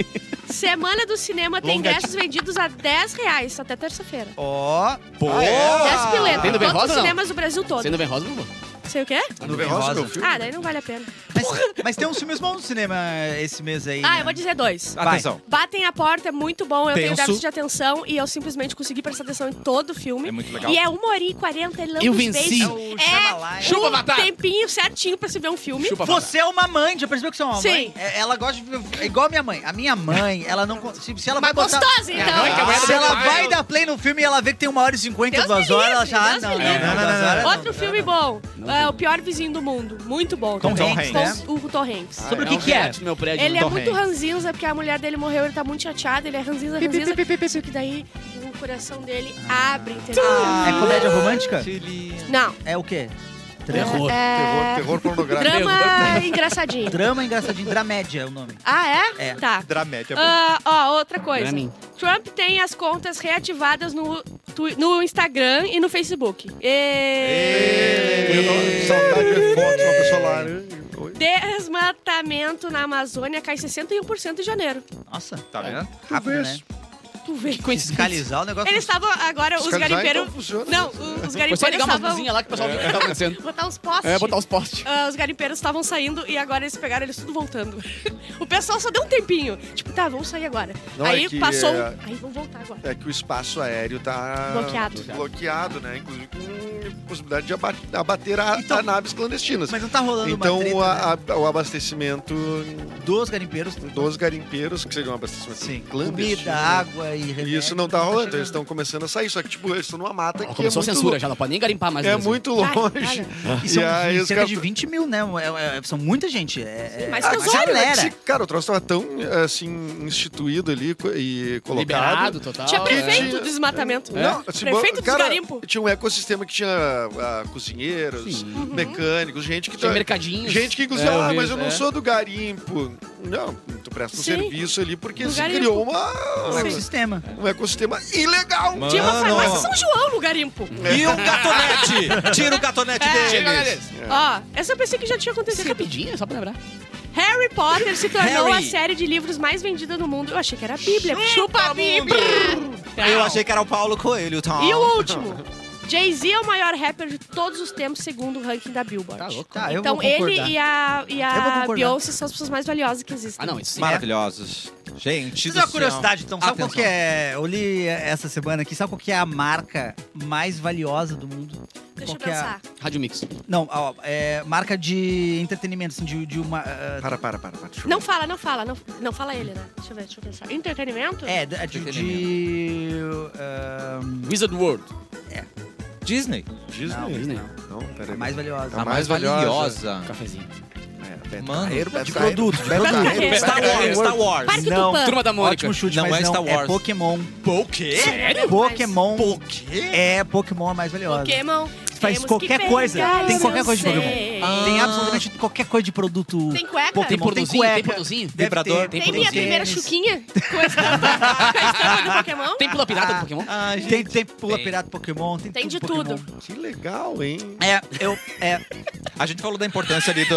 Speaker 4: semana do cinema tem
Speaker 10: Longa
Speaker 4: ingressos vendidos a 10 reais até terça-feira.
Speaker 3: Ó.
Speaker 1: tipo,
Speaker 10: Pô!
Speaker 3: é,
Speaker 4: 10 piletas.
Speaker 2: Tem
Speaker 4: em
Speaker 2: no
Speaker 4: todos
Speaker 2: Verrosa,
Speaker 4: os
Speaker 2: não?
Speaker 4: cinemas do Brasil todo.
Speaker 2: Você não vem rosa, não vou.
Speaker 4: Sei o quê?
Speaker 5: Nuvem Rosa, meu filho.
Speaker 4: Ah, daí não vale a pena.
Speaker 3: Mas, mas tem uns filmes bons no cinema esse mês aí.
Speaker 4: Ah,
Speaker 3: né?
Speaker 4: eu vou dizer dois.
Speaker 10: Atenção.
Speaker 4: Batem a porta, é muito bom. Eu tenho
Speaker 10: Tenso.
Speaker 4: déficit de atenção e eu simplesmente consegui prestar atenção em todo o filme.
Speaker 10: É muito legal.
Speaker 4: E é uma hora e quarenta, ele
Speaker 2: Eu
Speaker 4: lança os
Speaker 2: venci.
Speaker 4: beijos.
Speaker 3: É o Shyamalan.
Speaker 4: É
Speaker 2: Chupa,
Speaker 4: um
Speaker 2: Batata.
Speaker 4: tempinho certinho pra se ver um filme.
Speaker 2: Chupa, Batata.
Speaker 3: Você é uma mãe, já percebeu que você é uma
Speaker 4: Sim.
Speaker 3: mãe? É, Ela gosta de. ver- É igual a minha mãe. A minha mãe, ela não. con- Se, se ela
Speaker 4: Mas
Speaker 3: vai botar-
Speaker 4: gostosa,
Speaker 2: É,
Speaker 4: então.
Speaker 2: mãe que a mulher
Speaker 3: Se ela
Speaker 2: Deus
Speaker 3: vai
Speaker 2: me
Speaker 3: dar play no filme e ela vê que tem uma hora e cinquenta,
Speaker 4: Deus me
Speaker 3: duas horas, ela
Speaker 4: livre,
Speaker 3: já. Ah,
Speaker 4: Deus
Speaker 3: não,
Speaker 4: me
Speaker 3: não,
Speaker 4: livre.
Speaker 3: não, não, não, não,
Speaker 4: Outro
Speaker 3: não,
Speaker 4: filme bom. É, o pior vizinho do mundo. Muito bom.
Speaker 10: Tom
Speaker 4: também.
Speaker 10: Hanks,
Speaker 4: Com
Speaker 3: né?
Speaker 4: O Tom Hanks.
Speaker 3: Sobre o
Speaker 2: um
Speaker 3: que que é?
Speaker 2: viado do meu prédio.
Speaker 5: né?
Speaker 4: Ele é
Speaker 10: Tom
Speaker 4: muito
Speaker 10: Hanks.
Speaker 4: ranzinza, porque a mulher dele morreu, ele tá muito chateado, ele é ranzinza, ranzinza. Só que daí o coração dele abre, entendeu? Ah.
Speaker 3: não. É comédia romântica?
Speaker 4: Não.
Speaker 3: É o quê?
Speaker 2: Terror.
Speaker 4: É...
Speaker 5: Terror, terror pornográfico.
Speaker 4: Drama engraçadinho.
Speaker 3: Drama engraçadinho, dramédia é o nome.
Speaker 4: Ah, é?
Speaker 3: É.
Speaker 4: Tá.
Speaker 10: Dramédia.
Speaker 4: Ah, ó, outra coisa.
Speaker 2: Pra mim.
Speaker 4: Trump tem as contas reativadas no, twi- no Instagram e no Facebook. E...
Speaker 5: Saudade de fotos, uma pessoa lá. Oi.
Speaker 4: Desmatamento na Amazônia cai 61% em janeiro.
Speaker 3: Nossa,
Speaker 10: Tá vendo?
Speaker 3: rápido, né?
Speaker 4: é Tu vê.
Speaker 3: Fiscalizar o negócio.
Speaker 4: Eles estavam agora, os
Speaker 5: Fiscalizar,
Speaker 4: garimpeiros.
Speaker 5: então, funciona.
Speaker 4: Não, o- os
Speaker 2: Foi só
Speaker 4: garimpeiros
Speaker 2: ligar uma
Speaker 4: estavam.
Speaker 2: cozinha lá que o
Speaker 5: É.
Speaker 2: pessoal viu o que tá acontecendo.
Speaker 4: Botar uns postes.
Speaker 2: É, botar os postes.
Speaker 4: Ah, os garimpeiros estavam saindo e agora eles pegaram eles tudo voltando. o pessoal só deu um tempinho. Tipo, tá, vamos sair agora.
Speaker 5: Não,
Speaker 4: aí
Speaker 5: é que,
Speaker 4: passou. um-
Speaker 5: é,
Speaker 4: Aí vamos voltar agora.
Speaker 5: É que o espaço aéreo tá
Speaker 4: Bloqueado.
Speaker 5: bloqueado, né? Inclusive com possibilidade de abate- abater a,
Speaker 3: Então-
Speaker 5: a naves clandestinas.
Speaker 3: Mas não tá rolando
Speaker 5: então
Speaker 3: uma treta,
Speaker 5: a- a- o abastecimento
Speaker 3: né? dos garimpeiros.
Speaker 5: dos garimpeiros, que seria um abastecimento
Speaker 3: Sim.
Speaker 5: clandestino.
Speaker 3: Comida, água e remédio.
Speaker 5: E né? isso não tá rolando, eles estão começando a sair. Só que, tipo, eles estão numa mata que
Speaker 2: Começou
Speaker 5: é
Speaker 2: a
Speaker 5: muito
Speaker 2: censura
Speaker 5: lo-
Speaker 2: já, não pode nem garimpar mais. no
Speaker 5: É
Speaker 2: Brasil.
Speaker 5: muito
Speaker 4: Vai,
Speaker 5: longe.
Speaker 3: E são
Speaker 5: E aí os
Speaker 3: é um cerca
Speaker 5: caras-
Speaker 3: de 20 mil, né? É- é- são muita gente. É, é-
Speaker 4: mais
Speaker 3: é
Speaker 4: que
Speaker 3: uma
Speaker 4: os olhos,
Speaker 3: galera.
Speaker 5: Esse- Cara, o troço tava tão, assim, instituído ali co- e colocado.
Speaker 2: Liberado, total.
Speaker 4: Tinha
Speaker 2: né?
Speaker 4: prefeito do desmatamento.
Speaker 5: Não, assim,
Speaker 4: Né? prefeito
Speaker 5: bo-
Speaker 4: dos
Speaker 5: cara,
Speaker 4: garimpo.
Speaker 5: Tinha um ecossistema que tinha ah, cozinheiros,
Speaker 2: Sim.
Speaker 5: mecânicos, gente que...
Speaker 2: Tinha
Speaker 5: tá-
Speaker 2: mercadinhos.
Speaker 5: Gente que inclusive,
Speaker 2: É, eu
Speaker 5: ah,
Speaker 2: vi
Speaker 5: mas
Speaker 2: isso,
Speaker 5: eu não
Speaker 2: é.
Speaker 5: sou do garimpo. Não, tu presta um
Speaker 4: Sim.
Speaker 5: serviço ali porque
Speaker 4: Do
Speaker 5: se
Speaker 4: garimpo.
Speaker 5: criou uma,
Speaker 3: Um ecossistema.
Speaker 5: um ecossistema ilegal. É.
Speaker 10: Mano.
Speaker 4: Tinha uma
Speaker 10: Mano.
Speaker 4: farmácia São João no garimpo.
Speaker 10: E o gatonete! Tira o gatonete
Speaker 4: É.
Speaker 10: dele!
Speaker 4: Ó, essa eu pensei que já
Speaker 2: Isso é
Speaker 4: tinha
Speaker 5: assim.
Speaker 4: acontecido.
Speaker 2: rapidinho, só pra lembrar.
Speaker 4: Harry Potter se tornou
Speaker 3: Harry.
Speaker 4: a série de livros mais vendida no mundo. Eu achei que era a Bíblia. Chupa
Speaker 5: Tá
Speaker 4: a Bíblia!
Speaker 5: então.
Speaker 1: Eu
Speaker 2: Ah,
Speaker 1: achei que era o Paulo Coelho, Tom.
Speaker 4: E o último. Jay-Z é o maior rapper de todos os tempos, segundo o ranking da Billboard.
Speaker 2: Tá louco.
Speaker 3: Tá, eu
Speaker 4: Então
Speaker 3: vou
Speaker 4: ele
Speaker 3: concordar.
Speaker 4: e a, e
Speaker 3: Eu vou
Speaker 4: a
Speaker 3: concordar.
Speaker 4: Beyoncé são as pessoas mais valiosas que existem.
Speaker 2: Ah, não, isso sim.
Speaker 1: Maravilhosos. Gente,
Speaker 3: Deixa eu
Speaker 1: do
Speaker 3: dar uma
Speaker 1: céu.
Speaker 3: curiosidade, então. Sabe qual
Speaker 1: assim, Atenção.
Speaker 3: que é? Eu li essa semana aqui, sabe qual que é a marca mais valiosa do mundo?
Speaker 4: Deixa eu
Speaker 3: qual que é a-
Speaker 4: pensar.
Speaker 2: Rádio Mix.
Speaker 3: Não, ó, é marca de entretenimento, assim, de, de uma. ah,
Speaker 5: Para, para, para. para.
Speaker 4: Não fala, não fala. Não, não fala ele, né? Deixa eu ver, deixa eu pensar. Entretenimento?
Speaker 3: é, de. ah, de, de ahn,
Speaker 2: Wizard World.
Speaker 1: Disney. É
Speaker 5: Disney.
Speaker 3: não,
Speaker 2: Disney.
Speaker 5: Não, peraí.
Speaker 3: a mais valiosa.
Speaker 5: A
Speaker 1: A
Speaker 5: Tá
Speaker 1: mais
Speaker 5: mais valiosa.
Speaker 1: valiosa.
Speaker 2: Cafezinho.
Speaker 5: É,
Speaker 1: Mano,
Speaker 5: Carreiro,
Speaker 1: de
Speaker 5: Beto
Speaker 3: é
Speaker 1: produto, É
Speaker 5: Carreiro, Beto
Speaker 4: produto.
Speaker 5: Carreiro,
Speaker 1: Star
Speaker 5: Beto Carreiro.
Speaker 1: Wars, Star Wars.
Speaker 4: Parque
Speaker 3: não.
Speaker 4: do Pan.
Speaker 2: Turma da Mônica.
Speaker 3: Ótimo chute,
Speaker 1: Não
Speaker 3: mas
Speaker 1: é
Speaker 3: não,
Speaker 1: Star
Speaker 3: é
Speaker 1: Wars.
Speaker 3: Pokémon. É
Speaker 1: Pô, o quê?
Speaker 6: É
Speaker 4: Sério?
Speaker 3: Pokémon.
Speaker 1: Pô, o quê?
Speaker 3: É, Pokémon é mais valiosa.
Speaker 4: Pokémon.
Speaker 3: Faz
Speaker 4: temos
Speaker 3: qualquer
Speaker 4: que
Speaker 3: coisa.
Speaker 4: pegar,
Speaker 3: Tem
Speaker 4: eu
Speaker 3: qualquer coisa de
Speaker 4: sei.
Speaker 3: Pokémon. Ah, Tem absolutamente qualquer coisa de produto.
Speaker 4: Tem
Speaker 2: Tem
Speaker 4: cueca?
Speaker 3: Pokémon,
Speaker 2: portozinho, tem
Speaker 3: É, cueca.
Speaker 2: portozinho.
Speaker 3: Deve
Speaker 1: Vibrador,
Speaker 3: ter.
Speaker 1: tem
Speaker 4: Tem minha
Speaker 1: Tênis.
Speaker 4: primeira chuquinha com a estampa com a estampa do Pokémon.
Speaker 2: Tem pula pirata do Pokémon?
Speaker 1: Ai, gente.
Speaker 3: Tem, tem pula pirata Pokémon, tem,
Speaker 4: Tem de
Speaker 3: Pokémon.
Speaker 4: tudo.
Speaker 5: Que legal, hein?
Speaker 3: É, eu. É,
Speaker 1: A gente falou da importância ali do,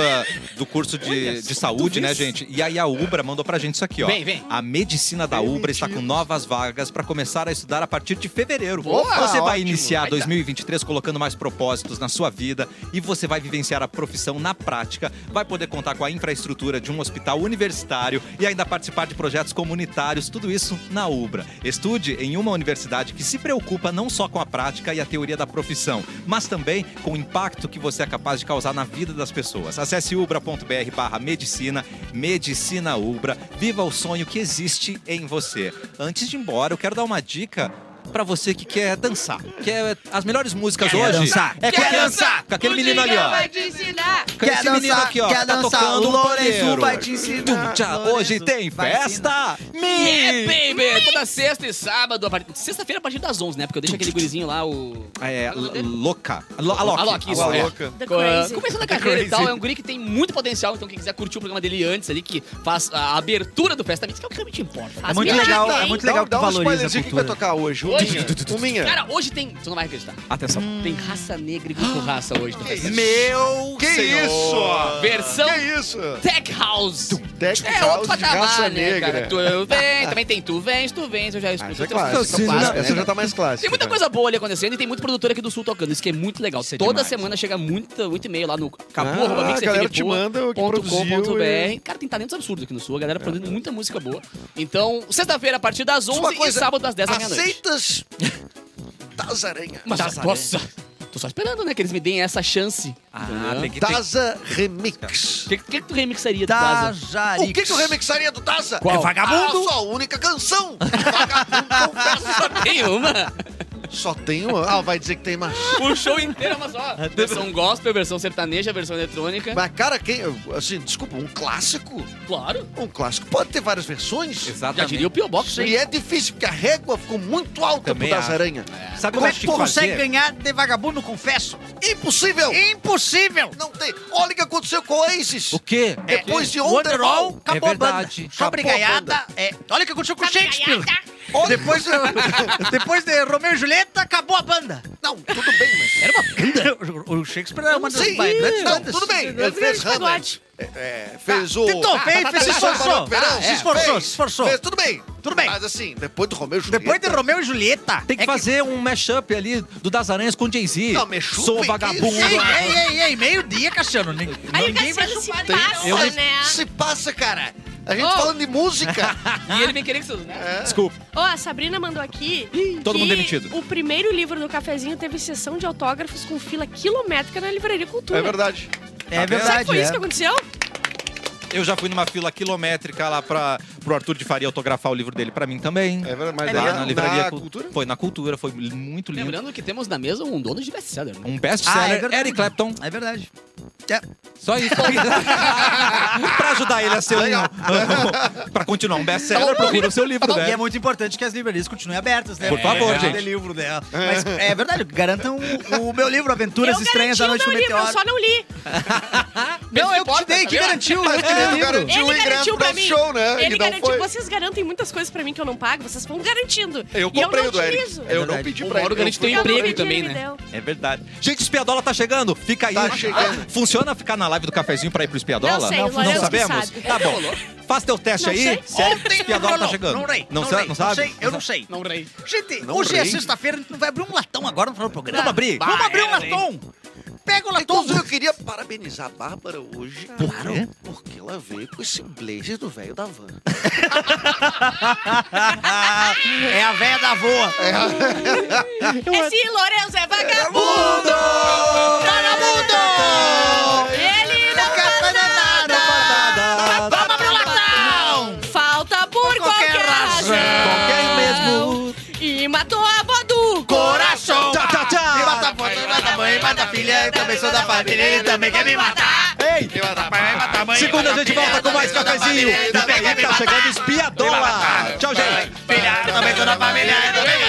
Speaker 1: do curso de, de saúde, né, gente? E aí a Ubra mandou pra gente isso aqui, ó.
Speaker 2: Vem, vem.
Speaker 1: A medicina da Ubra está com novas vagas para começar a estudar a partir de fevereiro.
Speaker 2: Boa,
Speaker 1: você vai
Speaker 5: ótimo.
Speaker 1: iniciar
Speaker 2: Vai dar.
Speaker 1: 2023 colocando mais propósitos na sua vida e você vai vivenciar a profissão na prática, vai poder contar com a infraestrutura de um hospital universitário e ainda participar de projetos comunitários, tudo isso na Ubra. Estude em uma universidade que se preocupa não só com a prática e a teoria da profissão, mas também com o impacto que você é capaz de causar na vida das pessoas. Acesse ubra.br barra medicina, medicina Ubra, viva o sonho que existe em você. Antes de ir embora, eu quero dar uma dica pra você que quer dançar. Quer as melhores músicas
Speaker 3: Quer
Speaker 1: hoje?
Speaker 3: dançar.
Speaker 1: É com
Speaker 2: Quer
Speaker 1: aquele,
Speaker 2: dançar.
Speaker 1: com aquele menino ali, ó.
Speaker 4: te ensinar.
Speaker 1: Com esse menino aqui, ó.
Speaker 3: quer
Speaker 1: que tá
Speaker 3: dançar,
Speaker 1: tocando
Speaker 3: o
Speaker 1: um
Speaker 3: Lourenço
Speaker 1: pandeiro.
Speaker 3: vai te ensinar.
Speaker 1: Tum, tchá,
Speaker 3: Lourenço
Speaker 1: hoje tem
Speaker 3: vai
Speaker 1: festa.
Speaker 2: Yeah, É, baby! Toda sexta e sábado. a partir- Sexta-feira a partir das 11, né? Porque eu deixo aquele gurizinho lá, o...
Speaker 1: É, l- louca. Lo- A Loki.
Speaker 2: Alok, isso,
Speaker 5: Alô,
Speaker 2: é.
Speaker 5: louca.
Speaker 4: The
Speaker 2: Co-
Speaker 4: Crazy.
Speaker 2: Começando a carreira e tal, é um guri que tem muito potencial, então quem quiser curtir o programa dele antes ali, que faz a abertura do Festa Mix, que é o que realmente importa.
Speaker 3: É muito legal,
Speaker 4: As meninas,
Speaker 3: é
Speaker 4: hein?
Speaker 3: muito
Speaker 5: Dá,
Speaker 3: legal que
Speaker 5: dá
Speaker 3: tu
Speaker 5: um
Speaker 3: valoriza a
Speaker 5: spoilerzinho que vai
Speaker 3: cultura.
Speaker 5: tocar hoje. Uma
Speaker 2: hoje.
Speaker 5: É
Speaker 6: Uminha.
Speaker 2: Cara, hoje tem. Você não vai acreditar.
Speaker 11: Atenção.
Speaker 3: Hum.
Speaker 2: Tem raça negra e grupo raça hoje. no Festival.
Speaker 6: Meu Que isso?
Speaker 2: Versão
Speaker 6: Que isso?
Speaker 2: Tech House.
Speaker 6: Tech
Speaker 2: É outro
Speaker 6: House de raça
Speaker 2: patamar, né,
Speaker 6: negra.
Speaker 2: cara? Tu eu vem, também tem tu vens, tu vens, eu já escuto.
Speaker 6: Essa é
Speaker 2: Tem uns-
Speaker 6: clássica.
Speaker 2: são clássicos,
Speaker 6: Essa
Speaker 2: né?
Speaker 6: já tá mais clássica.
Speaker 2: Tem muita coisa boa ali acontecendo e tem muito produtor aqui do Sul tocando, isso que é muito legal.
Speaker 1: Isso é
Speaker 2: Toda
Speaker 1: demais.
Speaker 2: semana chega muita, muito e-mail lá no
Speaker 6: Ah,
Speaker 2: cabu.mixfmpoa.com.br.
Speaker 6: a galera te manda o que produziu e- É,
Speaker 2: Cara, tem talentos absurdos aqui no Sul, a galera produzindo muita música boa. Então, sexta-feira a partir das 11
Speaker 6: Uma
Speaker 2: e
Speaker 6: coisa,
Speaker 2: sábado às 10 da meia-noite.
Speaker 6: Aceitas Tazaranha.
Speaker 2: Mas, nossa, tô só esperando, né, que eles me deem essa chance.
Speaker 1: Ah, tem que ter.
Speaker 6: Taza Remix.
Speaker 2: O que, que, que tu remixaria do
Speaker 3: Tá,
Speaker 2: Taza?
Speaker 6: O
Speaker 3: Jarix.
Speaker 6: que, que eu remixaria do Taza?
Speaker 2: Qual?
Speaker 3: É vagabundo.
Speaker 6: A sua única canção. Vagabundo confessa.
Speaker 2: Tem uma.
Speaker 6: Só tem uma. Ah, vai dizer que tem mais.
Speaker 2: O show inteiro é uma só. Versão gospel, versão sertaneja, versão eletrônica.
Speaker 6: Mas, cara, quem. Assim, desculpa, um clássico?
Speaker 2: Claro.
Speaker 6: Um clássico pode ter várias versões.
Speaker 2: Já diria
Speaker 1: Exatamente.
Speaker 2: o Pio Box, né?
Speaker 6: E é difícil, porque a régua ficou muito alta
Speaker 1: Também
Speaker 6: pro
Speaker 1: acho.
Speaker 6: Tazaranha.
Speaker 1: Sabe o que
Speaker 3: Como
Speaker 1: eu
Speaker 3: é
Speaker 1: acho
Speaker 3: que
Speaker 1: que
Speaker 3: tu consegue
Speaker 1: fazer?
Speaker 3: ganhar de vagabundo, confesso?
Speaker 6: Impossível!
Speaker 3: Impossível!
Speaker 6: Não tem. Olha o que aconteceu com o Oasis.
Speaker 1: O quê?
Speaker 3: É
Speaker 6: Depois de
Speaker 3: Wonderwall,
Speaker 6: Wonderwall.
Speaker 3: acabou
Speaker 1: É
Speaker 3: a banda.
Speaker 1: verdade.
Speaker 3: Só
Speaker 6: Acabou a
Speaker 3: brigaiada. É, olha o que aconteceu com Shakespeare.
Speaker 4: tá?
Speaker 6: Depois.
Speaker 3: Depois de Romeu e Julieta, acabou a banda.
Speaker 6: Não, tudo bem, mas.
Speaker 3: Era uma banda. O Shakespeare era uma das
Speaker 6: Sim,
Speaker 3: mais grandes
Speaker 6: não,
Speaker 3: bandas.
Speaker 6: tudo bem. Ele fez
Speaker 4: grande
Speaker 6: Hamlet.
Speaker 4: pagode.
Speaker 6: É, é, fez o...
Speaker 3: tentou,
Speaker 6: Ah,
Speaker 3: fez,
Speaker 6: tá,
Speaker 3: fez,
Speaker 6: tá,
Speaker 3: se
Speaker 6: tá,
Speaker 3: esforçou.
Speaker 6: Barão do Verão,
Speaker 3: Ah, é, fez, se esforçou.
Speaker 6: Fez, tudo bem.
Speaker 3: Tudo bem.
Speaker 6: Mas assim, depois do Romeu e Julieta...
Speaker 3: Depois de Romeu e Julieta.
Speaker 1: Tem que
Speaker 3: é
Speaker 1: fazer um mashup ali do Das Aranhas com Jay-Z.
Speaker 6: Não, me chupa,
Speaker 3: é
Speaker 1: Sou
Speaker 6: que
Speaker 1: vagabundo.
Speaker 6: isso?
Speaker 3: Ei, ei, ei, ei, meio-dia, Cassiano. Nin-
Speaker 4: Aí o
Speaker 3: ninguém vai
Speaker 4: Cassiano se
Speaker 3: chupar.
Speaker 4: passa,
Speaker 6: Eu-
Speaker 4: né?
Speaker 6: Se passa, cara. A gente
Speaker 2: Oh.
Speaker 6: falando de música.
Speaker 2: E ele vem querer que você... Né?
Speaker 1: Desculpa.
Speaker 4: Ó, a Sabrina mandou aqui
Speaker 1: todo
Speaker 4: que
Speaker 1: mundo demitido.
Speaker 4: o primeiro livro do Cafezinho teve sessão de autógrafos com fila quilométrica na Livraria Cultura.
Speaker 6: é verdade.
Speaker 3: É
Speaker 4: Será que
Speaker 3: verdade,
Speaker 4: foi
Speaker 3: é.
Speaker 4: isso que aconteceu?
Speaker 1: Eu já fui numa fila quilométrica lá pra, pro Arthur de Faria autografar o livro dele pra mim também.
Speaker 6: É verdade. Mas
Speaker 1: Lá
Speaker 6: aí
Speaker 1: na livraria. Cu-
Speaker 6: cultura...
Speaker 1: Foi na cultura, foi muito lindo.
Speaker 2: Lembrando que temos na mesa um dono de best-seller. né?
Speaker 1: Um
Speaker 3: Ah, é
Speaker 1: best-seller,
Speaker 3: verdade.
Speaker 1: Eric Clapton.
Speaker 3: É verdade.
Speaker 1: Só isso. pra ajudar ele a ser
Speaker 6: Legal. Tá
Speaker 1: um... pra continuar um best-seller, procura o seu livro,
Speaker 3: E é
Speaker 1: né?
Speaker 3: muito importante que as livrarias continuem abertas, né?
Speaker 1: Por favor,
Speaker 3: Pra
Speaker 1: gente.
Speaker 3: vender livro, né? Mas é verdade, garantam o, o meu livro, Aventuras
Speaker 4: eu
Speaker 3: Estranhas da
Speaker 4: garanti
Speaker 3: Noite
Speaker 4: o
Speaker 3: do
Speaker 4: meu livro, eu
Speaker 3: Meteoro.
Speaker 4: só não li.
Speaker 3: Não, eu que te
Speaker 2: Porta,
Speaker 3: dei,
Speaker 2: tá
Speaker 3: que
Speaker 2: vendo?
Speaker 3: garantiu.
Speaker 6: Mas que ele
Speaker 4: Ele
Speaker 6: garantiu
Speaker 5: um
Speaker 6: o ingresso
Speaker 4: garantiu pra
Speaker 6: pra
Speaker 4: mim.
Speaker 6: show, né?
Speaker 4: Ele
Speaker 6: E não
Speaker 4: garantiu.
Speaker 6: foi.
Speaker 4: Vocês garantem muitas coisas pra mim que eu não pago, vocês vão garantindo.
Speaker 6: Eu
Speaker 4: e eu
Speaker 6: comprei
Speaker 4: não
Speaker 6: o do Eric.
Speaker 4: utilizo.
Speaker 6: Eu não
Speaker 3: É verdade.
Speaker 6: pedi
Speaker 2: O
Speaker 6: pra
Speaker 2: Mauro
Speaker 6: ele.
Speaker 2: garante
Speaker 6: Eu
Speaker 2: tem
Speaker 6: fui-
Speaker 4: Eu não
Speaker 2: emprego
Speaker 4: pedi,
Speaker 2: também,
Speaker 4: ele
Speaker 2: né?
Speaker 4: me deu.
Speaker 1: É verdade. Gente, espiadola tá chegando. Fica aí.
Speaker 6: Tá chegando.
Speaker 1: Funciona ficar na live do cafezinho pra ir pro espiadola?
Speaker 4: Não sei, o
Speaker 1: não,
Speaker 4: Lourenço que
Speaker 1: sabemos.
Speaker 4: sabe.
Speaker 1: Tá bom. Faz teu teste
Speaker 4: Não
Speaker 1: aí.
Speaker 4: sei.
Speaker 1: Sério,
Speaker 3: Ontem
Speaker 1: espiadola tá
Speaker 3: rolou.
Speaker 1: chegando.
Speaker 3: Não rei,
Speaker 1: Não,
Speaker 3: não,
Speaker 1: sa-
Speaker 3: rei,
Speaker 1: não sabe?
Speaker 3: sei, eu não sei.
Speaker 2: Não, rei.
Speaker 3: Gente,
Speaker 6: Não
Speaker 3: hoje é
Speaker 6: rei.
Speaker 3: sexta-feira, a gente não vai abrir um latão agora no final do programa.
Speaker 1: Vamos abrir?
Speaker 3: Vamos
Speaker 2: Bah,
Speaker 3: abrir um
Speaker 2: era, hein?
Speaker 3: latão. Pega o latão.
Speaker 6: Inclusive, eu queria parabenizar a Bárbara hoje. Claro. Porque ela veio com esse blazer do velho da van.
Speaker 3: é a véia da voa.
Speaker 4: Esse Lourenço é vagabundo! Tá
Speaker 3: Vagabundo!
Speaker 4: Ele não
Speaker 3: Café
Speaker 4: faz
Speaker 3: danado,
Speaker 4: nada!
Speaker 1: Tá, tá,
Speaker 3: Vamos abrir o latão.
Speaker 4: Falta por
Speaker 3: qualquer
Speaker 4: qualquer,
Speaker 3: razão.
Speaker 4: razão. E matou a avó do
Speaker 3: Coração.
Speaker 1: tá, tá,
Speaker 3: Me
Speaker 1: tá.
Speaker 3: mata a mãe, mata a mãe, mata a filha, eu também sou da família, ele também quer me matar.
Speaker 1: Ei,
Speaker 3: Me mata a pai, mata a mãe.
Speaker 1: segunda a
Speaker 3: mata
Speaker 1: gente
Speaker 3: filha,
Speaker 1: volta com
Speaker 3: eu
Speaker 1: mais
Speaker 3: também sou da
Speaker 1: cafezinho.
Speaker 5: Tá
Speaker 3: família, ele
Speaker 1: Fica
Speaker 3: também
Speaker 1: aí
Speaker 3: quer
Speaker 1: que
Speaker 3: me
Speaker 1: tá
Speaker 3: matar.
Speaker 1: chegando espiadola. Tchau, gente.
Speaker 3: Filha, eu também sou da família, eu também quer me